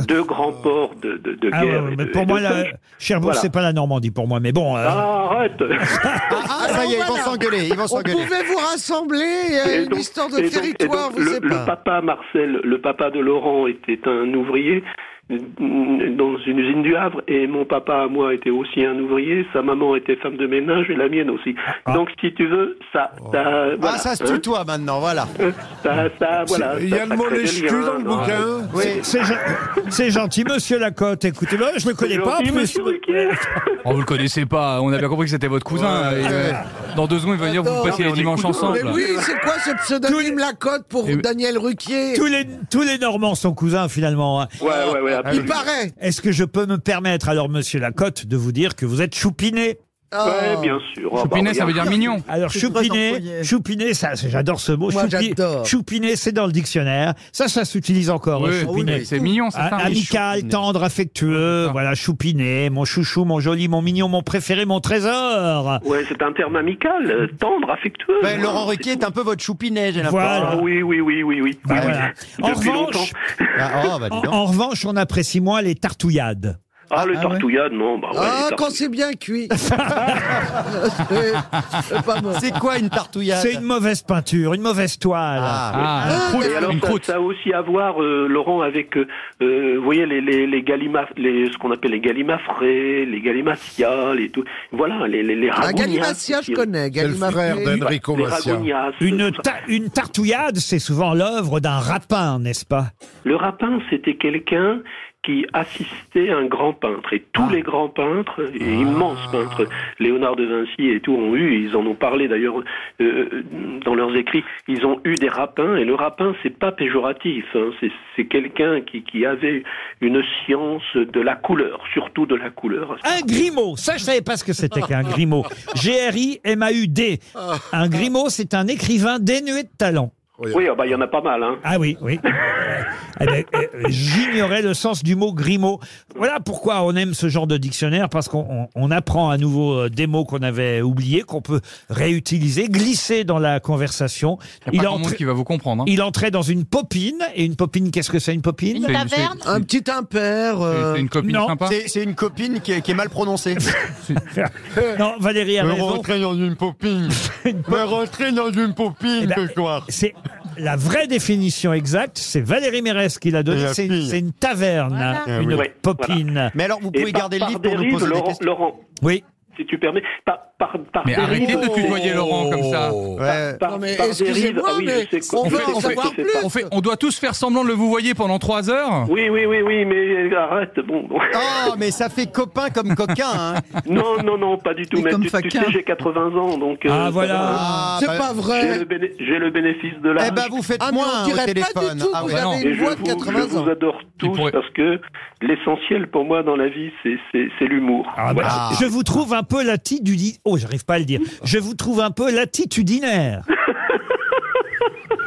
Speaker 14: Deux grands ports de, de, de
Speaker 2: Ah ouais,
Speaker 14: guerre.
Speaker 2: ouais,
Speaker 14: et
Speaker 2: mais
Speaker 14: de-
Speaker 2: pour
Speaker 14: et
Speaker 2: moi,
Speaker 14: de
Speaker 2: la,
Speaker 14: pêche.
Speaker 2: Cherbourg,
Speaker 14: Voilà.
Speaker 2: c'est pas la Normandie pour moi, mais bon. euh,
Speaker 14: Ah, arrête
Speaker 5: Ah,
Speaker 10: ça y est, ils vont
Speaker 5: voilà.
Speaker 10: s'engueuler, ils vont
Speaker 5: On
Speaker 10: s'engueuler.
Speaker 5: pouvait vous rassembler, il y a
Speaker 14: Et
Speaker 5: une
Speaker 14: donc-
Speaker 5: histoire
Speaker 14: et
Speaker 5: de
Speaker 14: donc- et
Speaker 5: territoire,
Speaker 14: donc,
Speaker 5: vous
Speaker 14: le,
Speaker 5: savez
Speaker 14: le
Speaker 5: pas.
Speaker 14: papa Marcel, le papa de Laurent était un ouvrier euh, dans une usine du Havre et mon papa à moi était aussi un ouvrier, sa maman était femme de ménage et la mienne aussi.
Speaker 2: Ah.
Speaker 14: Donc si tu veux, ça... ça voilà,
Speaker 10: Ah, ça se
Speaker 14: hein.
Speaker 10: tutoie maintenant, voilà.
Speaker 14: Ça, ça, voilà,
Speaker 10: Il y
Speaker 14: ça-
Speaker 10: a le
Speaker 14: ça
Speaker 10: mot
Speaker 14: crée des
Speaker 10: lèche-cul
Speaker 14: liens,
Speaker 10: dans le
Speaker 14: non,
Speaker 10: bouquin.
Speaker 14: euh,
Speaker 10: Oui.
Speaker 2: C'est gen- c'est gentil, monsieur Lacote. Écoutez, moi, je le connais pas. en
Speaker 14: gentil,
Speaker 2: plus.
Speaker 14: monsieur
Speaker 4: Oh, vous le connaissez pas, on a bien compris que c'était votre cousin. Et, euh, Dans deux secondes, il va venir vous passer le dimanche ensemble.
Speaker 5: Mais oui, c'est quoi ce pseudonyme Lacote pour
Speaker 4: Et-
Speaker 5: Daniel Ruquier
Speaker 2: Tous les, tous les Normands sont cousins, finalement. hein.
Speaker 14: Ouais, ouais, ouais, absolument.
Speaker 5: Il paraît.
Speaker 2: Est-ce que je peux me permettre, alors, monsieur Lacote, de vous dire que vous êtes choupiné
Speaker 5: Oh.
Speaker 14: Ouais, bien sûr. Ah, bah, regarde.
Speaker 2: Alors choupiné, choupiné, ça, c'est- j'adore ce mot.
Speaker 5: Moi,
Speaker 2: Choupi-
Speaker 5: j'adore.
Speaker 2: Choupiné, c'est dans le dictionnaire. Ça, ça s'utilise encore.
Speaker 4: Oui,
Speaker 2: hein, choupiné.
Speaker 4: oui, c'est mignon, c'est
Speaker 2: Ah,
Speaker 4: ça, oui,
Speaker 2: Amical,
Speaker 4: choupiné.
Speaker 2: tendre, affectueux. Voilà, choupiné, mon chouchou, mon joli, mon mignon, mon préféré, mon trésor.
Speaker 14: Ouais, c'est un terme amical, euh, tendre, affectueux.
Speaker 10: Ouais,
Speaker 14: Voilà,
Speaker 10: Laurent
Speaker 14: c'est
Speaker 10: Ruquier
Speaker 14: tout.
Speaker 10: est un peu votre choupinet, j'ai
Speaker 2: Voilà.
Speaker 10: l'impression.
Speaker 14: Ah oui, oui, oui, oui, oui.
Speaker 2: Bah,
Speaker 14: oui,
Speaker 2: voilà.
Speaker 14: oui.
Speaker 2: En
Speaker 14: Depuis
Speaker 2: revanche-
Speaker 14: longtemps.
Speaker 10: Ah, oh, bah, dis
Speaker 2: En,
Speaker 10: donc.
Speaker 2: en revanche, on apprécie moins les tartouillades.
Speaker 14: Ah, le tartouillade, non, bah ouais.
Speaker 5: Ah,
Speaker 14: les
Speaker 5: quand
Speaker 14: tartouillades.
Speaker 5: c'est bien cuit. C'est- c'est pas bon.
Speaker 10: C'est quoi une tartouillade
Speaker 2: C'est une mauvaise peinture, une mauvaise toile.
Speaker 14: Ah, et alors, ça- ça, a aussi à voir, euh, Laurent, avec, euh, euh, vous voyez, les, les, les galima- les, ce qu'on appelle les galimafrés, les galimacias, les tout. Voilà, les, les, les
Speaker 5: Ah,
Speaker 14: ragounias,
Speaker 5: Galimacia, je
Speaker 14: qui-
Speaker 5: connais. Galimacia.
Speaker 14: Les ragounias,
Speaker 2: Une,
Speaker 14: tout ça.
Speaker 2: ta- une tartouillade, c'est souvent l'œuvre d'un rapin, n'est-ce pas
Speaker 14: Le rapin, c'était quelqu'un qui assistait un grand peintre. Et tous les grands peintres, et immenses peintres, Léonard de Vinci et tout, ont eu, ils en ont parlé d'ailleurs euh, dans leurs écrits, ils ont eu des rapins. Et le rapin, c'est pas péjoratif. hein. C'est- C'est quelqu'un qui, qui avait une science de la couleur, surtout de la couleur.
Speaker 2: Un grimaud, ça je savais pas ce que c'était qu'un grimaud. G-R-I-M-A-U-D. Un grimaud, c'est un écrivain dénué de talent.
Speaker 14: Oui, ah bah, il y en a pas mal. Hein.
Speaker 2: Ah oui, oui. Eh ben, euh, J'ignorais le sens du mot grimaud. Voilà pourquoi on aime ce genre de dictionnaire, parce qu'on on- on apprend à nouveau euh, des mots qu'on avait oubliés, qu'on peut réutiliser, glisser dans la conversation.
Speaker 4: Il y a pas grand monde
Speaker 2: entra-
Speaker 4: qui va vous comprendre. hein.
Speaker 2: il entrait dans une popine, et une popine, qu'est-ce que c'est une popine
Speaker 4: Une C'est une- taverne c'est-
Speaker 5: Un petit impair. euh,
Speaker 4: C'est une copine
Speaker 2: non,
Speaker 4: sympa.
Speaker 10: C'est c'est une copine qui est, qui est mal prononcée.
Speaker 2: Non, Valérie a raison.
Speaker 10: dans une popine. Me rentrer dans une popine
Speaker 2: ben,
Speaker 10: ce soir.
Speaker 2: C'est la vraie définition exacte, c'est Valérie Mérès qui l'a
Speaker 10: Et
Speaker 2: donnée.
Speaker 10: la
Speaker 2: C'est
Speaker 10: fille. Eh
Speaker 2: c'est une taverne,
Speaker 10: Voilà.
Speaker 2: une
Speaker 10: Ouais,
Speaker 2: popine.
Speaker 10: Mais alors, vous
Speaker 14: Et
Speaker 10: pouvez
Speaker 14: par-
Speaker 10: garder le
Speaker 14: par
Speaker 10: livre pour nous
Speaker 14: dérive,
Speaker 10: poser des
Speaker 14: Laurent,
Speaker 10: questions.
Speaker 14: Laurent,
Speaker 2: Oui.
Speaker 14: si tu permets, par, par, par
Speaker 4: Mais
Speaker 14: dérive-
Speaker 4: arrêtez de tutoyer Laurent comme ça.
Speaker 14: Oh. Par, par dérive, ah oui, je sais quoi-
Speaker 4: On
Speaker 14: je
Speaker 4: fait-
Speaker 14: sais
Speaker 4: on
Speaker 14: quoi
Speaker 4: fait-
Speaker 14: que c'est pas.
Speaker 4: on fait- on doit tous faire semblant de le vous voyez pendant trois heures.
Speaker 14: Oui, oui, oui, oui, mais arrête, bon. bon.
Speaker 10: Oh, mais ça fait copain comme coquin. Hein.
Speaker 14: Oh. Non, non, non, pas du tout. Mais
Speaker 10: comme
Speaker 14: tu, tu
Speaker 10: faquin.
Speaker 14: sais, j'ai 80 ans, donc. euh,
Speaker 10: Ah,
Speaker 14: ça
Speaker 10: voilà.
Speaker 14: va.
Speaker 10: Ah, C'est bah, pas vrai.
Speaker 14: J'ai le, béné- j'ai le bénéfice de l'âge.
Speaker 10: Eh ben, vous faites Ah, mais moins on dirait au pas du téléphone. tout que Ah, vous ouais. avez une
Speaker 14: Et je
Speaker 10: voix de
Speaker 14: vous-
Speaker 10: 80
Speaker 14: Je vous
Speaker 10: ans.
Speaker 14: adore tous parce que l'essentiel pour moi dans la vie, c'est- c'est c'est l'humour.
Speaker 2: Ah, bah,
Speaker 14: Voilà.
Speaker 10: ah,
Speaker 2: Je vous trouve un peu latitudinaire. Oh, j'arrive pas à le dire. Je vous trouve un peu latitudinaire.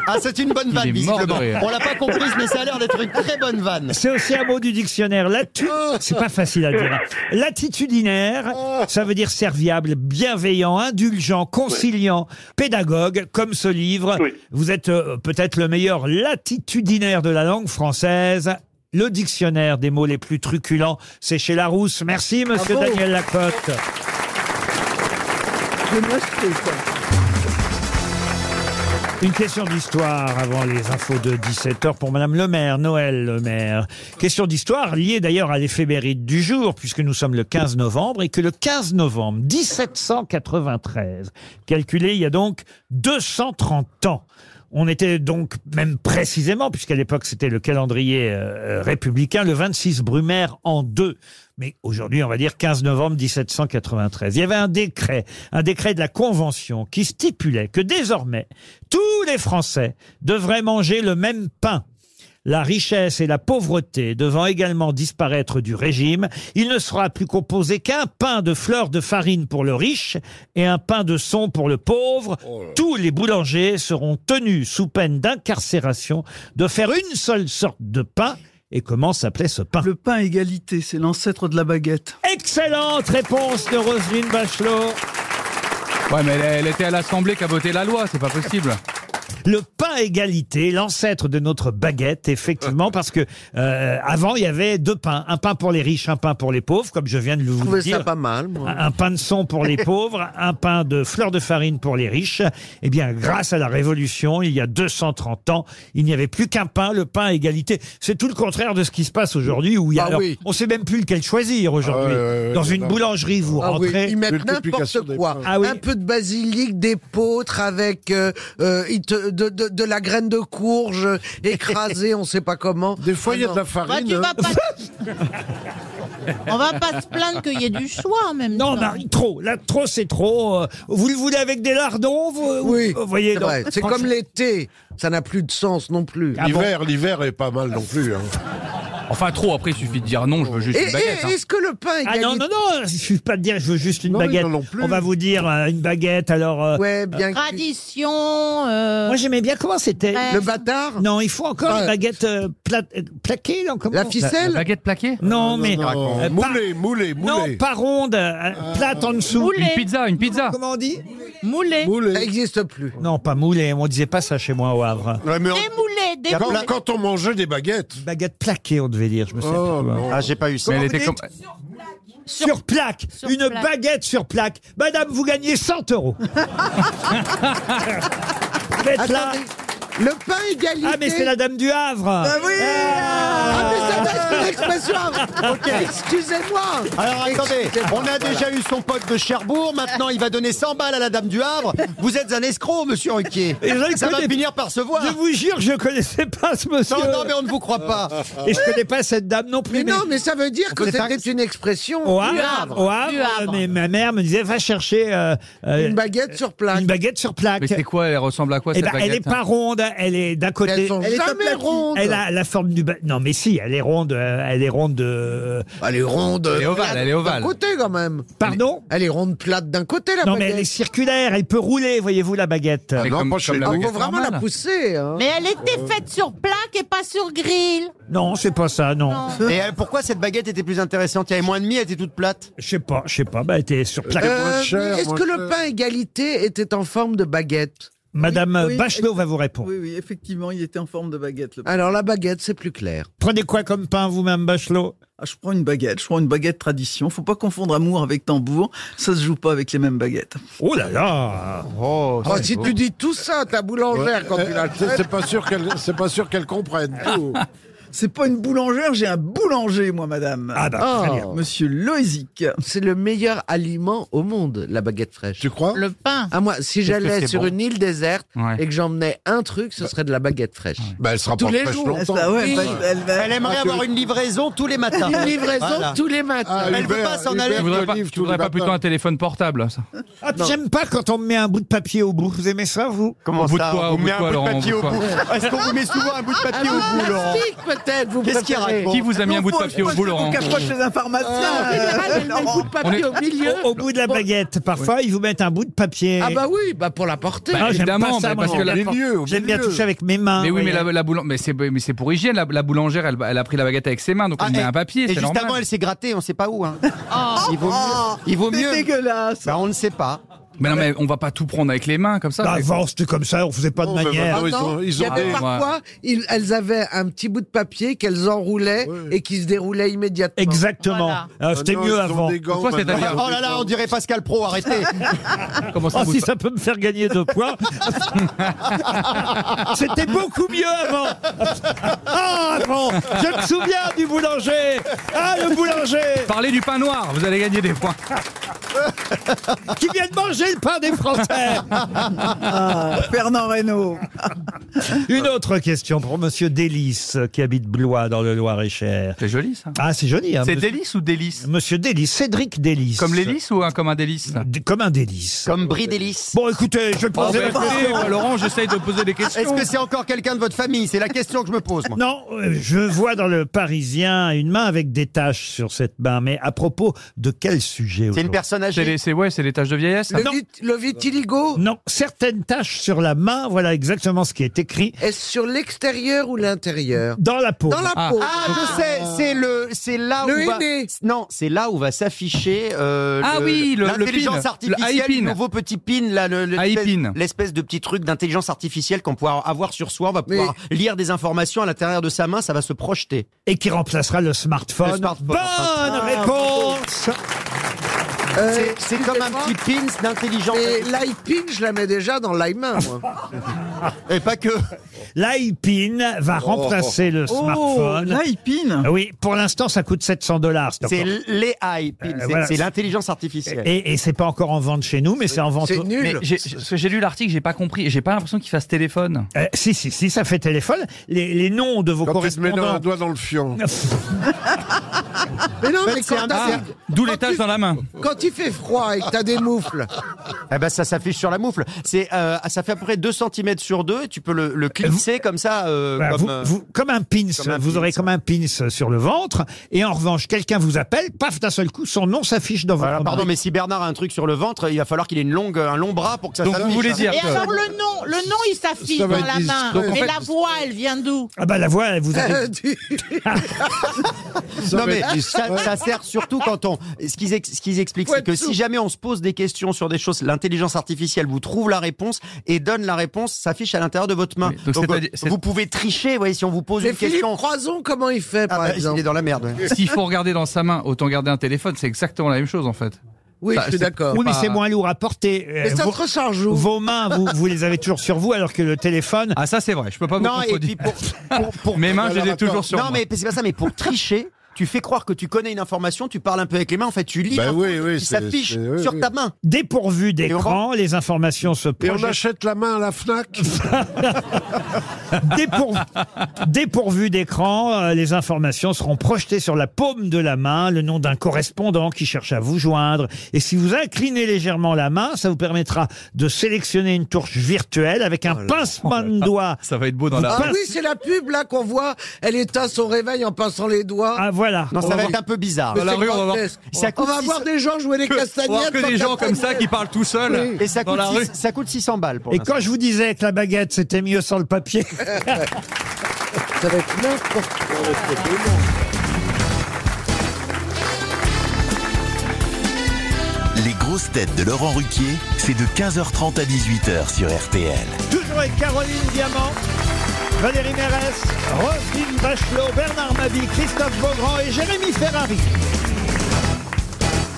Speaker 10: Ah, c'est une bonne vanne,
Speaker 2: Il est mort de
Speaker 10: visiblement.
Speaker 2: rire.
Speaker 10: On l'a pas comprise, mais ça a l'air d'être une très bonne vanne. Oh.
Speaker 2: C'est aussi un mot du dictionnaire. Latu, c'est pas facile à dire. hein. Latitudinaire, ça veut dire serviable, bienveillant, indulgent, conciliant, pédagogue, comme ce livre. Vous êtes euh, peut-être le meilleur latitudinaire de la langue française. Le dictionnaire des mots les plus truculents, c'est chez Larousse. Merci, monsieur
Speaker 11: Bravo.
Speaker 2: Daniel Lacotte. Une question d'histoire avant les infos de 17h pour Madame Le Maire, Noël Le Maire. Question d'histoire liée d'ailleurs à l'éphéméride du jour, puisque nous sommes le 15 novembre et que le 15 novembre 1793, calculé il y a donc 230 ans, on était donc même précisément, puisqu'à l'époque c'était le calendrier euh, euh, républicain, le 26 Brumaire en deux. Mais aujourd'hui, on va dire 15 novembre 1793. Il y avait un décret, un décret de la Convention qui stipulait que désormais, tous les Français devraient manger le même pain. La richesse et la pauvreté devant également disparaître du régime, il ne sera plus composé qu'un pain de fleurs de farine pour le riche et un pain de son pour le pauvre. Tous les boulangers seront tenus sous peine d'incarcération de faire une seule sorte de pain. Et comment s'appelait ce pain
Speaker 11: Le pain égalité, c'est l'ancêtre de la baguette.
Speaker 2: Excellente réponse de Roselyne Bachelot.
Speaker 4: Ouais, mais elle, elle était à l'Assemblée qui a voté la loi, c'est pas possible.
Speaker 2: Le pain égalité, l'ancêtre de notre baguette, effectivement, parce que euh, avant il y avait deux pains, un pain pour les riches, un pain pour les pauvres, comme je viens de vous le
Speaker 5: trouvais ça
Speaker 2: dire.
Speaker 5: pas mal, moi.
Speaker 2: Un un pain de son pour les pauvres, un pain de fleur de farine pour les riches. Eh bien, grâce à la Révolution, il y a 230 ans, il n'y avait plus qu'un pain, le pain égalité. C'est tout le contraire de ce qui se passe aujourd'hui, où il y
Speaker 8: Bah
Speaker 2: a,
Speaker 3: Ah
Speaker 2: alors,
Speaker 3: oui.
Speaker 2: on sait même plus lequel choisir aujourd'hui.
Speaker 3: Ah ouais, ouais, ouais,
Speaker 2: Dans
Speaker 3: ouais,
Speaker 2: une
Speaker 3: non.
Speaker 2: boulangerie, vous
Speaker 5: Ah oui,
Speaker 2: rentrez. Ah
Speaker 5: ils mettent n'importe quoi. Un peu de basilic, des poutres avec euh, euh, ils te- de, de- de la graine de courge euh, écrasée, on sait pas comment. Ah Des
Speaker 8: fois, il y a de la farine, Bah, tu hein. vas
Speaker 7: On va pas se plaindre qu'il y ait du choix en même
Speaker 2: Non,
Speaker 7: temps.
Speaker 2: non, trop. Là, trop, c'est trop. Euh, Vous le voulez avec des lardons vous, euh,
Speaker 5: oui,
Speaker 2: vous voyez.
Speaker 5: c'est
Speaker 2: donc,
Speaker 5: vrai. C'est
Speaker 2: franchement-
Speaker 5: comme l'été, ça n'a plus de sens non plus.
Speaker 8: L'hiver, l'hiver est pas mal non plus. hein.
Speaker 4: Ah Enfin, trop, après, il suffit de dire non, je veux
Speaker 5: Et,
Speaker 4: juste une baguette.
Speaker 5: et-
Speaker 4: hein.
Speaker 5: est-ce que le pain est
Speaker 2: Ah non, non, non, il suffit pas de dire je veux juste une
Speaker 5: Non,
Speaker 2: baguette.
Speaker 5: non, non plus.
Speaker 2: On va vous dire euh, une baguette, alors. euh, euh,
Speaker 7: Tradition. euh,
Speaker 2: Moi j'aimais bien comment c'était.
Speaker 7: Ouais. Le
Speaker 5: bâtard
Speaker 2: Non, il faut encore
Speaker 7: Ouais.
Speaker 2: une baguette euh, pla- euh, plaquée. Non, comment
Speaker 5: La ficelle La
Speaker 4: baguette plaquée
Speaker 2: Non, mais.
Speaker 8: non.
Speaker 2: moulée,
Speaker 8: moulée,
Speaker 2: Non, pas ronde, euh, plate en dessous.
Speaker 7: Moulée. Une
Speaker 4: pizza, une pizza.
Speaker 2: Comment on dit
Speaker 7: Moulé.
Speaker 5: Ça n'existe plus.
Speaker 2: Non, pas moulée. On disait pas ça chez moi au Havre.
Speaker 7: Démoulé, démoulé.
Speaker 8: Quand, quand on mangeait des baguettes.
Speaker 2: Baguette plaquée, on devait dire, je me souviens.
Speaker 8: Oh, non.
Speaker 10: Ah, j'ai pas eu ça.
Speaker 4: Mais elle
Speaker 2: Comment
Speaker 4: était
Speaker 2: vous
Speaker 4: comme.
Speaker 2: dites Sur plaque.
Speaker 7: Sur
Speaker 2: une
Speaker 7: plaque.
Speaker 2: baguette sur plaque. Madame, vous gagnez 100 euros. vous êtes là.
Speaker 5: Attendez, Le pain égalité.
Speaker 2: Ah, mais c'est la dame du Havre.
Speaker 5: Ah oui Ah, mais ça doit être une expression Ok, excusez-moi
Speaker 10: Alors attendez, on a déjà eu son pote de Cherbourg, maintenant il va donner 100 balles à la dame du Havre. Vous êtes un escroc, monsieur Ruquier.
Speaker 2: Et je
Speaker 10: Ça va
Speaker 2: connais-
Speaker 10: finir par se voir.
Speaker 2: Je vous jure, je connaissais pas ce monsieur.
Speaker 10: Non, non, mais on ne vous croit pas.
Speaker 2: Et je connais pas cette dame non plus.
Speaker 5: Mais non, mais ça veut dire
Speaker 2: On
Speaker 5: que
Speaker 2: connaît pas-
Speaker 5: c'était une expression
Speaker 2: Au
Speaker 5: du
Speaker 2: Havre,
Speaker 5: Havre.
Speaker 2: au Havre,
Speaker 7: Du Havre.
Speaker 2: mais ma mère me disait va chercher euh, euh,
Speaker 5: Une baguette sur plaque.
Speaker 2: une baguette sur plaque.
Speaker 4: Mais c'est quoi Elle ressemble à quoi
Speaker 2: Eh
Speaker 4: cette
Speaker 2: ben,
Speaker 4: baguette hein?
Speaker 2: elle est pas ronde, elle est d'un côté.
Speaker 5: elles sont
Speaker 2: elle est
Speaker 5: jamais
Speaker 2: aplatie.
Speaker 5: rondes.
Speaker 2: Elle a la forme du. ba- Non, mais si, elle est ronde. euh, Elle est ronde. euh,
Speaker 5: Elle est ronde.
Speaker 4: Elle est ovale, elle est ovale.
Speaker 5: D'un côté quand même.
Speaker 2: Pardon
Speaker 5: Elle est ronde plate d'un côté la
Speaker 2: Non, mais
Speaker 5: baguette.
Speaker 2: elle est circulaire. Elle peut rouler, voyez-vous, la baguette.
Speaker 4: Mais comme-
Speaker 8: moi, je
Speaker 4: comme
Speaker 8: sais
Speaker 4: la
Speaker 5: Ah,
Speaker 4: baguette
Speaker 5: faut vraiment la
Speaker 4: normale.
Speaker 5: pousser. hein.
Speaker 7: Mais elle
Speaker 2: Euh.
Speaker 7: était faite sur plaque et pas sur grille.
Speaker 2: Non, c'est pas ça, non.
Speaker 7: Non.
Speaker 10: Et euh, pourquoi cette baguette était plus intéressante Il y avait moins de mie, elle était toute plate.
Speaker 2: Je sais pas, je sais pas. Bah, elle était sur plaque.
Speaker 5: Euh,
Speaker 8: moins cher,
Speaker 5: Est-ce
Speaker 8: moins
Speaker 5: que
Speaker 8: cher.
Speaker 5: le pain égalité était en forme de baguette
Speaker 2: Madame
Speaker 11: oui,
Speaker 2: Bachelot va vous répondre. Ah,
Speaker 11: Oui, oui, effectivement, il était en forme de baguette. Le pain.
Speaker 5: Alors la baguette, c'est plus clair.
Speaker 2: Prenez quoi comme pain, vous-même, Bachelot
Speaker 11: Ah, je prends une baguette, je prends une baguette tradition. Faut pas confondre amour avec tambour, ça se joue pas avec les mêmes baguettes.
Speaker 2: Oh là là
Speaker 4: Oh,
Speaker 5: Oh,
Speaker 4: c'est
Speaker 5: si
Speaker 4: beau.
Speaker 5: tu dis tout ça à ta boulangère quand Ah. tu
Speaker 8: Euh,
Speaker 5: l'achètes.
Speaker 10: Oh.
Speaker 8: C'est pas sûr qu'elle, c'est pas sûr qu'elle comprenne. tout.
Speaker 11: C'est pas une boulangère, j'ai un boulanger, moi, madame.
Speaker 2: Ah bah, très bien.
Speaker 11: Monsieur Loisic.
Speaker 5: C'est le meilleur aliment au monde, la baguette fraîche. Tu
Speaker 8: crois
Speaker 5: Le pain. Ah, moi, si
Speaker 8: Qu'est-ce que
Speaker 5: j'allais
Speaker 8: c'est
Speaker 5: sur
Speaker 8: bon.
Speaker 5: une île déserte
Speaker 8: Ouais.
Speaker 5: et que j'emmenais un truc, ce serait de la baguette fraîche.
Speaker 8: Bah, elle sera
Speaker 5: Tous
Speaker 8: pas
Speaker 5: les
Speaker 8: fraîche
Speaker 5: jours.
Speaker 8: longtemps.
Speaker 5: Ah ouais, bah,
Speaker 10: elle, aimerait
Speaker 5: Ah, que-
Speaker 10: avoir une livraison tous les matins.
Speaker 5: Une livraison tous les
Speaker 8: Ah,
Speaker 5: matins.
Speaker 10: elle veut pas s'en
Speaker 4: Tu
Speaker 10: aller.
Speaker 4: voudrais pas, tu voudrais pas plutôt un téléphone portable ça
Speaker 2: Ah, J'aime pas quand on me met un bout de papier au bout. Vous aimez ça, vous
Speaker 4: Comment Au bout de ça, quoi, on au vous bout met de un quoi, bout de Laurent, papier au au bout de bout quoi
Speaker 10: Est-ce qu'on vous met souvent un bout de papier
Speaker 5: Ah,
Speaker 10: au bout,
Speaker 5: un
Speaker 10: Laurent
Speaker 5: plastique, peut-être, vous
Speaker 10: Qu'est-ce qu'il
Speaker 5: préférez.
Speaker 10: raconte Ah.
Speaker 4: Qui vous a mis un bout de papier au bout, Laurent
Speaker 11: un pharmacien.
Speaker 5: en général, elle met le bout de
Speaker 2: On
Speaker 5: papier
Speaker 2: est-
Speaker 5: au milieu.
Speaker 2: Au, au bout de la baguette. Parfois, ils vous mettent un bout de papier.
Speaker 5: Ah bah oui, bah pour la porter.
Speaker 2: Ah, j'aime pas ça,
Speaker 4: mais
Speaker 2: moi,
Speaker 4: parce
Speaker 2: j'aime
Speaker 4: que la-
Speaker 2: bien- J'aime bien toucher avec mes mains.
Speaker 4: Mais oui, mais
Speaker 2: voyez.
Speaker 4: la, la boulang- mais c'est mais c'est pour hygiène. La, la boulangère, elle, elle a pris la baguette avec ses mains, donc on met un papier.
Speaker 10: Ah, Et
Speaker 4: c'est
Speaker 10: juste
Speaker 4: normal.
Speaker 10: avant, elle s'est grattée, on sait pas où. Hein. il vaut mieux.
Speaker 4: Oh,
Speaker 10: il vaut
Speaker 4: c'est
Speaker 10: mieux. dégueulasse. Bah, on ne sait pas.
Speaker 4: Mais non, mais on va pas tout prendre avec les mains comme ça.
Speaker 2: Bah,
Speaker 4: C'est-
Speaker 2: avant, c'était comme ça, on faisait pas de
Speaker 4: Oh, mais
Speaker 2: manière.
Speaker 4: maintenant, ils ont-
Speaker 5: Il y avait
Speaker 4: des-
Speaker 5: parfois, ils- elles avaient un petit bout de papier qu'elles enroulaient et qui se déroulait immédiatement.
Speaker 2: Exactement. Ah, c'était mieux avant.
Speaker 10: Toi, c'est-à-dire- Oh là là, on dirait Pascal Pro, arrêtez.
Speaker 4: Comment
Speaker 2: Oh, si ça peut me faire gagner deux points. C'était beaucoup mieux avant. Ah, avant. Je me souviens du boulanger. Ah, le boulanger.
Speaker 4: Parlez du pain noir, vous allez gagner des points.
Speaker 2: Qui vient de manger le pain des Français.
Speaker 11: Ah, Fernand Reynaud.
Speaker 2: Une autre question pour Monsieur Délice, qui habite Blois, dans le Loir-et-Cher.
Speaker 4: C'est joli, ça.
Speaker 2: Ah, c'est joli. hein,
Speaker 4: C'est
Speaker 2: monsieur-
Speaker 4: délice ou délice
Speaker 2: Monsieur Délice, Cédric Délice.
Speaker 4: Comme l'hélice ou un, comme un délice
Speaker 2: D- Comme un délice.
Speaker 10: Comme Brie Délice.
Speaker 2: Bon, écoutez, je vais
Speaker 4: Oh,
Speaker 2: poser
Speaker 4: bah,
Speaker 2: la
Speaker 4: écoutez,
Speaker 2: question.
Speaker 4: euh, Laurent, j'essaye de poser des questions.
Speaker 10: Est-ce que c'est encore quelqu'un de votre famille C'est la question que je me pose, moi.
Speaker 2: Non, euh, je vois dans le Parisien une main avec des taches sur cette main, mais à propos de quel sujet aujourd'hui
Speaker 4: C'est les- C'est ouais, c'est les tâches de vieillesse.
Speaker 2: Le
Speaker 4: ça.
Speaker 5: vitiligo
Speaker 2: Non, certaines taches sur la main, voilà exactement ce qui est écrit.
Speaker 5: Est-ce sur l'extérieur ou l'intérieur
Speaker 2: Dans la peau.
Speaker 5: Dans la peau.
Speaker 10: Ah, je sais, c'est le, c'est là
Speaker 5: Le
Speaker 10: où va,
Speaker 5: henné.
Speaker 10: non, c'est là où va s'afficher euh,
Speaker 4: Ah
Speaker 10: le-
Speaker 4: oui, le- le pin.
Speaker 10: l'intelligence
Speaker 4: Le
Speaker 10: artificielle,
Speaker 4: AI
Speaker 10: le
Speaker 4: pin.
Speaker 10: nouveau petit pin, là, le- le-
Speaker 4: AI
Speaker 10: l'espèce-
Speaker 4: pin.
Speaker 10: l'espèce de petit truc d'intelligence artificielle qu'on pourra avoir sur soi. On va pouvoir lire des informations à l'intérieur de sa main, ça va se projeter.
Speaker 2: Et qui remplacera le smartphone.
Speaker 10: Le smartphone.
Speaker 2: Bonne
Speaker 10: Ah,
Speaker 2: réponse
Speaker 5: Euh,
Speaker 10: C'est- c'est comme un petit pins d'intelligence.
Speaker 5: Et l'iPin, je la mets déjà dans l'iMain, moi.
Speaker 10: Et pas que.
Speaker 2: L'iPin va remplacer le
Speaker 11: Oh,
Speaker 2: smartphone.
Speaker 11: l'iPin
Speaker 2: Oui, pour l'instant, ça coûte 700 dollars.
Speaker 10: C'est l'AI pin, c'est
Speaker 2: voilà.
Speaker 10: c'est l'intelligence artificielle.
Speaker 2: Et, et c'est pas encore en vente chez nous, mais c'est en vente. au-
Speaker 4: Mais j'ai- j'ai- parce que j'ai lu l'article, j'ai pas compris. J'ai pas l'impression qu'il fasse téléphone.
Speaker 2: Euh, si, si, si, ça fait téléphone. Les, les noms de vos
Speaker 8: Quand tu te mets dans-
Speaker 2: correspondants.
Speaker 8: un doigt dans le fion.
Speaker 5: Mais non,
Speaker 10: En fait,
Speaker 5: mais
Speaker 10: c'est
Speaker 5: quand,
Speaker 10: un-
Speaker 5: t'as-
Speaker 10: ah.
Speaker 4: D'où les tâches dans la main.
Speaker 5: quand il fait froid et que t'as des moufles,
Speaker 10: Eh ben ça s'affiche sur la moufle. C'est euh, ça fait à peu près 2 cm sur 2 et tu peux
Speaker 4: Euh,
Speaker 10: le, le glisser comme ça euh,
Speaker 2: Voilà,
Speaker 10: comme
Speaker 2: Bah, vous-
Speaker 10: euh,
Speaker 2: vous- comme un pins,
Speaker 10: comme un
Speaker 2: vous
Speaker 10: pins.
Speaker 2: aurez comme un pins sur le ventre, et en revanche, quelqu'un vous appelle, paf, d'un seul coup, son nom s'affiche dans
Speaker 10: Voilà,
Speaker 2: votre
Speaker 10: pardon,
Speaker 2: main.
Speaker 10: mais si Bernard a un truc sur le ventre, il va falloir qu'il ait une longue, un long bras pour que ça
Speaker 4: Donc vous
Speaker 10: s'affiche. hein.
Speaker 4: voulez dire
Speaker 7: Et
Speaker 4: que-
Speaker 7: alors le nom, le nom il s'affiche
Speaker 8: Ça
Speaker 7: dans
Speaker 8: va
Speaker 7: la
Speaker 8: être
Speaker 7: main.
Speaker 8: discret.
Speaker 7: Mais
Speaker 4: Donc, en
Speaker 7: la
Speaker 4: fait-
Speaker 7: voix, elle vient d'où
Speaker 2: Ah bah la voix, elle vous
Speaker 5: euh,
Speaker 2: arrive.
Speaker 5: du-
Speaker 10: Non, mais
Speaker 8: va être
Speaker 10: ça, ça sert surtout quand on. Ce qu'ils ex- ce qu'ils expliquent, c'est que si jamais on se pose des questions sur des choses, l'intelligence artificielle vous trouve la réponse et donne la réponse, s'affiche à l'intérieur de votre main.
Speaker 4: Oui, donc
Speaker 10: donc
Speaker 4: c'est-à-dire-
Speaker 10: euh,
Speaker 4: c'est-
Speaker 10: vous pouvez tricher, vous voyez, si on vous pose
Speaker 5: Mais
Speaker 10: une
Speaker 5: Philippe
Speaker 10: question.
Speaker 5: Croison, comment il fait,
Speaker 10: Ah
Speaker 5: par
Speaker 10: bah, il
Speaker 5: exemple
Speaker 10: est dans la merde. ouais.
Speaker 4: S'il faut regarder dans sa main, autant garder un téléphone. C'est exactement la même chose en fait.
Speaker 5: Oui,
Speaker 4: Ça,
Speaker 5: je
Speaker 4: c'est-
Speaker 5: suis d'accord.
Speaker 2: Oui, mais
Speaker 4: pas-
Speaker 2: c'est moins lourd à porter.
Speaker 5: Mais
Speaker 2: Euh,
Speaker 5: ça
Speaker 2: vos,
Speaker 5: te recharge où
Speaker 2: vos mains, vous, vous les avez toujours sur vous, alors que le téléphone.
Speaker 4: Ah ça c'est vrai. Je peux pas vous
Speaker 10: Non, et
Speaker 4: contredire.
Speaker 10: puis pour, pour- pour-
Speaker 4: Mes mains, je
Speaker 8: Alors,
Speaker 4: les ai
Speaker 8: attends.
Speaker 4: toujours sur
Speaker 10: non
Speaker 4: moi.
Speaker 10: mais c'est pas ça, mais pour tricher. Tu fais croire que tu connais une information, tu parles un peu avec les mains, en fait tu lis
Speaker 8: Bah
Speaker 10: l'info
Speaker 8: oui, oui,
Speaker 10: qui
Speaker 8: c'est-
Speaker 10: s'affiche
Speaker 8: c'est- oui,
Speaker 10: sur
Speaker 8: oui.
Speaker 10: ta main.
Speaker 2: Dépourvu d'écran,
Speaker 10: vraiment
Speaker 2: les informations se
Speaker 8: Et on
Speaker 2: projettent.
Speaker 8: achète la main à la FNAC
Speaker 2: Dépourvu, dépourvu d'écran, euh, les informations seront projetées sur la paume de la main, le nom d'un correspondant qui cherche à vous joindre. Et si vous inclinez légèrement la main, ça vous permettra de sélectionner une touche virtuelle avec un pincement de doigts.
Speaker 4: Oh Ça va être beau dans la.
Speaker 5: Ah oui, c'est la pub là qu'on voit. Elle éteint son réveil en pinçant les doigts.
Speaker 2: Ah voilà.
Speaker 10: Non, ça va
Speaker 2: Oh,
Speaker 10: être un peu bizarre.
Speaker 4: Dans la rue, on va voir-
Speaker 5: grotesque.
Speaker 10: Ça
Speaker 5: on
Speaker 10: coûte
Speaker 5: va
Speaker 10: six-
Speaker 5: voir des gens jouer des
Speaker 4: On va voir
Speaker 5: castagnettes.
Speaker 4: que
Speaker 5: sans
Speaker 4: des gens comme ça qui parlent tout seuls
Speaker 10: Et ça
Speaker 4: Ah dans
Speaker 10: coûte,
Speaker 4: la rue.
Speaker 10: six- ça coûte 600 balles pour
Speaker 2: Et
Speaker 10: l'instant.
Speaker 2: quand je vous disais que la baguette c'était mieux sans le papier,
Speaker 5: Ça va être n'importe quoi.
Speaker 1: Les grosses têtes de Laurent Ruquier, c'est de 15h30 à 18h sur RTL.
Speaker 2: toujours avec Caroline Diamant, Valérie Mérès, Roselyne Bachelot, Bernard Mabie, Christophe Beaugrand et Jérémy Ferrari.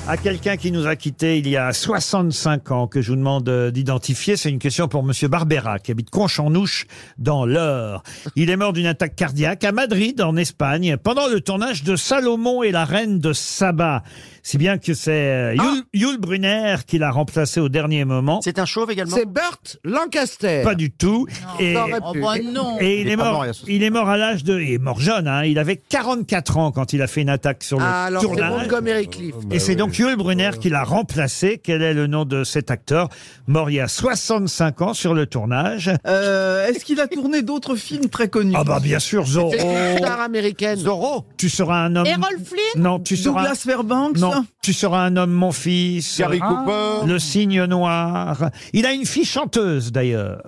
Speaker 2: à quelqu'un qui nous a quittés il y a 65 ans que je vous demande euh, d'identifier. C'est une question pour Monsieur Barbera, qui habite Conches-en-Ouche, dans l'Eure. Il est mort d'une attaque cardiaque à Madrid, en Espagne, pendant le tournage de Salomon et la reine de Saba. Si bien que c'est euh, Yul, Yul Brunner qui l'a remplacé au dernier moment. C'est un chauve également
Speaker 5: C'est Burt Lancaster.
Speaker 2: Pas du tout. et,
Speaker 5: Eh. ça aurait pu. Oh, bah
Speaker 11: ben
Speaker 5: non.
Speaker 2: et il,
Speaker 5: Il
Speaker 2: est
Speaker 5: est pas
Speaker 2: mort,
Speaker 5: mort il y a
Speaker 2: il est mort à l'âge de... Il est mort jeune, hein, il avait 44 ans quand il a fait une attaque sur le
Speaker 5: Ah, alors c'est bon
Speaker 2: tournage.
Speaker 5: comme Eric Cliff.
Speaker 2: Et c'est donc Yul Brunner qui l'a remplacé. Quel est le nom de cet acteur mort il y a 65 ans sur le tournage
Speaker 11: Euh, Est-ce qu'il a tourné d'autres films très connus
Speaker 2: Ah bah bien sûr, Zorro.
Speaker 11: C'était une star
Speaker 5: américaine.
Speaker 2: Zorro. Tu seras un homme.
Speaker 11: Errol Flynn
Speaker 2: Non, tu seras.
Speaker 11: Douglas Fairbanks
Speaker 2: Non, tu seras un homme, mon fils.
Speaker 11: Gary
Speaker 2: Euh,
Speaker 11: Cooper.
Speaker 2: Le cygne noir. Il a une fille chanteuse d'ailleurs.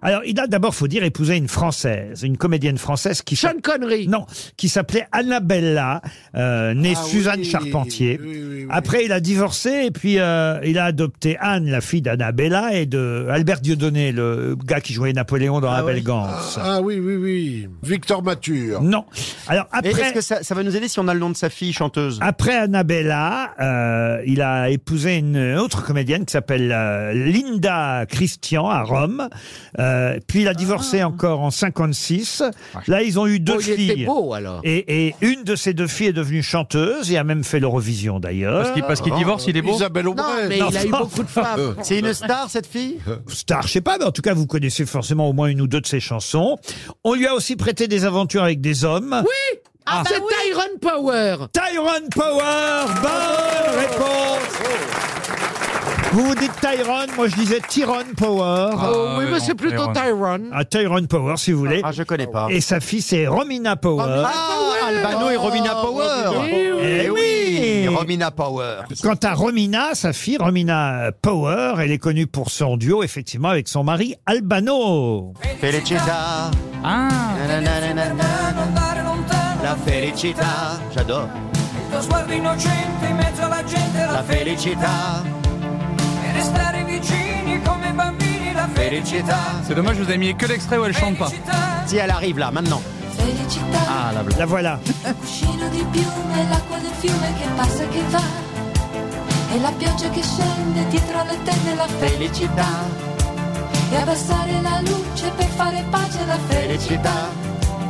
Speaker 2: Alors, il a d'abord, faut dire, épousé une française, une comédienne française qui. Sean
Speaker 5: Connery.
Speaker 2: Non, qui s'appelait Annabella, euh, née
Speaker 5: Ah
Speaker 2: Suzanne
Speaker 5: oui,
Speaker 2: Charpentier.
Speaker 5: oui, oui, oui.
Speaker 2: Après, il a divorcé et puis euh, il a adopté Anne, la fille d'Annabella et de Albert Dieudonné, le gars qui jouait Napoléon dans La Belle Gance.
Speaker 8: Ah oui, oui, oui. Victor Mature.
Speaker 2: Non. Alors
Speaker 10: Et
Speaker 2: après-
Speaker 10: Est-ce que ça, ça va nous aider si on a le nom de sa fille chanteuse
Speaker 2: Après Annabella, euh, il a épousé une autre comédienne qui s'appelle euh, Linda Christian à Rome. Euh, puis il a divorcé encore en 56. Là, ils ont eu deux
Speaker 5: Oh, il
Speaker 2: filles.
Speaker 5: était beau, alors.
Speaker 2: Et, et une de ces deux filles est devenue chanteuse et a même fait l'Eurovision d'ailleurs.
Speaker 4: Parce qu'il- parce
Speaker 2: Ah.
Speaker 4: qu'il divorce, il est beau Isabelle Aubray. Euh. Non, mais il a eu beaucoup de femmes.
Speaker 10: C'est une star cette fille
Speaker 2: Star, je sais pas, mais en tout cas, vous connaissez forcément au moins une ou deux de ses chansons. On lui a aussi prêté des aventures avec des hommes.
Speaker 5: Oui
Speaker 2: Ah,
Speaker 4: bah
Speaker 5: C'est Tyrone Power.
Speaker 2: Tyrone Power, bonne réponse. Vous vous dites Tyrone, moi je disais Tyrone Power.
Speaker 5: Oh, oui, mais c'est plutôt Tyrone.
Speaker 2: Ah, Tyrone Power, si vous voulez.
Speaker 10: Ah, je connais pas.
Speaker 2: Et sa fille, c'est Romina Power.
Speaker 10: Ah, Albano et Romina Power
Speaker 2: Eh oui.
Speaker 10: Et Romina Power
Speaker 2: Quant à Romina, sa fille, Romina Power, elle est connue pour son duo, effectivement, avec son mari Albano.
Speaker 10: Felicita
Speaker 4: Ah.
Speaker 10: La felicità J'adore
Speaker 20: Lo sguardo innocente in mezzo alla gente, la,
Speaker 10: La felicità
Speaker 20: E restare vicini come bambini, la felicità.
Speaker 4: C'est dommage, je vous ai mis que l'extrait où elle chante pas.
Speaker 10: Si elle arrive là, maintenant
Speaker 20: Felicità,
Speaker 10: Ah, la
Speaker 2: La voilà.
Speaker 20: un cuscino di piume, l'acqua del fiume che passa e che va. E la pioggia che scende dietro le tende, la felicità. E abbassare la luce per fare pace, la felicità.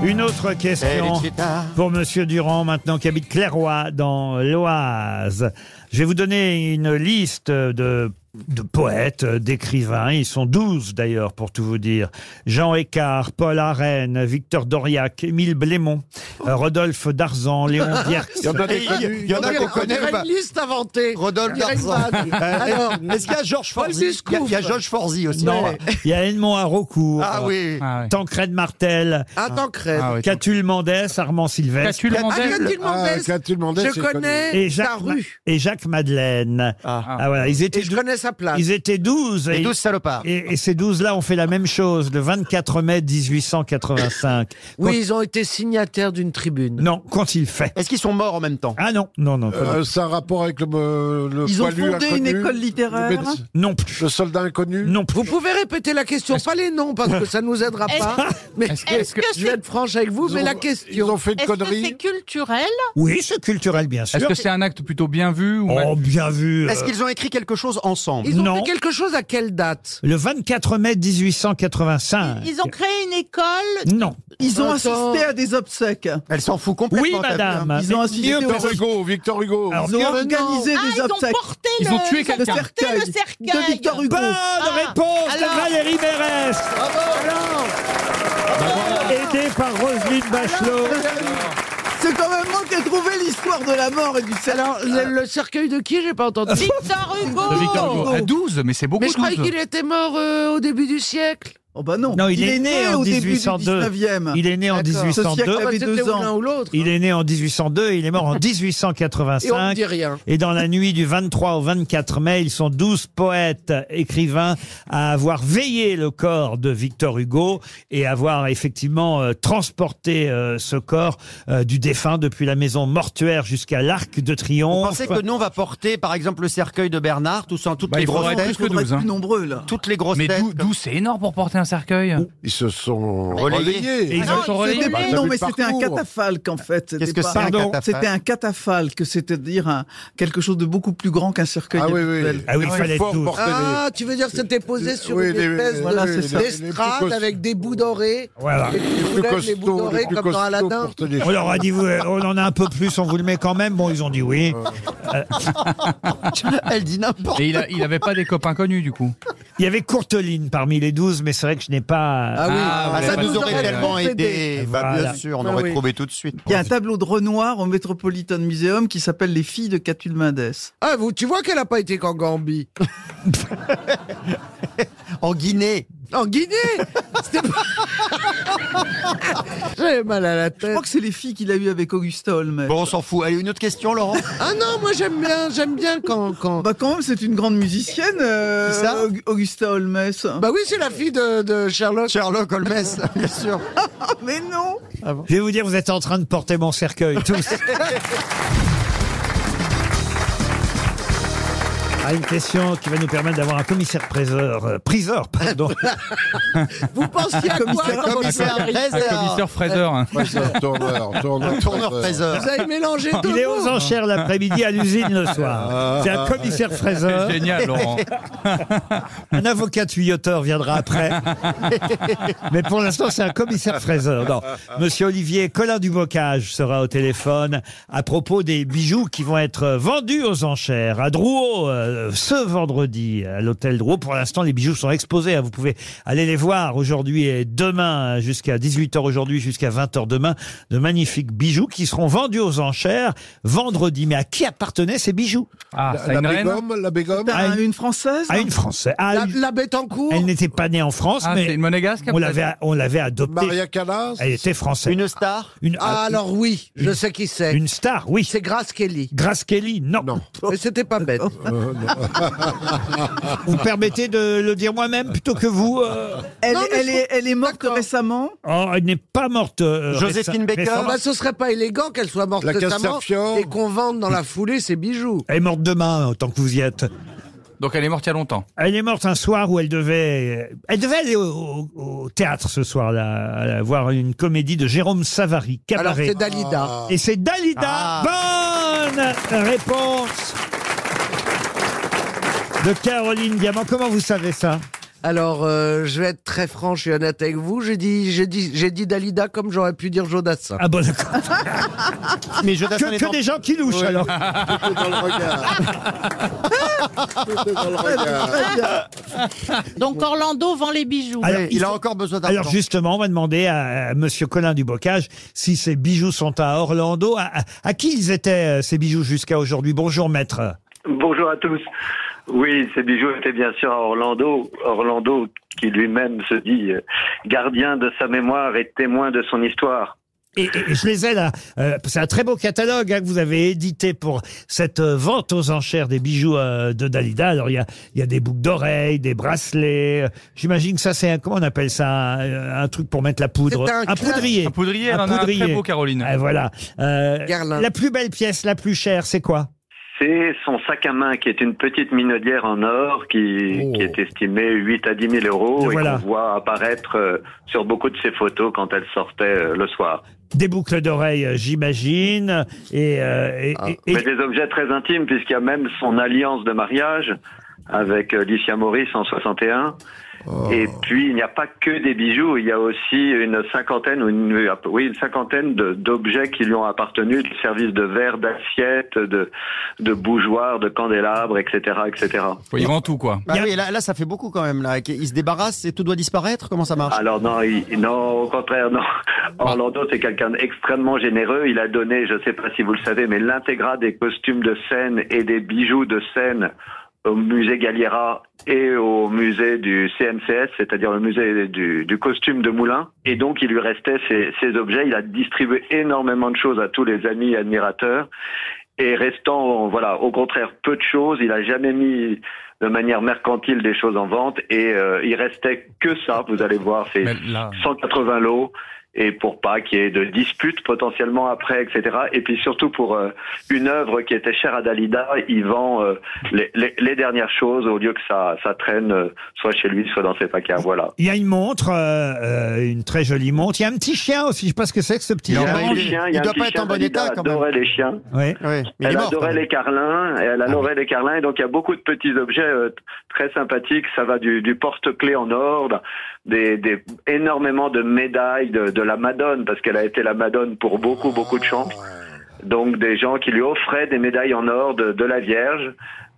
Speaker 2: Une autre question
Speaker 10: Felicita.
Speaker 2: pour Monsieur Durand, maintenant, qui habite Clairoy, dans l'Oise. Je vais vous donner une liste de, de poètes, d'écrivains. Ils sont 12, d'ailleurs, pour tout vous dire. Jean Écart, Paul Arène, Victor Dauriac, Émile Blémont, euh, Rodolphe Darzan, Léon Vierx.
Speaker 5: Oh. Il y en a des connus. Il y en a bah. des connus. Une liste inventée.
Speaker 10: Rodolphe
Speaker 5: Il y a une
Speaker 10: Darzan.
Speaker 5: vanne.
Speaker 10: Alors,
Speaker 5: Alors,
Speaker 10: Est-ce qu'il y a Georges
Speaker 5: Paul
Speaker 10: Forzy Ah, Il y a- il y a Georges Forzy aussi
Speaker 2: Non, il y a Edmond Haraucourt.
Speaker 10: Ah oui. Ah oui.
Speaker 2: Tancred Martel.
Speaker 5: Ah, Tancred. Ah oui,
Speaker 2: Catulle Mendès, Armand Sylvestre.
Speaker 5: Catulle Ah, Mendès. Catulle Mendès. Ah, Catulle Mendès, Je c'est connais connu.
Speaker 2: Et Jacques,
Speaker 5: sa rue.
Speaker 2: et Jacques Madeleine. Ah, voilà, ils étaient
Speaker 5: Et je connais sa place.
Speaker 2: Ils étaient 12.
Speaker 10: Les
Speaker 2: et-
Speaker 10: 12 salopards.
Speaker 2: Et, et ces 12-là ont fait la même chose le 24 mai 1885.
Speaker 5: Oui,
Speaker 2: Quand-
Speaker 5: ils ont été signataires d'une tribune.
Speaker 2: Non, quand il fait.
Speaker 10: Est-ce qu'ils sont morts en même temps
Speaker 2: Ah non, non, non.
Speaker 8: Euh, ça a rapport avec le, euh, le
Speaker 5: Ils ont
Speaker 8: poilu
Speaker 5: fondé une
Speaker 8: inconnu,
Speaker 5: école littéraire
Speaker 8: le médecin-
Speaker 2: Non.
Speaker 8: Le soldat inconnu
Speaker 2: Non.
Speaker 5: Vous pouvez répéter la question, pas les noms, parce que ça nous aidera
Speaker 7: Est-ce-
Speaker 5: pas. Mais
Speaker 7: est-ce que
Speaker 5: je vais être franche avec vous,
Speaker 7: Ils
Speaker 5: mais
Speaker 7: ont-
Speaker 5: la question. Ils ont fait
Speaker 7: Est-ce que c'est culturel
Speaker 2: Oui, c'est culturel, bien sûr.
Speaker 4: Est-ce que c'est un acte plutôt bien vu ou
Speaker 2: Oh, bien vu.
Speaker 10: Est-ce
Speaker 2: euh,
Speaker 10: qu'ils ont écrit quelque chose ensemble
Speaker 5: Ils ont
Speaker 2: Non.
Speaker 5: fait quelque chose à quelle date
Speaker 2: Le 24 mai 1885.
Speaker 7: Ils ont créé une école
Speaker 2: Non.
Speaker 11: Ils ont
Speaker 5: Oh.
Speaker 7: Attends.
Speaker 11: assisté à des obsèques.
Speaker 10: Elle s'en fout
Speaker 2: Oui,
Speaker 10: complètement. hein. ta
Speaker 2: madame.
Speaker 10: fille.
Speaker 11: Ils ont assisté
Speaker 2: Mieux
Speaker 11: aux-
Speaker 2: parce-
Speaker 8: Hugo, Victor Hugo.
Speaker 2: Alors,
Speaker 11: Ils ont
Speaker 2: mieux-
Speaker 11: organisé
Speaker 7: Ah,
Speaker 11: des
Speaker 7: ils ont
Speaker 11: obsèques.
Speaker 7: porté
Speaker 4: Ils
Speaker 7: le-
Speaker 4: ont tué
Speaker 7: ils ont
Speaker 4: quelqu'un.
Speaker 7: porté le cercueil.
Speaker 11: de Victor Hugo.
Speaker 2: Bonne
Speaker 7: Ah,
Speaker 2: réponse
Speaker 7: alors.
Speaker 2: de Valérie Mérès.
Speaker 5: Ah bah,
Speaker 2: Aidée par Roselyne Bachelot.
Speaker 11: C'est quand même moi qui ai trouvé l'histoire de la mort et du cercueil.
Speaker 5: Alors, le, le cercueil de qui J'ai pas entendu.
Speaker 7: Victor Hugo.
Speaker 4: De Victor Hugo. À 12, mais c'est beaucoup
Speaker 5: mais je croyais
Speaker 4: 12.
Speaker 5: qu'il était mort euh, au début du siècle.
Speaker 11: Oh bah non.
Speaker 2: Non, il, est, né, en
Speaker 11: au début du
Speaker 2: 1802.
Speaker 11: 19e.
Speaker 2: Il est né en
Speaker 11: D'accord. Ce siècle
Speaker 2: 1802.
Speaker 11: avait
Speaker 5: C'était
Speaker 11: deux
Speaker 5: ou
Speaker 11: ans.
Speaker 5: l'un ou l'autre.
Speaker 2: Il est né en 1802 il est mort en
Speaker 5: Et on ne
Speaker 2: 1885.
Speaker 5: dit rien.
Speaker 2: Et dans la nuit du 23 au 24 mai, ils sont 12 poètes écrivains à avoir veillé le corps de Victor Hugo et avoir effectivement euh, transporté euh, ce corps euh, du défunt depuis la maison mortuaire jusqu'à l'Arc de
Speaker 10: Vous
Speaker 2: Triomphe.
Speaker 10: pensez que nous, on va porter, par exemple, le cercueil de Bernard, tout ça, toutes
Speaker 4: Bah,
Speaker 10: les
Speaker 4: il faudrait être
Speaker 10: grosses têtes
Speaker 4: plus que 12. hein.
Speaker 11: nombreux là.
Speaker 10: Toutes les grosses
Speaker 4: Mais
Speaker 10: têtes. euh,
Speaker 4: 12, c'est énorme pour porter un cercueil
Speaker 8: Ils se sont relayés.
Speaker 11: Ah non, ils se déplacent. Non, mais c'était un catafalque en fait.
Speaker 8: Bah, Qu'est-ce
Speaker 11: Des
Speaker 8: que
Speaker 11: pas-
Speaker 8: c'est un Pardon catafalque
Speaker 11: C'était un catafalque, c'est-à-dire un- quelque chose de beaucoup plus grand qu'un cercueil.
Speaker 8: Ah oui, oui.
Speaker 11: habituel.
Speaker 8: Ah oui, il fallait tout.
Speaker 5: Ah, tu veux dire que c'était posé sur
Speaker 11: Oui,
Speaker 5: une
Speaker 11: les-
Speaker 5: espèce
Speaker 11: voilà,
Speaker 5: de
Speaker 11: c'est ça.
Speaker 5: d'estrade
Speaker 11: Les plus
Speaker 5: avec des bouts dorés
Speaker 2: Voilà.
Speaker 5: Et tu
Speaker 2: plus
Speaker 5: soulèves les
Speaker 2: costauds,
Speaker 5: bouts
Speaker 2: les
Speaker 5: dorés
Speaker 2: plus
Speaker 5: comme dans
Speaker 2: costauds
Speaker 5: Aladdin.
Speaker 2: On leur a dit, vous, euh, on en a un peu plus, on vous le met quand même. Bon, ils ont dit oui. Euh,
Speaker 5: Elle dit n'importe
Speaker 4: Et il, a- il avait pas des copains connus du coup.
Speaker 2: il y avait Courteline parmi les 12, mais c'est vrai que je n'ai pas.
Speaker 4: Ah oui, Ah,
Speaker 11: ah, ça
Speaker 10: Bah,
Speaker 11: nous aurait tellement aidé.
Speaker 2: Bah, bien sûr, on
Speaker 7: Ah
Speaker 2: aurait trouvé
Speaker 11: tout de suite. Il y a un tableau de Renoir au Metropolitan Museum qui s'appelle Les filles de Catulmindès.
Speaker 5: Ah, vous, tu vois qu'elle n'a pas été qu'en Gambie.
Speaker 10: En Guinée.
Speaker 5: En Guinée C'était pas... J'avais mal à la tête. Je crois
Speaker 11: que c'est les filles qu'il a eues avec Augusta Holmer.
Speaker 10: Bon, on s'en fout. Allez, une autre question, Laurent
Speaker 5: Ah non, moi j'aime bien, j'aime bien quand, quand...
Speaker 11: Bah quand même, c'est une grande musicienne, euh,
Speaker 5: C'est ça
Speaker 11: Aug- Augusta Holmes.
Speaker 5: Bah oui, c'est la fille de, de Sherlock.
Speaker 10: Sherlock Holmes, bien sûr.
Speaker 11: mais non
Speaker 2: Je vais vous dire, vous êtes en train de porter mon cercueil, tous. Ah, une question qui va nous permettre d'avoir un commissaire-priseur. euh, priseur, pardon.
Speaker 5: Vous pensiez à quoi quand vous
Speaker 4: commissaire
Speaker 5: avez-
Speaker 4: Fraser.
Speaker 11: euh,
Speaker 4: Un commissaire Fraser. Un commissaire
Speaker 8: tourneur, tourneur, Tourneur Fraser. Fraser.
Speaker 5: Vous avez mélangé deux
Speaker 2: Il est
Speaker 5: mots.
Speaker 2: aux enchères l'après-midi à l'usine le
Speaker 8: Ah.
Speaker 2: soir. C'est un commissaire fraiseur.
Speaker 4: Génial, Laurent.
Speaker 2: Un avocat tuyauteur viendra après. Mais pour l'instant, c'est un commissaire fraiseur. Non. Monsieur Olivier Colin du Bocage sera au téléphone à propos des bijoux qui vont être vendus aux enchères à Drouot euh, ce vendredi à l'hôtel Drouot. Pour l'instant, les bijoux sont exposés. hein. Vous pouvez aller les voir aujourd'hui et demain hein, jusqu'à 18h aujourd'hui, jusqu'à 20h demain. De magnifiques bijoux qui seront vendus aux enchères vendredi. Mais à qui appartenaient ces bijoux
Speaker 4: Ah,
Speaker 8: ça a La- une la reine Bégomme, la Bégomme
Speaker 11: À une française
Speaker 2: À une française. hein Ah,
Speaker 5: La,
Speaker 2: une-
Speaker 5: la bête en cours.
Speaker 2: elle n'était pas née en France,
Speaker 4: Ah,
Speaker 2: mais
Speaker 4: c'est une monégasque,
Speaker 2: on
Speaker 4: peut-être
Speaker 2: l'avait, on l'avait adoptée.
Speaker 8: Maria Callas
Speaker 2: Elle était française.
Speaker 10: Une star
Speaker 2: Une, euh,
Speaker 5: Ah alors oui, je sais qui c'est.
Speaker 2: une star, oui.
Speaker 5: C'est Grace Kelly.
Speaker 2: Grace Kelly, non.
Speaker 5: Mais c'était pas bête.
Speaker 2: Vous me permettez de le dire moi-même plutôt que vous euh
Speaker 11: Elle,
Speaker 5: Non, mais
Speaker 11: elle
Speaker 5: je
Speaker 11: est, elle est morte récemment
Speaker 2: Oh, elle n'est pas morte. euh, récem-
Speaker 5: Ah
Speaker 2: récemment.
Speaker 5: bah, ce serait pas élégant qu'elle soit morte
Speaker 2: La
Speaker 5: récemment
Speaker 2: Castafiore.
Speaker 5: et qu'on vende dans la foulée ses bijoux.
Speaker 2: Elle est morte demain, autant que vous y êtes.
Speaker 4: Donc elle est morte il y a longtemps.
Speaker 2: Elle est morte un soir où elle devait, euh, elle devait aller au, au- au théâtre ce soir-là, à la- voir une comédie de Jérôme Savary,
Speaker 5: Alors
Speaker 2: Cabaret.
Speaker 5: c'est Dalida. Ah.
Speaker 2: Et c'est Dalida. Bonne réponse de Caroline Diamant. Comment vous savez ça
Speaker 5: Alors, euh, je vais être très franc, je suis honnête avec vous. J'ai dit, j'ai dit, j'ai dit Dalida comme j'aurais pu dire Jodassin.
Speaker 2: Ah bon, d'accord.
Speaker 10: Mais
Speaker 2: Que, que des gens qui louchent alors.
Speaker 7: Donc Orlando vend les bijoux.
Speaker 2: il faut- Alors justement, on va demander à, à Monsieur Colin du Bocage si ces bijoux sont à Orlando. À, à- à qui ils étaient euh, ces bijoux jusqu'à aujourd'hui Bonjour maître.
Speaker 19: Bonjour à tous. Oui, ces bijoux étaient bien sûr à Orlando. Orlando, qui lui-même se dit euh, gardien de sa mémoire et témoin de son histoire.
Speaker 2: Et, et- et je les ai là. Euh, c'est un très beau catalogue hein, que vous avez édité pour cette euh, vente aux enchères des bijoux euh, de Dalida. Alors il y a, il y a des boucles d'oreilles, des bracelets. Euh, J'imagine que ça c'est un comment on appelle ça un, euh, un truc pour mettre la poudre,
Speaker 4: C'est un clap.
Speaker 2: poudrier,
Speaker 4: Un poudrier, elle en a un très beau, Caroline.
Speaker 2: Ah, voilà. Euh,
Speaker 5: Garlin.
Speaker 2: la plus belle pièce, la plus chère, c'est quoi
Speaker 19: C'est son sac à main qui est une petite minaudière en or qui,
Speaker 5: Oh.
Speaker 19: qui est estimée 8 à 10 000 euros
Speaker 2: Voilà.
Speaker 19: et qu'on voit apparaître euh, sur beaucoup de ses photos quand elle sortait euh, le soir.
Speaker 2: Des boucles d'oreilles, euh, j'imagine, et, euh, et- et- et-
Speaker 19: Mais des objets très intimes puisqu'il y a même son alliance de mariage avec euh, Licia Maurice en 61. Et puis il n'y a pas que des bijoux, il y a aussi une cinquantaine ou une, oui, une cinquantaine de- d'objets qui lui ont appartenu, de services de verre, d'assiettes, de, de bougeoirs, de candélabres, etc., etc.
Speaker 4: Ils vendent tout quoi.
Speaker 10: Bah oui, là, là, ça fait beaucoup quand même. Là. Il se débarrasse et tout doit disparaître. Comment ça marche
Speaker 19: Alors non, il- non, au contraire, non. Orlando, c'est quelqu'un d'extrêmement généreux. Il a donné, je ne sais pas si vous le savez, mais l'intégrale des costumes de scène et des bijoux de scène au musée Galliera et au musée du CMCS, c'est-à-dire le musée du, du costume de Moulin. Et donc, il lui restait ces, ces objets. Il a distribué énormément de choses à tous les amis et admirateurs. Et restant, voilà, au contraire, peu de choses. Il a jamais mis de manière mercantile des choses en vente. Et euh, il restait que ça. Vous allez voir, c'est 180 lots. et pour pas qu'il y ait de disputes potentiellement après, etc. Et puis surtout pour euh, une œuvre qui était chère à Dalida, il vend euh, les, les- les dernières choses au lieu que ça, ça traîne euh, soit chez lui, soit dans ses placards. Voilà.
Speaker 2: Il y a une montre, euh, euh, une très jolie montre. Il y a un petit chien aussi. Je sais pas ce que c'est que ce petit
Speaker 19: Il y a
Speaker 2: chien.
Speaker 19: un petit chien, il y a un petit chien, Dalida adorait les chiens.
Speaker 2: Oui.
Speaker 19: elle adorait les carlins, et elle adorait les carlins, et donc il y a beaucoup de petits objets euh, t- très sympathiques. Ça va du, du porte-clés en ordre, des, des- énormément de médailles de, de la Madone, parce qu'elle a été la Madone pour beaucoup, beaucoup de chants. Donc des gens qui lui offraient des médailles en or de, de la Vierge,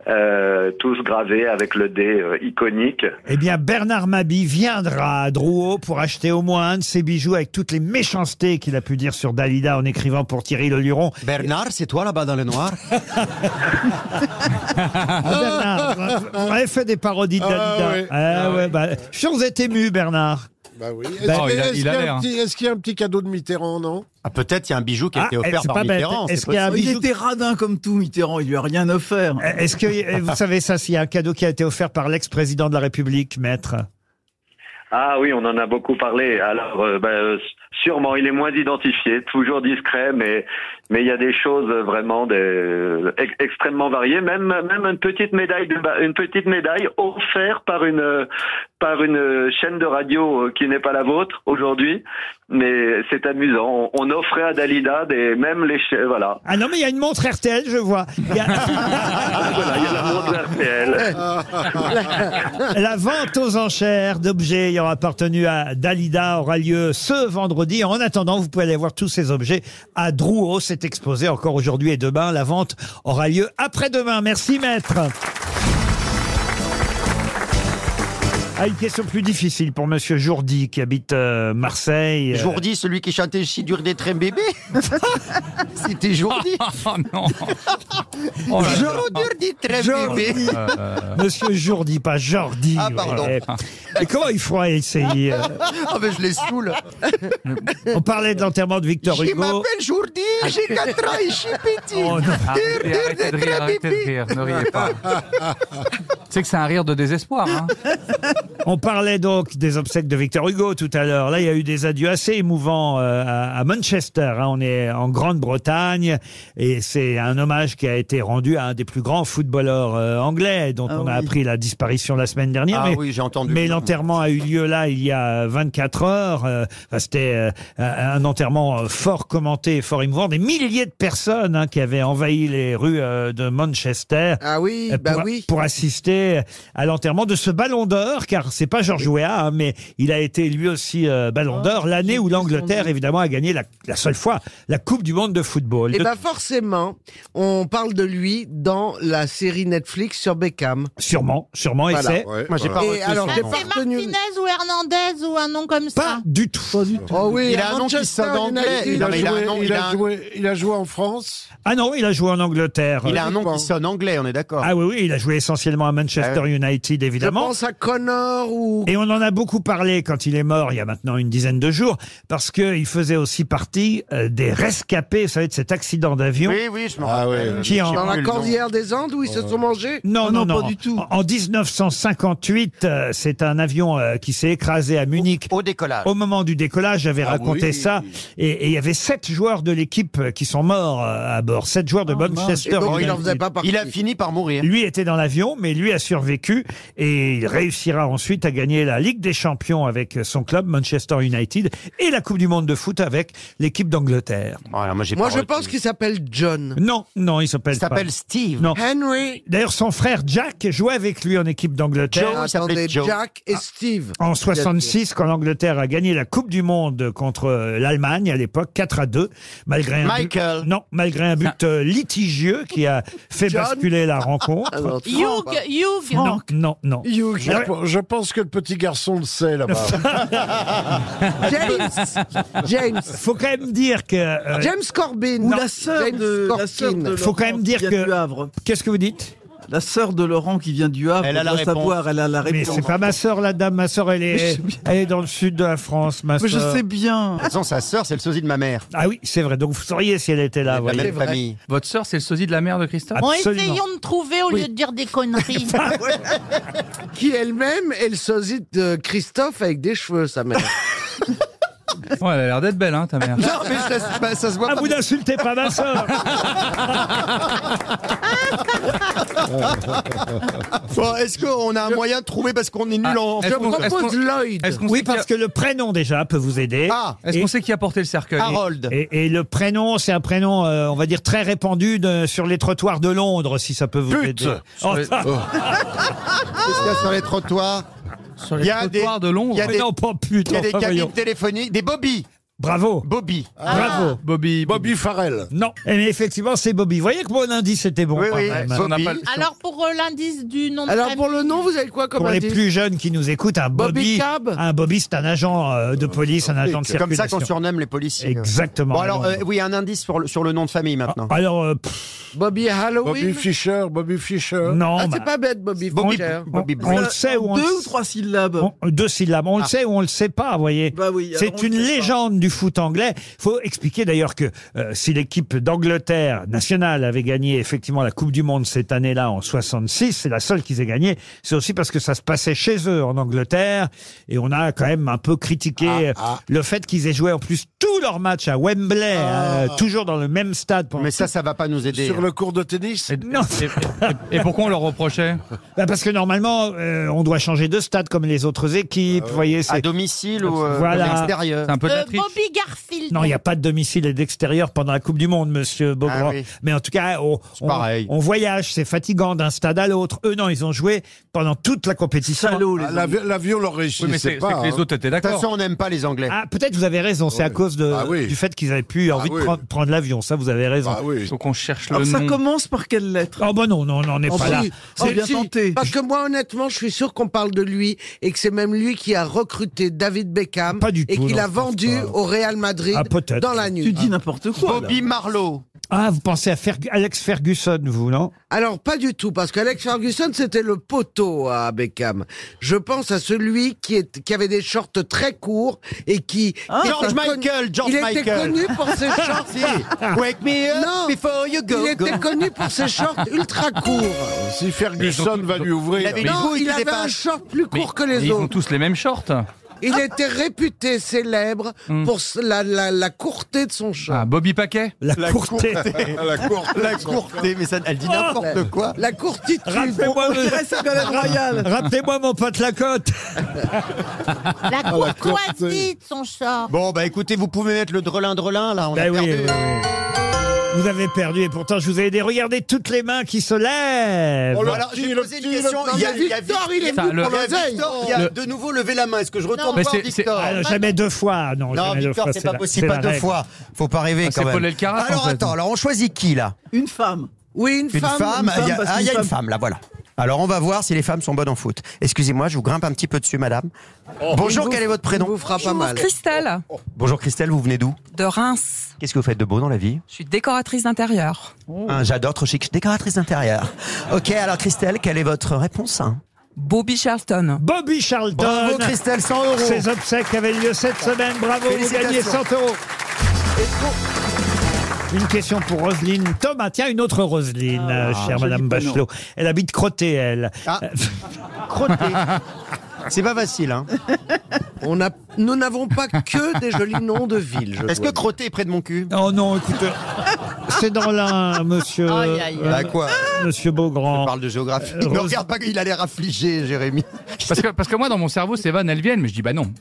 Speaker 19: euh, tous gravés avec le dé euh, iconique.
Speaker 2: Eh bien, Bernard Mabi viendra à Drouot pour acheter au moins un de ses bijoux avec toutes les méchancetés qu'il a pu dire sur Dalida en écrivant pour Thierry Le Luron.
Speaker 10: Bernard, c'est toi là-bas dans le noir
Speaker 2: Ah, Bernard, vous avez fait des parodies de
Speaker 8: Ah,
Speaker 2: Dalida.
Speaker 8: ouais.
Speaker 2: Ah, ouais, bah, je suis sûr que vous êtes ému, Bernard.
Speaker 8: Bah oui. Est-ce
Speaker 2: Ben,
Speaker 8: que-
Speaker 2: oh, il a-
Speaker 8: est-ce
Speaker 2: il
Speaker 8: qu'il y
Speaker 2: a
Speaker 8: a
Speaker 2: l'air,
Speaker 8: un
Speaker 2: hein.
Speaker 8: petit- est-ce qu'il y a un petit cadeau de Mitterrand, non
Speaker 10: Ah, peut-être il y a un bijou qui a
Speaker 2: Ah,
Speaker 10: été
Speaker 2: eh,
Speaker 10: offert
Speaker 2: c'est
Speaker 10: par
Speaker 2: pas bête.
Speaker 10: Mitterrand.
Speaker 2: Est-ce
Speaker 10: c'est
Speaker 2: qu'il y a un
Speaker 10: possible.
Speaker 2: bijou
Speaker 11: Il était radin comme tout, Mitterrand. Il lui a rien offert.
Speaker 2: Est-ce que euh, vous savez ça, s'il y a un cadeau qui a été offert par l'ex-président de la République, maître
Speaker 19: Ah oui, on en a beaucoup parlé. Alors, euh, bah, euh, sûrement, il est moins identifié, toujours discret, mais mais il y a des choses euh, vraiment des, euh, ex- extrêmement variées. Même même une petite médaille, de ba- une petite médaille offerte par une euh, par une euh, chaîne de radio euh, qui n'est pas la vôtre aujourd'hui. Mais c'est amusant. On, on offrait à Dalida des même les cha- voilà.
Speaker 2: Ah non, mais il y a une montre RTL, je vois. Il y
Speaker 19: Ah, voilà, il y a la montre RTL.
Speaker 2: a- la vente aux enchères d'objets ayant appartenu à Dalida aura lieu ce vendredi. En attendant, vous pouvez aller voir tous ces objets à Drouot. C'est exposé encore aujourd'hui et demain. La vente aura lieu après-demain. Merci, maître. Ah, une question plus difficile pour Monsieur Jourdi qui habite euh, Marseille. Euh,
Speaker 10: Jourdi, celui qui chantait si dur d'être un bébé C'était Jourdi
Speaker 4: Oh non
Speaker 2: Oh là Euh, là.
Speaker 10: Jourdi d'être un
Speaker 2: Jordi.
Speaker 10: bébé
Speaker 2: Monsieur Jourdi, pas Jordi.
Speaker 10: Euh, Ah, pardon.
Speaker 2: ouais. Et comment il faudra essayer euh,
Speaker 10: Ah, mais je les saoule
Speaker 2: On parlait de l'enterrement de Victor
Speaker 10: Je
Speaker 2: Hugo.
Speaker 10: m'appelle Jourdi, j'ai 4 ans et je suis petit Ah
Speaker 2: Oh non.
Speaker 10: Dur, dur
Speaker 4: Arrêtez de
Speaker 10: d'être
Speaker 4: rire,
Speaker 10: un
Speaker 4: arrêtez de
Speaker 10: bébé
Speaker 4: rire, ne riez pas. Tu sais que c'est un rire de désespoir. hein.
Speaker 2: On parlait donc des obsèques de Victor Hugo tout à l'heure. Là, il y a eu des adieux assez émouvants euh, à à Manchester. hein. On est en Grande-Bretagne et c'est un hommage qui a été rendu à un des plus grands footballeurs euh, anglais dont on a appris la disparition la semaine dernière.
Speaker 10: Ah
Speaker 2: mais
Speaker 10: oui, j'ai entendu.
Speaker 2: mais l'enterrement a eu lieu là il y a 24 heures. Euh, enfin, C'était euh, un enterrement euh, fort commenté, fort émouvant. Des milliers de personnes hein, qui avaient envahi les rues euh, de Manchester.
Speaker 5: Ah oui,
Speaker 2: euh,
Speaker 5: bah
Speaker 2: pour,
Speaker 5: oui.
Speaker 2: pour assister à l'enterrement de ce Ballon d'Or, car c'est pas Georges Weah, hein, mais il a été lui aussi euh, Ballon d'Or l'année où l'Angleterre évidemment a gagné la, la seule fois la Coupe du Monde de football.
Speaker 10: Eh
Speaker 5: Et
Speaker 2: De-
Speaker 10: ben,
Speaker 5: bah forcément, on parle de lui dans la série Netflix sur Beckham.
Speaker 2: Sûrement, sûrement, et
Speaker 5: Voilà.
Speaker 2: c'est
Speaker 5: Ouais, Moi, j'ai voilà. pas retenu Et alors,
Speaker 2: son
Speaker 5: j'ai
Speaker 2: nom.
Speaker 5: pas
Speaker 7: C'est
Speaker 5: retenu.
Speaker 7: Martinez ou Hernandez ou un nom comme ça
Speaker 2: du tout.
Speaker 5: Oh oui,
Speaker 10: Il a
Speaker 5: à
Speaker 10: un nom qui
Speaker 5: Manchester
Speaker 10: sonne anglais.
Speaker 5: United.
Speaker 10: Il
Speaker 8: il
Speaker 10: Non,
Speaker 8: a,
Speaker 10: mais il a un
Speaker 8: joué,
Speaker 10: nom-
Speaker 8: il
Speaker 10: il
Speaker 8: a
Speaker 10: a un-
Speaker 8: joué- il a joué en France.
Speaker 2: Ah non, il a joué en Angleterre.
Speaker 10: Il a un nom qui sonne anglais, on est d'accord Ah
Speaker 2: Ah oui, oui, il a joué essentiellement à Manchester United,
Speaker 5: Je
Speaker 2: évidemment.
Speaker 5: pense à Connor ou
Speaker 2: Et on en a beaucoup parlé quand il est mort, il y a maintenant une dizaine de jours, parce qu'il faisait aussi partie euh, des rescapés, vous savez, de cet accident d'avion.
Speaker 10: Oui, oui, je me
Speaker 8: Ah
Speaker 10: rappelle.
Speaker 8: ouais.
Speaker 2: Qui
Speaker 10: Je
Speaker 2: en-
Speaker 10: sais
Speaker 5: dans
Speaker 10: plus
Speaker 5: la
Speaker 10: le nom.
Speaker 5: cordillère des Andes où ils se sont mangés. Ah
Speaker 2: Non,
Speaker 11: Oh
Speaker 2: non,
Speaker 11: non,
Speaker 2: non,
Speaker 11: pas du tout.
Speaker 2: En, en 1958, euh, c'est un avion euh, qui s'est écrasé à Munich.
Speaker 10: Au décollage. Ah
Speaker 2: Au moment du décollage, j'avais raconté
Speaker 8: oui.
Speaker 2: ça, et et il y avait sept joueurs de l'équipe euh, qui sont morts euh, à bord. Sept joueurs de Manchester
Speaker 5: Ah, Et donc, il
Speaker 2: United.
Speaker 5: n'en faisait pas partie.
Speaker 10: Il a fini par mourir.
Speaker 2: Lui était dans l'avion, mais lui a survécu et il réussira ensuite à gagner la Ligue des Champions avec son club Manchester United et la Coupe du Monde de foot avec l'équipe d'Angleterre.
Speaker 10: Oh, alors, moi, j'ai
Speaker 5: Moi,
Speaker 10: pas
Speaker 5: je
Speaker 10: retenu.
Speaker 5: pense qu'il s'appelle John.
Speaker 2: Non, non, il s'appelle
Speaker 10: Il
Speaker 2: pas.
Speaker 10: s'appelle Steve.
Speaker 2: Non.
Speaker 5: Henry.
Speaker 2: D'ailleurs, son frère Jack jouait avec lui en équipe d'Angleterre.
Speaker 10: Joe. il s'appelait
Speaker 5: Attendez,
Speaker 10: Joe. Ah.
Speaker 5: Jack et Steve.
Speaker 2: En 66, quand l'Angleterre a gagné la Coupe du Monde contre l'Allemagne à l'époque, 4 à 2, malgré un
Speaker 10: Michael.
Speaker 2: but, non, malgré un but euh, litigieux qui a fait
Speaker 5: John.
Speaker 2: basculer la rencontre.
Speaker 11: Ah,
Speaker 5: Alors, tu vois,
Speaker 11: hein.
Speaker 7: Hugh,
Speaker 5: bah,
Speaker 7: Hugh,
Speaker 2: non, non, non.
Speaker 8: Je,
Speaker 2: Ouais.
Speaker 8: pe- je pense que le petit garçon le sait là-bas.
Speaker 5: James. James.
Speaker 2: Faut quand même dire que euh,
Speaker 5: James Corbin.
Speaker 11: Ou la sœur
Speaker 5: James
Speaker 11: de, la
Speaker 5: Corbin.
Speaker 11: sœur de
Speaker 2: Faut quand
Speaker 11: Laurent
Speaker 2: même dire
Speaker 11: qui vient
Speaker 2: que-
Speaker 11: du Havre.
Speaker 2: qu'est-ce que vous dites
Speaker 11: La sœur de Laurent qui vient du Havre.
Speaker 10: Elle a la
Speaker 11: doit
Speaker 10: réponse.
Speaker 11: savoir, elle a la
Speaker 2: Mais
Speaker 11: réponse.
Speaker 2: c'est pas ma sœur, la dame. Ma sœur, elle
Speaker 11: Mais
Speaker 2: est,
Speaker 11: je-
Speaker 2: elle est dans le sud de la France, ma
Speaker 11: Mais je
Speaker 2: sœur.
Speaker 11: sais bien.
Speaker 10: De toute façon, sa sœur, c'est le sosie de ma mère.
Speaker 2: Ah oui, c'est vrai. Donc vous sauriez si elle était là.
Speaker 10: La
Speaker 2: voyez.
Speaker 10: même famille.
Speaker 4: Votre sœur, c'est le sosie de la mère de Christophe
Speaker 7: Bon,
Speaker 2: absolument.
Speaker 7: essayons de trouver au lieu de dire des conneries.
Speaker 5: Ah euh, Qui elle-même est le sosie de Christophe avec des cheveux, sa mère.
Speaker 4: Ouais, elle a l'air d'être belle, hein, ta mère.
Speaker 2: Non, mais ça,
Speaker 10: bah,
Speaker 2: se voit pas. Ah, vous n'insultez pas ma soeur
Speaker 10: Bon, Est-ce qu'on a un moyen de trouver parce Ah, qu'on est
Speaker 2: Ah,
Speaker 10: nul en.
Speaker 2: Je propose Lloyd. Oui, parce que le prénom déjà peut vous aider.
Speaker 10: Ah.
Speaker 4: Est-ce qu'on
Speaker 2: Et-
Speaker 4: sait qui a porté le cercueil
Speaker 2: Et, et le prénom, c'est un prénom, euh, on va dire, très répandu de- sur les trottoirs de Londres, si ça peut vous
Speaker 4: Pute
Speaker 2: aider.
Speaker 4: Sur les-
Speaker 2: Oh.
Speaker 10: Qu'est-ce qu'il y a sur les trottoirs
Speaker 4: Sur les
Speaker 10: Il y a
Speaker 4: trottoirs de Londres.
Speaker 10: il y a
Speaker 4: Mais
Speaker 10: des-
Speaker 4: non, pas pute,
Speaker 10: Il y a des
Speaker 4: enfin,
Speaker 10: cabines
Speaker 4: voyons.
Speaker 10: téléphoniques, des Bobby.
Speaker 2: Bravo. Ah.
Speaker 10: Bobby.
Speaker 2: Bravo.
Speaker 4: Bobby.
Speaker 8: Bobby Farrell.
Speaker 2: Non. Eh, Mais effectivement, c'est Bobby. Vous voyez que mon indice était bon.
Speaker 4: Oui,
Speaker 2: quand
Speaker 4: oui,
Speaker 2: même.
Speaker 4: si on n'a pas le-
Speaker 7: Alors pour euh, l'indice du nom de
Speaker 5: Alors
Speaker 7: famille-
Speaker 5: pour le nom, vous avez quoi comme
Speaker 2: Pour les
Speaker 5: indice
Speaker 2: plus jeunes qui nous écoutent, un Bobby,
Speaker 5: Bobby Cab
Speaker 2: un Bobby, c'est un agent euh, de police, un agent de
Speaker 10: C'est
Speaker 2: circulation.
Speaker 10: comme ça qu'on surnomme les policiers.
Speaker 2: Exactement.
Speaker 10: Bon, alors, euh, oui, un indice sur le, sur le nom de famille maintenant.
Speaker 2: Alors, euh,
Speaker 5: Bobby
Speaker 8: Bobby
Speaker 5: Halloween.
Speaker 8: Fischer, Bobby Fischer.
Speaker 2: Non,
Speaker 5: Ah,
Speaker 2: bah,
Speaker 5: c'est pas bête, Bobby.
Speaker 2: Bobby-
Speaker 5: Fischer. Euh,
Speaker 2: on- on le sait ou on le
Speaker 11: Deux ou trois syllabes.
Speaker 2: On- deux syllabes. On le sait ou on le sait pas, vous voyez.
Speaker 11: Bah oui, alors on
Speaker 2: c'est
Speaker 11: le
Speaker 2: une
Speaker 11: sait pas.
Speaker 2: légende du foot anglais. Faut expliquer d'ailleurs que euh, si l'équipe d'Angleterre nationale avait gagné effectivement la Coupe du Monde cette année-là en 66, c'est la seule qu'ils aient gagnée. C'est aussi parce que ça se passait chez eux en Angleterre et on a quand même un peu critiqué euh, le fait qu'ils aient joué en plus tous leurs matchs à Wembley, euh, toujours dans le même stade. pendant
Speaker 10: Mais ça,
Speaker 2: tout-
Speaker 10: ça va pas nous aider.
Speaker 8: Sur le cours de tennis
Speaker 2: Non.
Speaker 4: Et pourquoi on leur reprochait
Speaker 2: Bah, parce que normalement, euh, on doit changer de stade comme les autres équipes, vous voyez.
Speaker 10: À
Speaker 2: c'est-
Speaker 10: domicile ou euh,
Speaker 2: Voilà.
Speaker 10: à l'extérieur
Speaker 4: C'est un peu de la
Speaker 7: Euh,
Speaker 4: triche.
Speaker 7: Bobby Garfield.
Speaker 2: Non, il n'y a pas de domicile et d'extérieur pendant la Coupe du Monde, monsieur Beaugrand.
Speaker 10: Ah oui.
Speaker 2: Mais en tout cas, on, on-
Speaker 10: pareil.
Speaker 2: on voyage, c'est fatigant d'un stade à l'autre. Eux, non, ils ont joué pendant toute la compétition.
Speaker 11: Salaud, les
Speaker 8: Ah, la, vi- l'avion leur réussissait
Speaker 4: Oui, mais c'est- c'est
Speaker 8: pas.
Speaker 4: que les
Speaker 8: hein.
Speaker 4: autres étaient
Speaker 10: De toute
Speaker 4: d'accord.
Speaker 10: façon, on n'aime pas les Anglais.
Speaker 2: Ah, peut-être vous avez raison, c'est à cause de,
Speaker 8: Ah oui.
Speaker 2: du fait qu'ils avaient plus envie
Speaker 8: oui.
Speaker 2: de pre- prendre l'avion. Ça, vous avez raison.
Speaker 8: Ah oui.
Speaker 4: Donc on cherche
Speaker 11: Alors
Speaker 4: le
Speaker 11: ça
Speaker 4: nom.
Speaker 11: commence par quelle lettre
Speaker 5: Ah,
Speaker 2: Oh, bah non, non, on n'en est
Speaker 11: Oh,
Speaker 2: pas
Speaker 11: si.
Speaker 2: là.
Speaker 11: Oh,
Speaker 2: C'est-
Speaker 11: bien
Speaker 2: si.
Speaker 11: tenté.
Speaker 5: Parce que moi, honnêtement, je suis sûr qu'on parle de lui et que c'est même lui qui a recruté David Beckham
Speaker 2: Pas du
Speaker 5: et
Speaker 2: tout,
Speaker 5: qu'il
Speaker 2: non,
Speaker 5: a
Speaker 2: je pense
Speaker 5: vendu
Speaker 2: pas.
Speaker 5: au Real Madrid
Speaker 2: Ah, peut-être.
Speaker 5: dans la
Speaker 11: Tu
Speaker 5: nuit.
Speaker 11: dis n'importe quoi. là.
Speaker 10: Bobby Marlowe.
Speaker 2: Ah, vous pensez à Ferg- Alex Ferguson, vous, non
Speaker 5: Alors pas du tout, parce qu'Alex Ferguson c'était le poteau à Beckham. Je pense à celui qui, est, qui avait des shorts très courts et qui...
Speaker 10: Ah,
Speaker 5: qui
Speaker 10: George
Speaker 5: était connu-
Speaker 10: Michael, George
Speaker 5: Il était
Speaker 10: Michael.
Speaker 5: connu pour ses shorts...
Speaker 10: Si. Wake me up
Speaker 5: Non.
Speaker 10: before you go.
Speaker 5: Il était
Speaker 10: go.
Speaker 5: connu pour ses shorts ultra courts.
Speaker 8: Si Ferguson va lui
Speaker 10: Il
Speaker 8: ouvrir.
Speaker 10: avait une
Speaker 5: Non,
Speaker 10: couille
Speaker 5: il
Speaker 10: qui
Speaker 5: avait un
Speaker 10: dépasse.
Speaker 5: short plus
Speaker 4: Mais-
Speaker 5: court que
Speaker 4: mais
Speaker 5: les
Speaker 4: ils ont
Speaker 5: autres.
Speaker 4: tous les mêmes shorts.
Speaker 5: Il était réputé célèbre
Speaker 4: Hmm.
Speaker 5: pour s- la, la, la courteté de son short.
Speaker 4: Ah, Bobby Paquet
Speaker 2: La,
Speaker 10: La
Speaker 2: courté.
Speaker 8: la cour.
Speaker 10: La courtée, mais ça, elle dit n'importe quoi.
Speaker 5: La courtitude.
Speaker 2: Rappelez-moi
Speaker 11: On dirait ça quand même royal.
Speaker 2: Rappelez-moi mon pote Lacote.
Speaker 10: Ah,
Speaker 7: La
Speaker 4: Ah
Speaker 7: courtoisie de son short.
Speaker 10: Bon, bah écoutez, vous pouvez mettre le drelin-drelin, là, on
Speaker 2: Ben
Speaker 10: a
Speaker 2: oui,
Speaker 10: perdu.
Speaker 2: oui, oui. Vous avez perdu et pourtant je vous ai aidé. Regardez toutes les mains qui se lèvent.
Speaker 8: Oh
Speaker 2: Eh Voilà.
Speaker 8: là là.
Speaker 10: Alors, je vais
Speaker 8: Le
Speaker 10: poser
Speaker 8: petit,
Speaker 10: une
Speaker 8: le
Speaker 10: question.
Speaker 8: petit.
Speaker 10: Il y a
Speaker 8: Non,
Speaker 10: il y a
Speaker 5: Victor, il est
Speaker 4: Ça,
Speaker 5: venu
Speaker 4: le-
Speaker 5: pour
Speaker 10: Il y a
Speaker 5: l'oseille.
Speaker 10: Victor qui a de nouveau levé la main. Est-ce que je retourne
Speaker 4: Mais
Speaker 10: voir
Speaker 4: c'est- c'est-
Speaker 10: Victor
Speaker 2: Ah, non, jamais deux fois. Non,
Speaker 10: Non,
Speaker 2: jamais deux
Speaker 10: Victor,
Speaker 2: fois,
Speaker 10: c'est
Speaker 2: la-
Speaker 10: pas
Speaker 2: c'est
Speaker 10: possible, pas
Speaker 2: la
Speaker 10: deux
Speaker 2: règle.
Speaker 10: fois. Faut pas rêver
Speaker 4: Ah,
Speaker 10: quand
Speaker 4: c'est
Speaker 10: même.
Speaker 4: Paul Elkarat, en
Speaker 10: Alors
Speaker 4: fait.
Speaker 10: attends, alors on choisit qui là
Speaker 11: Une femme.
Speaker 5: Oui, une,
Speaker 10: Une
Speaker 5: femme.
Speaker 10: femme
Speaker 11: femme,
Speaker 10: Il y a-
Speaker 11: parce
Speaker 10: Ah, il y a
Speaker 11: qu'une
Speaker 10: une femme, là, voilà. Alors on va voir si les femmes sont bonnes en foot. Excusez-moi, je vous grimpe un petit peu dessus, madame. Bonjour, quel est votre
Speaker 5: Il
Speaker 10: prénom
Speaker 5: vous fera pas mal.
Speaker 21: Christelle,
Speaker 20: Oh,
Speaker 10: Bonjour Christelle, vous venez d'où
Speaker 21: de Reims.
Speaker 10: Qu'est-ce que vous faites de beau dans la vie
Speaker 21: Je suis décoratrice d'intérieur.
Speaker 10: Hein, J'adore trop chic, je suis décoratrice d'intérieur. Ok, alors Christelle, quelle est votre réponse hein
Speaker 21: Bobby Charlton.
Speaker 2: Bobby Charlton.
Speaker 10: Bravo Christelle, 100 euros.
Speaker 2: Ses obsèques avaient lieu cette semaine. Bravo, vous gagnez
Speaker 10: Félicitations.
Speaker 2: 100 euros. Une question pour Roselyne Thomas. Tiens, une autre Roselyne, euh, chère
Speaker 11: joli
Speaker 2: Madame
Speaker 11: prénom.
Speaker 2: Bachelot. Elle habite Crotté, elle.
Speaker 4: Euh,
Speaker 10: Ah, crotté. C'est pas facile, hein
Speaker 5: On a, nous n'avons pas que des jolis noms de villes. je
Speaker 10: Est-ce que
Speaker 5: dois dire.
Speaker 10: crotté est près de mon cul
Speaker 2: Oh non, écoute, euh, c'est dans l'un, monsieur, euh,
Speaker 7: Aïe, aïe,
Speaker 10: Bah quoi
Speaker 2: monsieur
Speaker 10: On
Speaker 2: Beaugrand.
Speaker 10: parle de géographie.
Speaker 2: Euh,
Speaker 10: Ne
Speaker 2: Rose-
Speaker 10: regarde pas qu'il a l'air affligé, Jérémy.
Speaker 4: Parce que, parce que moi, dans mon cerveau, ces vannes, elles viennent, mais je dis bah non.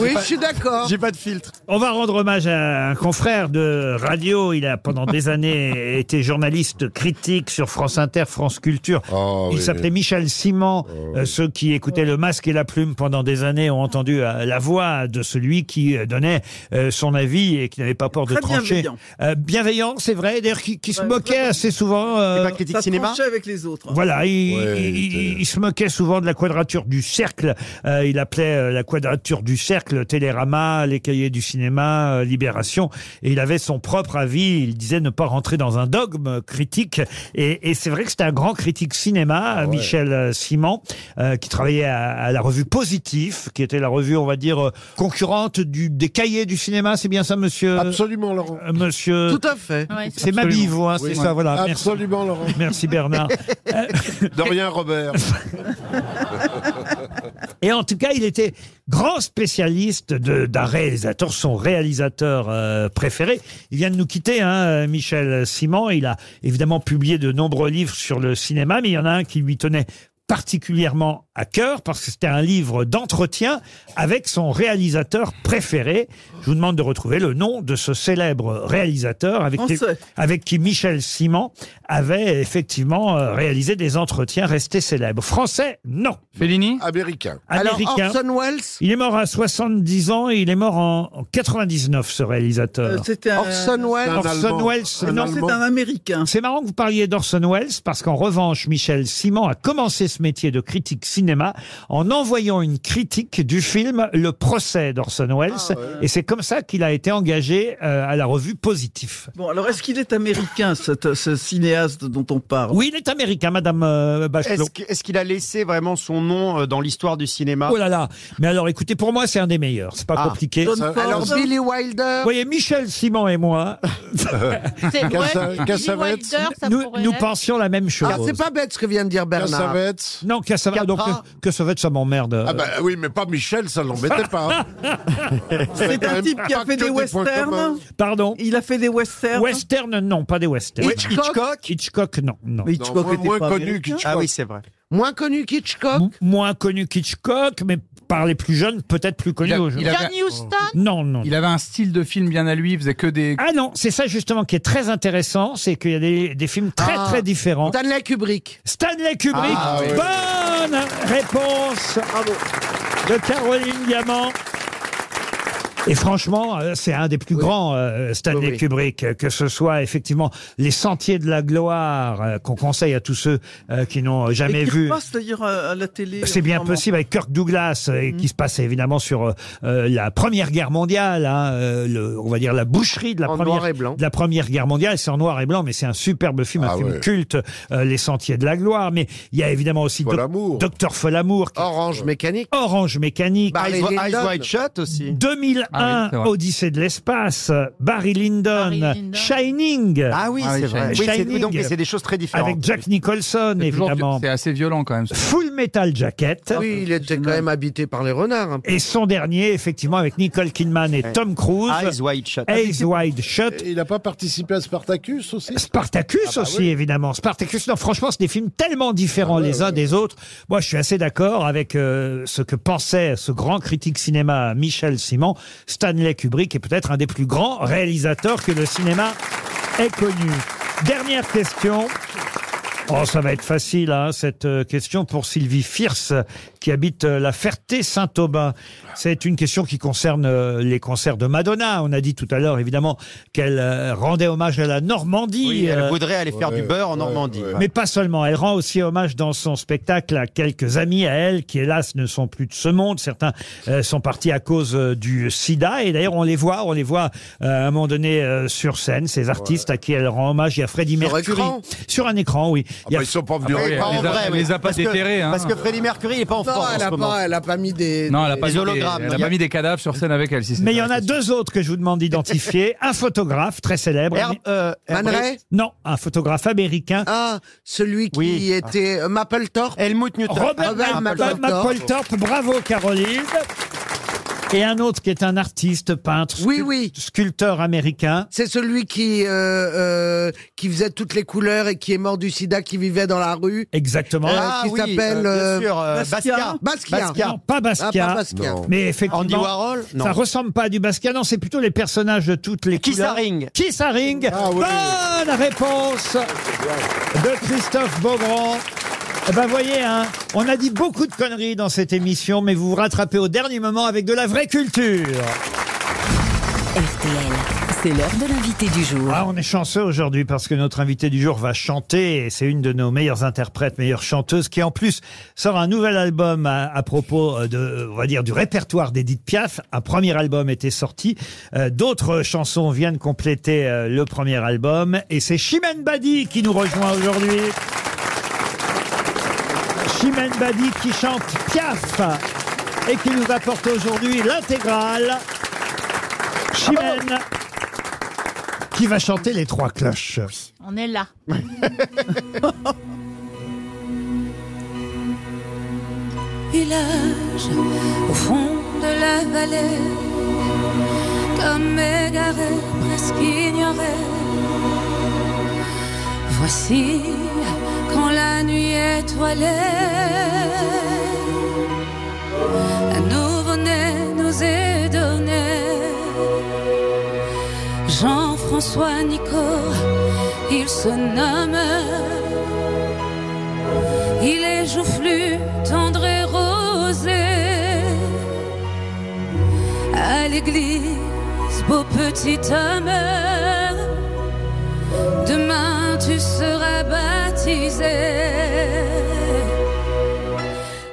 Speaker 5: Oui, je suis d'accord.
Speaker 10: J'ai pas de filtre.
Speaker 2: On va rendre hommage à un confrère de radio. Il a pendant des années été journaliste critique sur France Inter, France Culture.
Speaker 8: Oh,
Speaker 2: Il
Speaker 8: oui.
Speaker 2: s'appelait Michel Simon. Euh, ceux qui écoutaient Le Masque et la Plume pendant des années ont entendu euh, la voix de celui qui euh, donnait euh, son avis et qui n'avait pas peur de
Speaker 11: Très
Speaker 2: trancher.
Speaker 11: bienveillant.
Speaker 2: Euh, bienveillant, c'est vrai. D'ailleurs, qui, qui se moquait assez souvent. euh,
Speaker 10: Pas critique
Speaker 11: Ça
Speaker 10: cinéma
Speaker 11: tranchait avec les autres.
Speaker 2: voilà, il,
Speaker 8: Ouais,
Speaker 2: il- il-
Speaker 8: c'était-
Speaker 2: il se moquait souvent de la quadrature du cercle. Euh, il appelait euh, la quadrature du cercle Télérama, les cahiers du cinéma, euh, Libération. Et il avait son propre avis. Il disait ne pas rentrer dans un dogme critique. Et, et c'est vrai que c'était un grand critique cinéma,
Speaker 8: Ah
Speaker 2: euh, Michel euh, Simon, euh, qui travaillait à, à la revue Positif, qui était la revue, on va dire, euh, concurrente du, des cahiers du cinéma. C'est bien ça, monsieur
Speaker 8: Absolument, Laurent.
Speaker 2: euh, Monsieur.
Speaker 5: Tout à fait.
Speaker 7: Ouais, c'est-
Speaker 2: C'est Mabivo, hein, c'est
Speaker 8: Oui.
Speaker 2: ça, voilà. Merci,
Speaker 8: Absolument, Laurent.
Speaker 2: merci Bernard.
Speaker 8: De rien, Robert.
Speaker 2: Et en tout cas, il était grand spécialiste de- d'un réalisateur, son réalisateur euh, préféré. Il vient de nous quitter, hein, euh, Michel Simon. Il a évidemment publié de nombreux livres sur le cinéma, mais il y en a un qui lui tenait particulièrement à cœur parce que c'était un livre d'entretien avec son réalisateur préféré. Je vous demande de retrouver le nom de ce célèbre réalisateur avec qui,
Speaker 11: Français.
Speaker 2: avec qui Michel Simon avait effectivement euh, réalisé des entretiens restés célèbres. Français, non.
Speaker 4: Fellini
Speaker 8: Américain.
Speaker 5: Alors, Orson Welles
Speaker 2: Il est mort à 70 ans et il est mort en en 99, ce réalisateur.
Speaker 11: Euh, c'était un- Orson Welles. C'est un
Speaker 2: Orson
Speaker 11: Allemand.
Speaker 2: Welles.
Speaker 11: Un Allemand. C'est un
Speaker 2: Américain. C'est marrant que vous parliez d'Orson Welles parce qu'en revanche, Michel Simon a commencé ce métier de critique cinéma en envoyant une critique du film Le procès d'Orson Welles.
Speaker 11: Ah,
Speaker 2: Et c'est comme ça qu'il a été engagé euh, à la revue Positif.
Speaker 11: Bon, alors est-ce qu'il est américain, cet- euh, ce cinéaste dont on parle
Speaker 2: Oui, il est américain, Madame euh, Bachelot.
Speaker 3: Est-ce que- est-ce qu'il a laissé vraiment son nom euh, dans l'histoire du cinéma
Speaker 2: Oh là là Mais alors écoutez, pour moi, c'est un des meilleurs. C'est pas
Speaker 3: Ah.
Speaker 2: compliqué.
Speaker 3: Don Ford.
Speaker 5: Alors, Billy Wilder.
Speaker 2: Vous voyez, Michel Simon et moi,
Speaker 5: C'est vrai, Billy
Speaker 2: Cassavetes,
Speaker 5: Wilder, ça
Speaker 2: nous,
Speaker 5: pourrait
Speaker 2: nous
Speaker 5: être.
Speaker 2: pensions la même chose.
Speaker 5: Ah, c'est pas bête ce que vient de dire Bernard.
Speaker 2: Non, Cassavetes, ah, donc,
Speaker 4: euh,
Speaker 3: Ah,
Speaker 5: Capra.
Speaker 2: que- Cassavetes, ça m'emmerde.
Speaker 8: Ah bah oui, mais pas Michel, ça l'embêtait pas. hein.
Speaker 11: C'est un type qui a fait des westerns.
Speaker 2: Euh, Pardon
Speaker 11: Il a fait des westerns.
Speaker 2: Western, non, pas des westerns.
Speaker 11: Ouais, Hitchcock
Speaker 2: Hitchcock, non. non.
Speaker 11: Mais Hitchcock Non, moins- était moins pas connu américain. qu'Hitchcock.
Speaker 3: Ah oui, c'est vrai.
Speaker 2: Moins connu qu'Hitchcock Moins connu qu'Hitchcock, mais par les plus jeunes, peut-être plus connu
Speaker 4: Il a- Oh. il
Speaker 2: aujourd'hui.
Speaker 4: avait- Johnny Houston
Speaker 2: Non, non.
Speaker 4: Il avait un style de film bien à lui, il faisait que des.
Speaker 2: Ah non, c'est ça justement qui est très intéressant, c'est qu'il y a des, des films très
Speaker 4: Ah.
Speaker 2: très différents.
Speaker 5: Stanley Kubrick.
Speaker 2: Stanley Kubrick,
Speaker 5: Ah, oui.
Speaker 2: bonne réponse
Speaker 10: Ah
Speaker 2: de Caroline Diamant. Et franchement, euh, c'est un des plus grands euh, Stanley Kubrick, euh, que ce soit effectivement les Sentiers de la Gloire euh, qu'on conseille à tous ceux euh, qui n'ont jamais
Speaker 11: Et qui
Speaker 2: vu.
Speaker 11: repasse d'ailleurs à à la télé.
Speaker 2: C'est bien
Speaker 11: régulièrement.
Speaker 2: possible avec Kirk Douglas euh,
Speaker 5: Mhm.
Speaker 2: et qui se passe évidemment sur euh, euh, la Première Guerre mondiale, hein, euh, le- on va dire la boucherie de la,
Speaker 5: En
Speaker 2: première,
Speaker 5: noir et blanc.
Speaker 2: de la Première Guerre mondiale. C'est en noir et blanc, mais c'est un superbe film, un
Speaker 8: Ah
Speaker 2: film
Speaker 8: ouais.
Speaker 2: culte, euh, Les Sentiers de la Gloire. Mais il y a évidemment aussi Doc- Docteur Folamour, qui-
Speaker 5: Orange Mécanique.
Speaker 2: Orange Mécanique,
Speaker 5: Barry
Speaker 3: Eyes, Wi-
Speaker 5: Lyndon.
Speaker 3: Eyes Wide Shut aussi.
Speaker 2: 2001,
Speaker 3: Ah oui, c'est vrai.
Speaker 2: Odyssée de l'espace, euh, Barry Lyndon, Shining.
Speaker 3: Ah oui, c'est vrai. Oui, c'est-
Speaker 2: Shining.
Speaker 3: donc, mais c'est des choses très différentes.
Speaker 2: Avec Jack Nicholson,
Speaker 4: C'est toujours-
Speaker 2: évidemment.
Speaker 4: C'est assez violent quand même. ce-
Speaker 2: Full Metal
Speaker 3: Ah
Speaker 2: Jacket.
Speaker 5: Oui, il était quand même habité par les renards. un peu.
Speaker 2: Et son dernier, effectivement, avec Nicole Kidman et Tom Cruise.
Speaker 3: Eyes Wide Shut.
Speaker 2: Eyes Wide Shut.
Speaker 8: Il n'a pas participé à Spartacus aussi
Speaker 2: Spartacus
Speaker 8: Ah bah
Speaker 2: aussi,
Speaker 8: oui. Ah bah
Speaker 2: évidemment. Spartacus, non, franchement, c'est des films tellement différents les uns des autres. Moi, je suis assez d'accord avec euh, ce que pensait ce grand critique cinéma Michel Simon. Stanley Kubrick est peut-être un des plus grands réalisateurs que le cinéma ait connu. Dernière question. Oh, ça va être facile, hein, cette euh, question pour Sylvie Firce, qui habite euh, la Ferté-Saint-Aubin. C'est une question qui concerne euh, les concerts de Madonna. On a dit tout à l'heure, évidemment, qu'elle euh, rendait hommage à la Normandie.
Speaker 3: Oui, elle
Speaker 2: euh,
Speaker 3: voudrait aller faire du beurre en Normandie.
Speaker 2: mais pas seulement, elle rend aussi hommage dans son spectacle à quelques amis à elle qui, hélas, ne sont plus de ce monde. Certains euh, sont partis à cause euh, du sida. Et d'ailleurs, on les voit, on les voit euh, à un moment donné euh, sur scène, ces artistes à qui elle rend hommage. Il y a Freddie
Speaker 3: Sur
Speaker 2: Mercury.
Speaker 3: écran
Speaker 2: Sur un écran, oui. Il y a-
Speaker 8: bah, ils sont pas venus
Speaker 3: Ah,
Speaker 8: en
Speaker 3: oui,
Speaker 8: écran.
Speaker 3: en
Speaker 8: Les a-
Speaker 3: vrai,
Speaker 8: elle
Speaker 3: oui.
Speaker 8: les a pas
Speaker 3: Parce que-
Speaker 4: déterrés, hein.
Speaker 3: Parce que Freddie Mercury, il est pas en forme
Speaker 5: Non,
Speaker 3: en
Speaker 5: elle
Speaker 3: ce
Speaker 5: a,
Speaker 3: moment.
Speaker 5: pas, elle a pas mis des.
Speaker 4: Non, elle a pas,
Speaker 5: des
Speaker 4: mis des, elle a pas mis des cadavres sur scène avec elle. Si c'est
Speaker 2: Mais il
Speaker 4: ça.
Speaker 2: y en a deux autres que je vous demande d'identifier. un photographe très célèbre.
Speaker 5: Herb-
Speaker 3: euh,
Speaker 5: Man Herb- Ray
Speaker 2: Non, un photographe américain.
Speaker 5: Ah, celui qui
Speaker 2: Oui.
Speaker 5: était euh, Mapplethorpe.
Speaker 3: Helmut Newton.
Speaker 2: Robert, Mapplethorpe. Mapplethorpe, bravo Caroline. Et un autre qui est un artiste, peintre,
Speaker 5: Oui,
Speaker 2: sculp-
Speaker 5: oui.
Speaker 2: sculpteur américain.
Speaker 5: C'est celui qui, euh, euh, qui faisait toutes les couleurs et qui est mort du sida, qui vivait dans la rue.
Speaker 2: Exactement.
Speaker 5: Euh,
Speaker 3: Ah
Speaker 5: qui
Speaker 3: oui,
Speaker 5: s'appelle.
Speaker 3: euh, bien sûr, euh, Basquiat.
Speaker 5: Basquiat. Basquiat.
Speaker 3: Basquiat.
Speaker 2: Non, pas Basquiat.
Speaker 5: Ah, pas Basquiat. Non.
Speaker 2: Mais effectivement.
Speaker 3: Andy Warhol Non.
Speaker 2: Ça ressemble pas à du Basquiat. Non, c'est plutôt les personnages de toutes les couleurs.
Speaker 3: Kissaring.
Speaker 2: Kissaring. Bonne réponse de Christophe Beaugrand. Eh ben voyez, hein, on a dit beaucoup de conneries dans cette émission, mais vous vous rattrapez au dernier moment avec de la vraie culture.
Speaker 9: RTL, c'est l'heure de l'invité du jour.
Speaker 2: Ah, on est chanceux aujourd'hui parce que notre invité du jour va chanter et c'est une de nos meilleures interprètes, meilleures chanteuses qui en plus sort un nouvel album à, à propos euh, de, on va dire, du répertoire d'Edith Piaf. Un premier album était sorti. Euh, D'autres chansons viennent compléter euh, le premier album et c'est Chimène Badi qui nous rejoint aujourd'hui. Chimène Badi qui chante Piaf et qui nous apporte aujourd'hui l'intégrale. Chimène qui va chanter les trois cloches.
Speaker 7: On est là.
Speaker 20: Chimène village au fond de la vallée, comme égaré, presque ignoré. Voici quand la nuit étoilée, un nouveau-né nous est donné. Jean-François Nico, il se nomme. Il est joufflu, tendre et rosé. À l'église, beau petit homme, demain tu seras baptisé.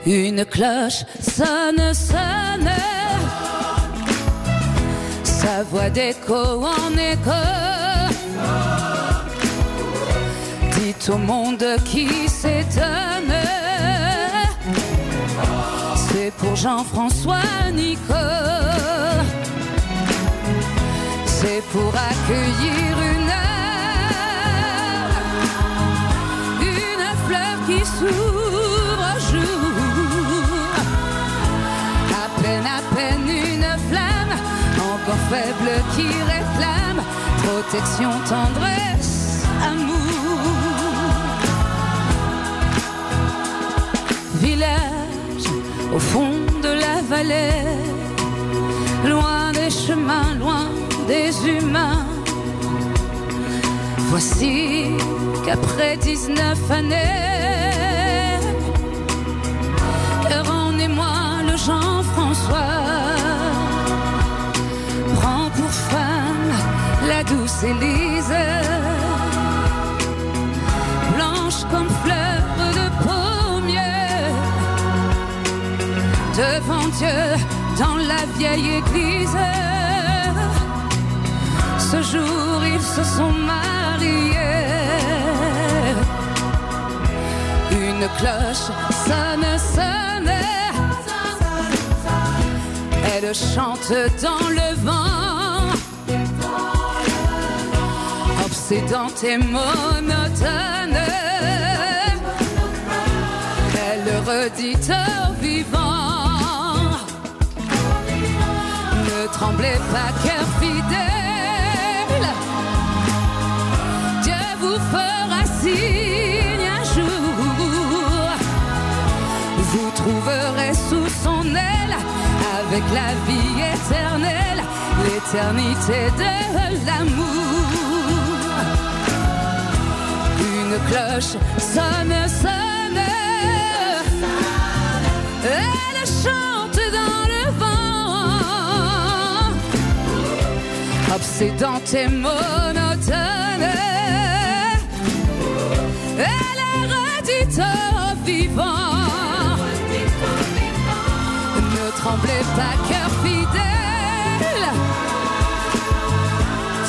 Speaker 20: Une cloche sonne, sonne, sa voix d'écho en écho. Dites au monde qui s'étonne, c'est pour Jean-François Nico. C'est pour accueillir une heure, une fleur qui s'ouvre au jour. À peine, à peine une flamme, encore faible qui réclame protection, tendresse, amour. Village au fond de la vallée, loin des chemins, loin des humains. Voici qu'après 19 années, cœur en émoi le Jean-François prend pour femme la douce Élise, blanche comme fleur de pommier, devant Dieu dans la vieille église. Ce jour, ils se sont mariés. Une cloche sonne, sonne. Elle chante dans le vent, obsédante et monotone. Elle redit au vivant Ne tremblez pas, cœur fidèle. Dieu vous fera signe un jour. Vous trouverez sous son aile, avec la vie éternelle, l'éternité de l'amour. Une cloche sonne, sonne. Elle chante dans le vent, obsédante et monotone. Elle est redite au vivant. Ne tremblez pas, cœur fidèle.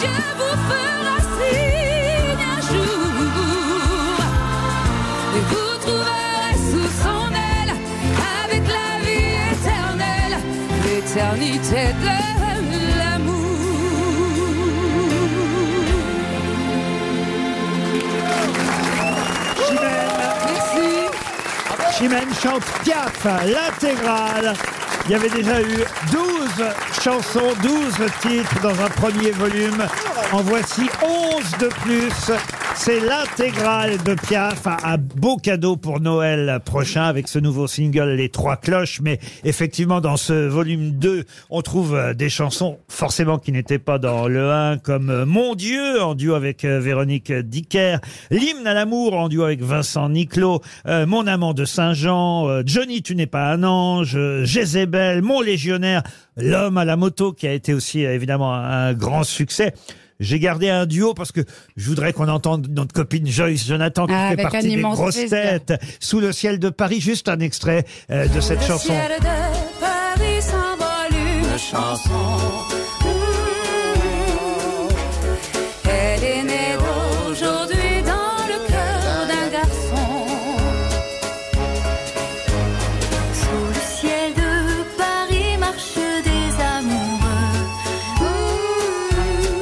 Speaker 20: Dieu vous fera signe un jour. Et vous trouverez sous son aile, avec la vie éternelle, l'éternité de l'amour.
Speaker 2: Chimène chante Piaf, l'intégrale. Il y avait déjà eu 12 chansons, 12 titres dans un premier volume. En voici 11 de plus. C'est l'intégrale de Piaf, un- un beau cadeau pour Noël prochain avec ce nouveau single Les Trois Cloches. Mais effectivement, dans ce volume 2, on trouve euh, des chansons forcément qui n'étaient pas dans le 1, comme euh, Mon Dieu en duo avec euh, Véronique Dicker, L'hymne à l'amour en duo avec Vincent Niclot, euh, Mon amant de Saint-Jean, euh, Johnny tu n'es pas un ange, euh, Jézabel, Mon légionnaire, L'homme à la moto qui a été aussi euh, évidemment un grand succès. J'ai gardé un duo parce que je voudrais qu'on entende notre copine Joyce Jonathan qui
Speaker 22: Ah,
Speaker 2: fait
Speaker 22: avec un
Speaker 2: partie des
Speaker 22: immense
Speaker 2: grosses
Speaker 22: plaisir.
Speaker 2: têtes. Sous le ciel de Paris, juste un extrait euh, de cette
Speaker 20: Le
Speaker 2: chanson.
Speaker 20: ciel de Paris s'envole une chanson. Mmh. Elle est née aujourd'hui dans le cœur d'un garçon. Sous le ciel de Paris marchent des amoureux.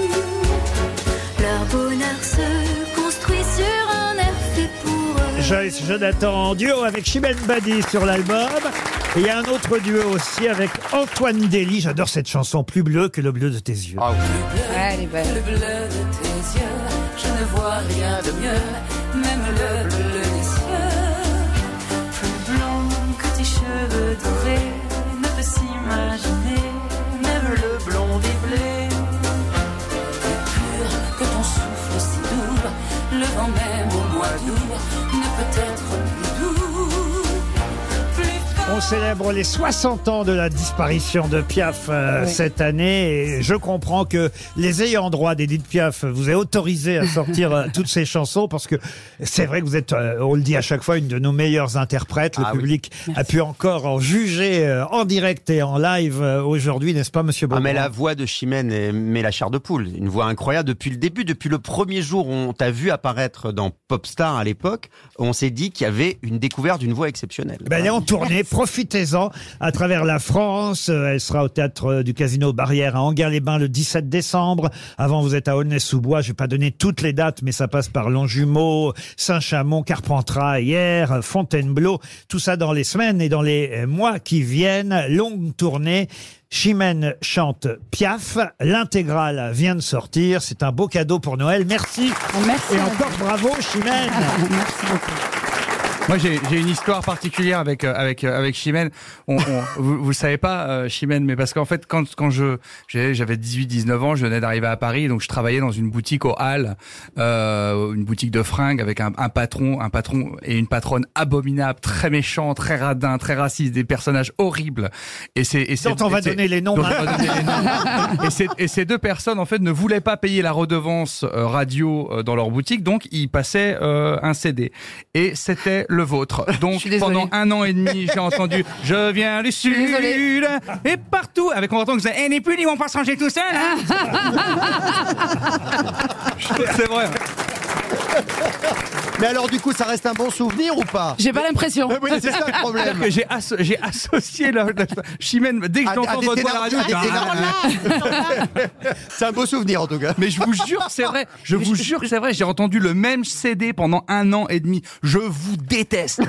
Speaker 20: Mmh. Leur bonheur se construit sur un air fait pour eux.
Speaker 2: Joyce Jonathan en duo avec Chimène Badi sur l'album. Et il y a un autre duo aussi avec Antoine Dely. J'adore cette chanson, Plus bleu que le bleu de tes yeux.
Speaker 20: Le bleu de tes yeux, je ne vois rien de mieux, même le bleu des cieux. Plus blanc que tes cheveux dorés, ne peut s'imaginer, même le blond des blés. Plus pur que ton souffle si doux, le vent même au mois d'août, ne peut être plus doux.
Speaker 2: On célèbre les 60 ans de la disparition de Piaf euh,
Speaker 20: Oui.
Speaker 2: cette année. Et je comprends que les ayants droit d'Edith Piaf vous aient autorisé à sortir euh, toutes ces chansons parce que c'est vrai que vous êtes, euh, on le dit à chaque fois, une de nos meilleures interprètes. Le public a pu encore en juger euh, en direct et en live euh, aujourd'hui, n'est-ce pas, monsieur
Speaker 3: Ah,
Speaker 2: Beaugrand
Speaker 3: mais la voix de Chimène est- met la chair de poule. Une voix incroyable. Depuis le début, depuis le premier jour où on t'a vu apparaître dans Popstar à l'époque, on s'est dit qu'il y avait une découverte d'une voix exceptionnelle.
Speaker 2: Ben, elle est en tournée, profitez-en à travers la France. Euh, Elle sera au théâtre euh, du Casino Barrière à Angers-les-Bains le 17 décembre. Avant, vous êtes à Aulnay-sous-Bois. Je vais pas donner toutes les dates, mais ça passe par Longjumeau, Saint-Chamond, Carpentras, hier, euh, Fontainebleau. Tout ça dans les semaines et dans les euh, mois qui viennent. Longue tournée. Chimène chante Piaf. L'intégrale vient de sortir. C'est un beau cadeau pour Noël. Merci. et encore bravo, Chimène. Merci beaucoup.
Speaker 4: Moi, j'ai j'ai une histoire particulière avec euh, avec euh, avec Chimène. On, on- vous, vous le savez pas, euh, Chimène, mais parce qu'en fait, quand quand je j'ai- j'avais 18-19 ans, je venais d'arriver à Paris, donc je travaillais dans une boutique au Hall, euh, une boutique de fringues avec un, un patron, un patron et une patronne abominable, très méchant, très radin, très raciste, des personnages horribles. Et c'est et c'est-
Speaker 2: Dont on
Speaker 4: et
Speaker 2: va
Speaker 4: c'est-
Speaker 2: donner les noms
Speaker 4: dont
Speaker 2: hein.
Speaker 4: on va
Speaker 2: maintenant.
Speaker 4: donner les noms. et, ces, et ces deux personnes, en fait, ne voulaient pas payer la redevance euh, radio euh, dans leur boutique, donc ils passaient euh, un CD. Et c'était le vôtre. Donc pendant un an et demi, j'ai entendu Je viens du Sud et partout, avec en entendant que Eh, les pulls, ils vont pas se ranger tout seuls C'est vrai.
Speaker 3: Mais alors, du coup, ça reste un bon souvenir ou pas
Speaker 23: J'ai pas l'impression.
Speaker 3: Oui, c'est ça le problème.
Speaker 4: C'est-à-dire que J'ai asso- j'ai associé la, la- Chimène dès que
Speaker 3: À- à
Speaker 4: j'entends
Speaker 3: Ah, des
Speaker 4: votre voix à la radio.
Speaker 3: Thénardier,
Speaker 4: je dis,
Speaker 3: à des
Speaker 4: Ah,
Speaker 3: C'est un beau souvenir en tout cas.
Speaker 4: Mais je vous jure, c'est vrai. Je vous jure, c'est vrai. J'ai entendu le même CD pendant un an et demi. Je vous déteste.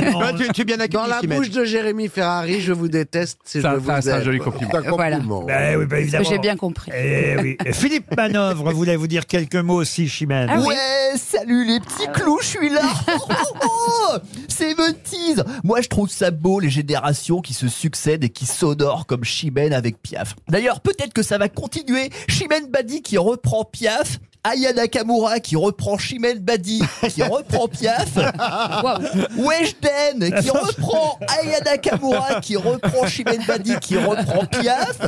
Speaker 3: non. tu, tu es bien
Speaker 5: Dans la
Speaker 3: Chimène.
Speaker 5: bouche de Jérémy Ferrari, je vous déteste, c'est je
Speaker 4: Ça,
Speaker 5: vous
Speaker 4: ça, c'est un
Speaker 5: aime.
Speaker 4: joli compliment.
Speaker 5: C'est un
Speaker 23: Voilà.
Speaker 5: compliment. Bah
Speaker 2: Ben oui, ben
Speaker 23: Parce que
Speaker 2: évidemment.
Speaker 23: j'ai bien compris.
Speaker 2: Eh oui. Philippe Manœuvre voulait vous dire quelques mots aussi, Chimène.
Speaker 23: Ah oui. Ah.
Speaker 10: Ouais, salut les petits clous, je suis là. Oh, oh, oh, 70s. Moi, je trouve ça beau les générations qui se succèdent et qui s'odorent comme Chimène avec Piaf. D'ailleurs, peut-être que ça va continuer. Chimène Badi qui reprend Piaf. Aya Nakamura qui reprend Chimène Badi, qui reprend Piaf. Weshden qui reprend Aya Nakamura, qui reprend Chimène Badi, qui reprend Piaf.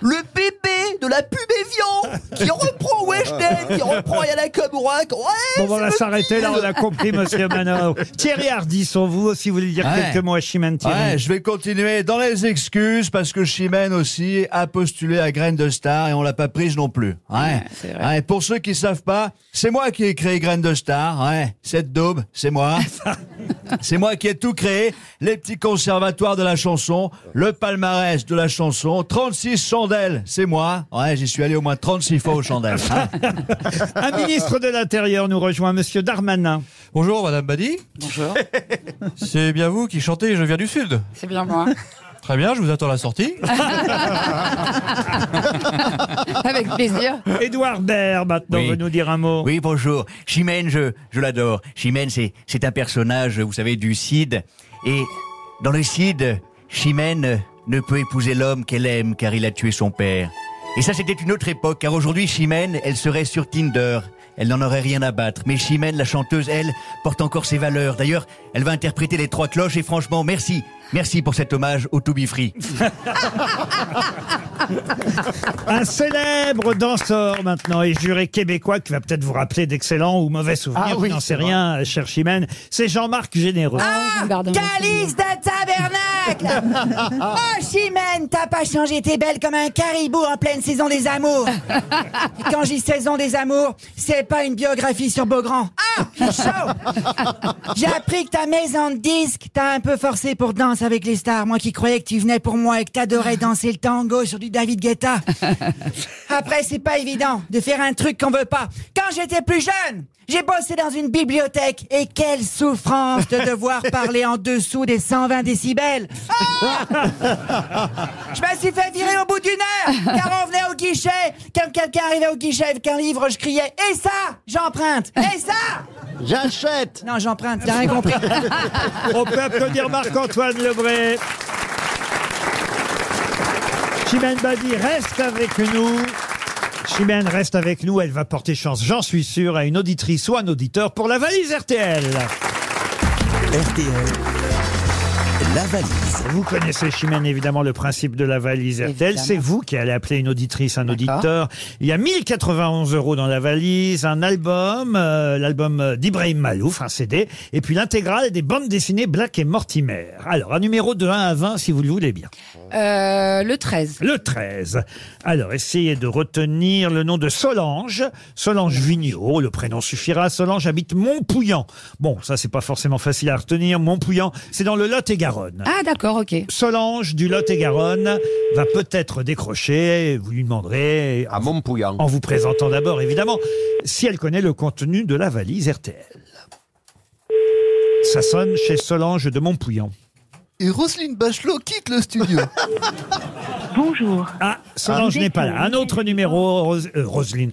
Speaker 10: Le bébé de la pub Evian qui reprend Weshden, qui reprend Aya Nakamura. Ouais,
Speaker 2: Bon, on va s'arrêter là, on a compris, monsieur Manor. Thierry Ardisson, vous aussi, vous voulez dire
Speaker 22: Ouais.
Speaker 2: quelques mots à Chimène Thierry
Speaker 22: Ouais, je vais continuer dans les excuses parce que Chimène aussi a postulé à Graines de Star et on l'a pas prise non plus. Ouais. Ouais, pour ceux qui savent pas, c'est moi qui ai créé Graines de Star. Ouais. Cette daube, c'est moi. c'est moi qui ai tout créé. Les petits conservatoires de la chanson, le palmarès de la chanson, 36 chandelles, c'est moi. Ouais, j'y suis allé au moins 36 fois aux chandelles. hein.
Speaker 2: Un ministre de l'Intérieur nous rejoint, monsieur Darmanin.
Speaker 24: Bonjour, madame Badi. Bonjour. C'est bien vous qui chantez Je viens du Sud.
Speaker 23: C'est bien moi.
Speaker 24: Très bien, je vous attends à la sortie.
Speaker 2: Ah.
Speaker 23: Avec plaisir.
Speaker 2: Édouard Baird, maintenant,
Speaker 25: Oui.
Speaker 2: veut nous dire un mot.
Speaker 25: Oui, bonjour. Chimène, je, je l'adore. Chimène, c'est, c'est un personnage, vous savez, du Cid. Et dans le Cid, Chimène ne peut épouser l'homme qu'elle aime car il a tué son père. Et ça, c'était une autre époque, car aujourd'hui, Chimène, elle serait sur Tinder. Elle n'en aurait rien à battre. Mais Chimène, la chanteuse, elle, porte encore ses valeurs. D'ailleurs, elle va interpréter les trois cloches et franchement, merci. Merci pour cet hommage au To Be Free.
Speaker 2: Un célèbre danseur maintenant et juré québécois qui va peut-être vous rappeler d'excellents ou mauvais souvenirs,
Speaker 21: Ah
Speaker 2: je
Speaker 21: oui,
Speaker 2: n'en
Speaker 21: c'est Ah,
Speaker 2: sais rien, cher Chimène. C'est Jean-Marc Généreux.
Speaker 21: Calix de tabernacle Oh, Chimène, t'as pas changé, t'es belle comme un caribou en pleine saison des amours Et Quand j'ai saison des amours, c'est pas une biographie sur Beaugrand. Ah, chaud J'ai appris que ta maison de disque t'a un peu forcé pour danse avec les stars, moi qui croyais que tu venais pour moi et que t'adorais danser le tango sur du da David Guetta. Après, c'est pas évident de faire un truc qu'on veut pas. Quand j'étais plus jeune, j'ai bossé dans une bibliothèque et quelle souffrance de devoir parler en dessous des 120 décibels. Ah je me suis fait virer au bout d'une heure car on venait au guichet. Quand quelqu'un arrivait au guichet avec un livre, je criais Et ça J'emprunte Et ça J'achète Non, j'emprunte, t'as rien compris.
Speaker 2: On peut applaudir Marc-Antoine Lebray. Chimène Badi reste avec nous. Chimène reste avec nous. Elle va porter chance, j'en suis sûr, à une auditrice ou un auditeur pour la valise RTL. RTL. La valise. Vous connaissez, Chimène, évidemment, le principe de la valise RTL.
Speaker 6: Évidemment.
Speaker 2: C'est vous qui allez appeler une auditrice, un auditeur. Il y a 1091 euros dans la valise, un album, euh, l'album d'Ibrahim Malouf, un CD, et puis l'intégrale des bandes dessinées Black et Mortimer. Alors, un numéro de 1 à 20, si vous le voulez bien.
Speaker 23: Euh, le 13.
Speaker 2: Le 13. Alors, essayez de retenir le nom de Solange. Solange Vigneault, le prénom suffira. Solange habite Montpouillan. Bon, ça, c'est pas forcément facile à retenir. Montpouillan, c'est dans le Lot-et-Garonne.
Speaker 23: Ah, d'accord, ok.
Speaker 2: Solange du Lot-et-Garonne va peut-être décrocher. Vous lui demanderez. À Montpouillan. En vous présentant d'abord, évidemment, si elle connaît le contenu de la valise RTL. Ça sonne chez Solange de Montpouillan.
Speaker 10: Et Roselyne Bachelot quitte le studio.
Speaker 2: Bonjour. Ah, Solange n'est pas là. Un autre numéro, Rose- euh, Roselyne.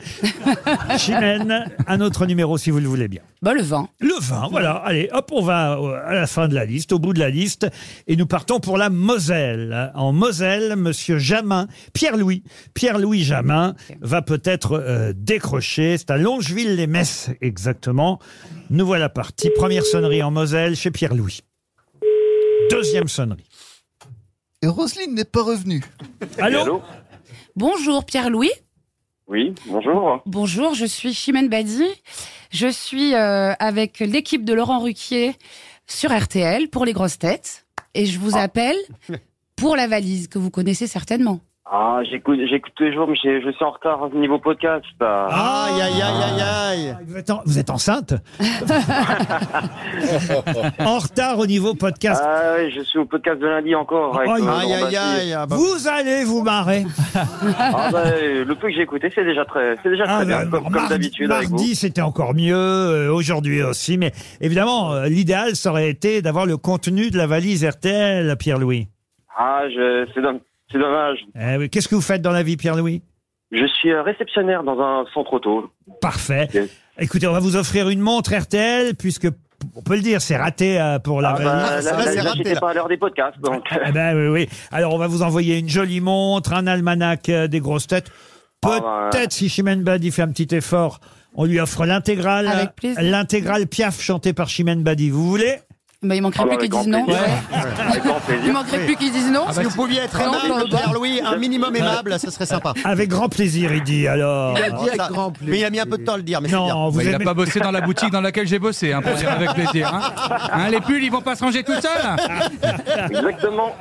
Speaker 2: Chimène, un autre numéro si vous le voulez bien.
Speaker 23: Bah, le 20.
Speaker 2: Le 20, voilà. Allez, hop, on va euh, à la fin de la liste, au bout de la liste. Et nous partons pour la Moselle. En Moselle, monsieur Jamin, Pierre-Louis, Pierre-Louis Jamin va peut-être euh, décrocher. C'est à Longeville-les-Messes, exactement. Nous voilà partis. Première sonnerie en Moselle chez Pierre-Louis. Deuxième sonnerie.
Speaker 10: Et Roselyne n'est pas revenue.
Speaker 2: Allô,
Speaker 23: Bonjour, Pierre-Louis.
Speaker 15: Oui, bonjour.
Speaker 23: Bonjour, je suis Chimène Badi. Je suis euh, avec l'équipe de Laurent Ruquier sur RTL pour les grosses têtes. Et je
Speaker 2: Ah.
Speaker 23: vous appelle pour la valise que vous connaissez certainement.
Speaker 15: Ah, j'écoute, j'écoute tous les jours, mais j'ai- je suis en retard au niveau podcast.
Speaker 2: Aïe, aïe, aïe, aïe, Vous êtes, en- vous êtes enceinte En retard au niveau podcast.
Speaker 15: Ah oui, je suis au podcast de lundi encore. avec,
Speaker 2: Aïe,
Speaker 15: euh,
Speaker 2: aïe,
Speaker 15: Laurent
Speaker 2: aïe,
Speaker 15: Baffie.
Speaker 2: aïe, ah bah- Vous allez vous marrer.
Speaker 15: Ah bah, euh, le peu que j'ai écouté, c'est déjà très, c'est déjà très
Speaker 2: Ah,
Speaker 15: bien,
Speaker 2: bah,
Speaker 15: comme, comme
Speaker 2: mardi-
Speaker 15: d'habitude avec vous.
Speaker 2: Mardi, c'était encore mieux, euh, aujourd'hui aussi. Mais évidemment, euh, l'idéal, ça aurait été d'avoir le contenu de la valise RTL, Pierre-Louis.
Speaker 15: Ah, je, c'est, dom- c'est dommage.
Speaker 2: Eh oui, Qu'est-ce que vous faites dans la vie, Pierre-Louis
Speaker 15: Je suis euh, réceptionnaire dans un centre auto.
Speaker 2: Parfait. Écoutez, on va vous offrir une montre RTL, puisque, p- on peut le dire, c'est raté euh, pour la
Speaker 15: Ah,
Speaker 2: valise.
Speaker 15: bah, là, là, là, j'étais pas à l'heure des podcasts, donc.
Speaker 2: Eh ben oui, oui. Alors, on va vous envoyer une jolie montre, un almanach euh, des grosses têtes. Peut-être,
Speaker 15: Ah, bah.
Speaker 2: si Chimène Badi fait un petit effort, on lui offre l'intégrale,
Speaker 23: Avec plaisir.
Speaker 2: l'intégrale Piaf chantée par Chimène Badi. Vous voulez
Speaker 23: Bah, il manquerait
Speaker 2: Ah bah,
Speaker 23: plus
Speaker 2: avec
Speaker 23: qu'ils
Speaker 2: grand
Speaker 23: disent non.
Speaker 2: plaisir.
Speaker 23: Il manquerait plus qu'ils disent non.
Speaker 2: Ah bah, Si vous pouviez être
Speaker 23: Non,
Speaker 2: aimable,
Speaker 23: non, non.
Speaker 25: Pierre-Louis, un minimum aimable, ce serait sympa.
Speaker 2: Avec grand plaisir, il dit alors.
Speaker 25: Il a dit avec grand plaisir. Mais il a mis un peu de temps à le dire, mais c'est bien.
Speaker 2: Oh, Non, vous
Speaker 4: Bah, il n'a
Speaker 2: aimez-
Speaker 4: pas bossé dans la boutique dans laquelle j'ai bossé, hein, pour dire avec plaisir. hein. Hein, les pulls, ils vont pas se ranger tout seuls
Speaker 15: Exactement.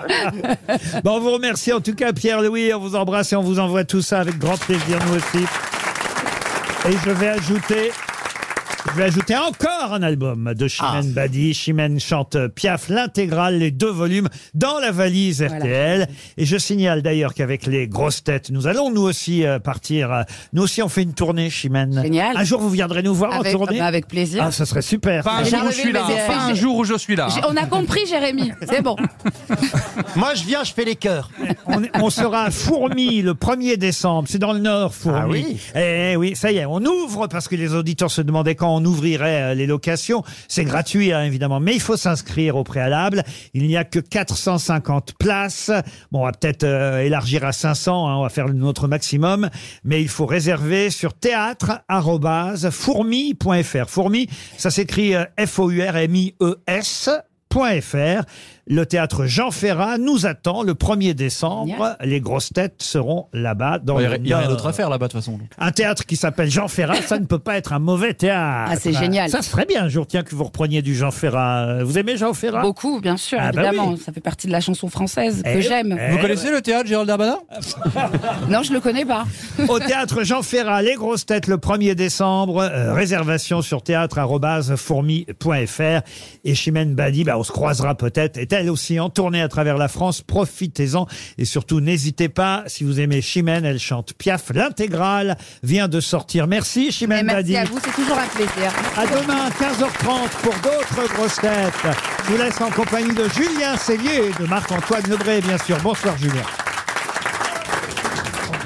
Speaker 2: Bon, on vous remercie en tout cas, Pierre-Louis. On vous embrasse et on vous envoie tout ça avec grand plaisir, nous aussi. Et je vais ajouter. Je vais ajouter encore un album
Speaker 23: Ah.
Speaker 2: de Chimène Badi. Chimène chante Piaf, l'intégrale, les deux volumes, dans la valise RTL. Et je signale d'ailleurs qu'avec les grosses têtes, nous allons nous aussi euh, partir. euh, Nous aussi, on fait une tournée, Chimène.
Speaker 23: Génial.
Speaker 2: Un jour, vous viendrez nous voir
Speaker 23: Avec-
Speaker 2: en tournée
Speaker 23: ah bah, avec plaisir.
Speaker 2: Ah, ça serait super.
Speaker 4: Pas un
Speaker 2: ça.
Speaker 4: jour où je suis là. hein. Pas un jour où je suis là.
Speaker 23: euh, J'ai-
Speaker 4: hein.
Speaker 23: On a compris, Jérémy. C'est bon.
Speaker 25: Moi, je viens, je fais les cœurs.
Speaker 2: On, est- on sera à Fourmi le 1er décembre. C'est dans le Nord, Fourmi.
Speaker 25: Ah oui
Speaker 2: Eh oui, ça y est, on ouvre parce que les auditeurs se demandaient quand on ouvrirait euh, les locations. C'est gratuit, hein, évidemment, mais il faut s'inscrire au préalable. Il n'y a que 450 places. Bon, on va peut-être euh, élargir à 500, hein, on va faire notre maximum, mais il faut réserver sur théâtre-fourmi.fr. Fourmi, ça s'écrit euh, E F-O-U-R-M-I-E-S. .fr. Le théâtre Jean Ferrat nous attend le 1er décembre. Les grosses têtes seront là-bas. dans
Speaker 24: Il y a-
Speaker 2: le
Speaker 24: il y a rien
Speaker 2: Nord.
Speaker 24: d'autre à faire là-bas de toute façon. donc.
Speaker 2: Un théâtre qui s'appelle Jean Ferrat, ça ne peut pas être un mauvais théâtre.
Speaker 23: Ah, c'est génial.
Speaker 2: Ça serait bien un jour, tiens, que vous repreniez du Jean Ferrat. Vous aimez Jean Ferrat
Speaker 23: Beaucoup, bien sûr,
Speaker 2: Ah bah
Speaker 23: évidemment.
Speaker 2: oui.
Speaker 23: Ça fait partie de la chanson française que
Speaker 2: Eh,
Speaker 23: j'aime.
Speaker 2: eh, Vous connaissez
Speaker 23: le théâtre Gérald Darmanin Non, je le connais pas.
Speaker 2: Au théâtre Jean Ferrat, les grosses têtes le 1er décembre. Euh, réservation sur théâtre@fourmi.fr. Et Chimène Badi, bah, on se croisera peut-être. Et elle aussi en tournée à travers la France. Profitez-en et surtout n'hésitez pas, si vous aimez Chimène, elle chante Piaf. L'intégrale vient de sortir. Merci Chimène Badi.
Speaker 6: Merci à vous, c'est toujours un plaisir.
Speaker 2: À demain, 15h30 pour d'autres grosses têtes. Je vous laisse en compagnie de Julien Cellier et de Marc-Antoine Lebré, bien sûr. Bonsoir Julien.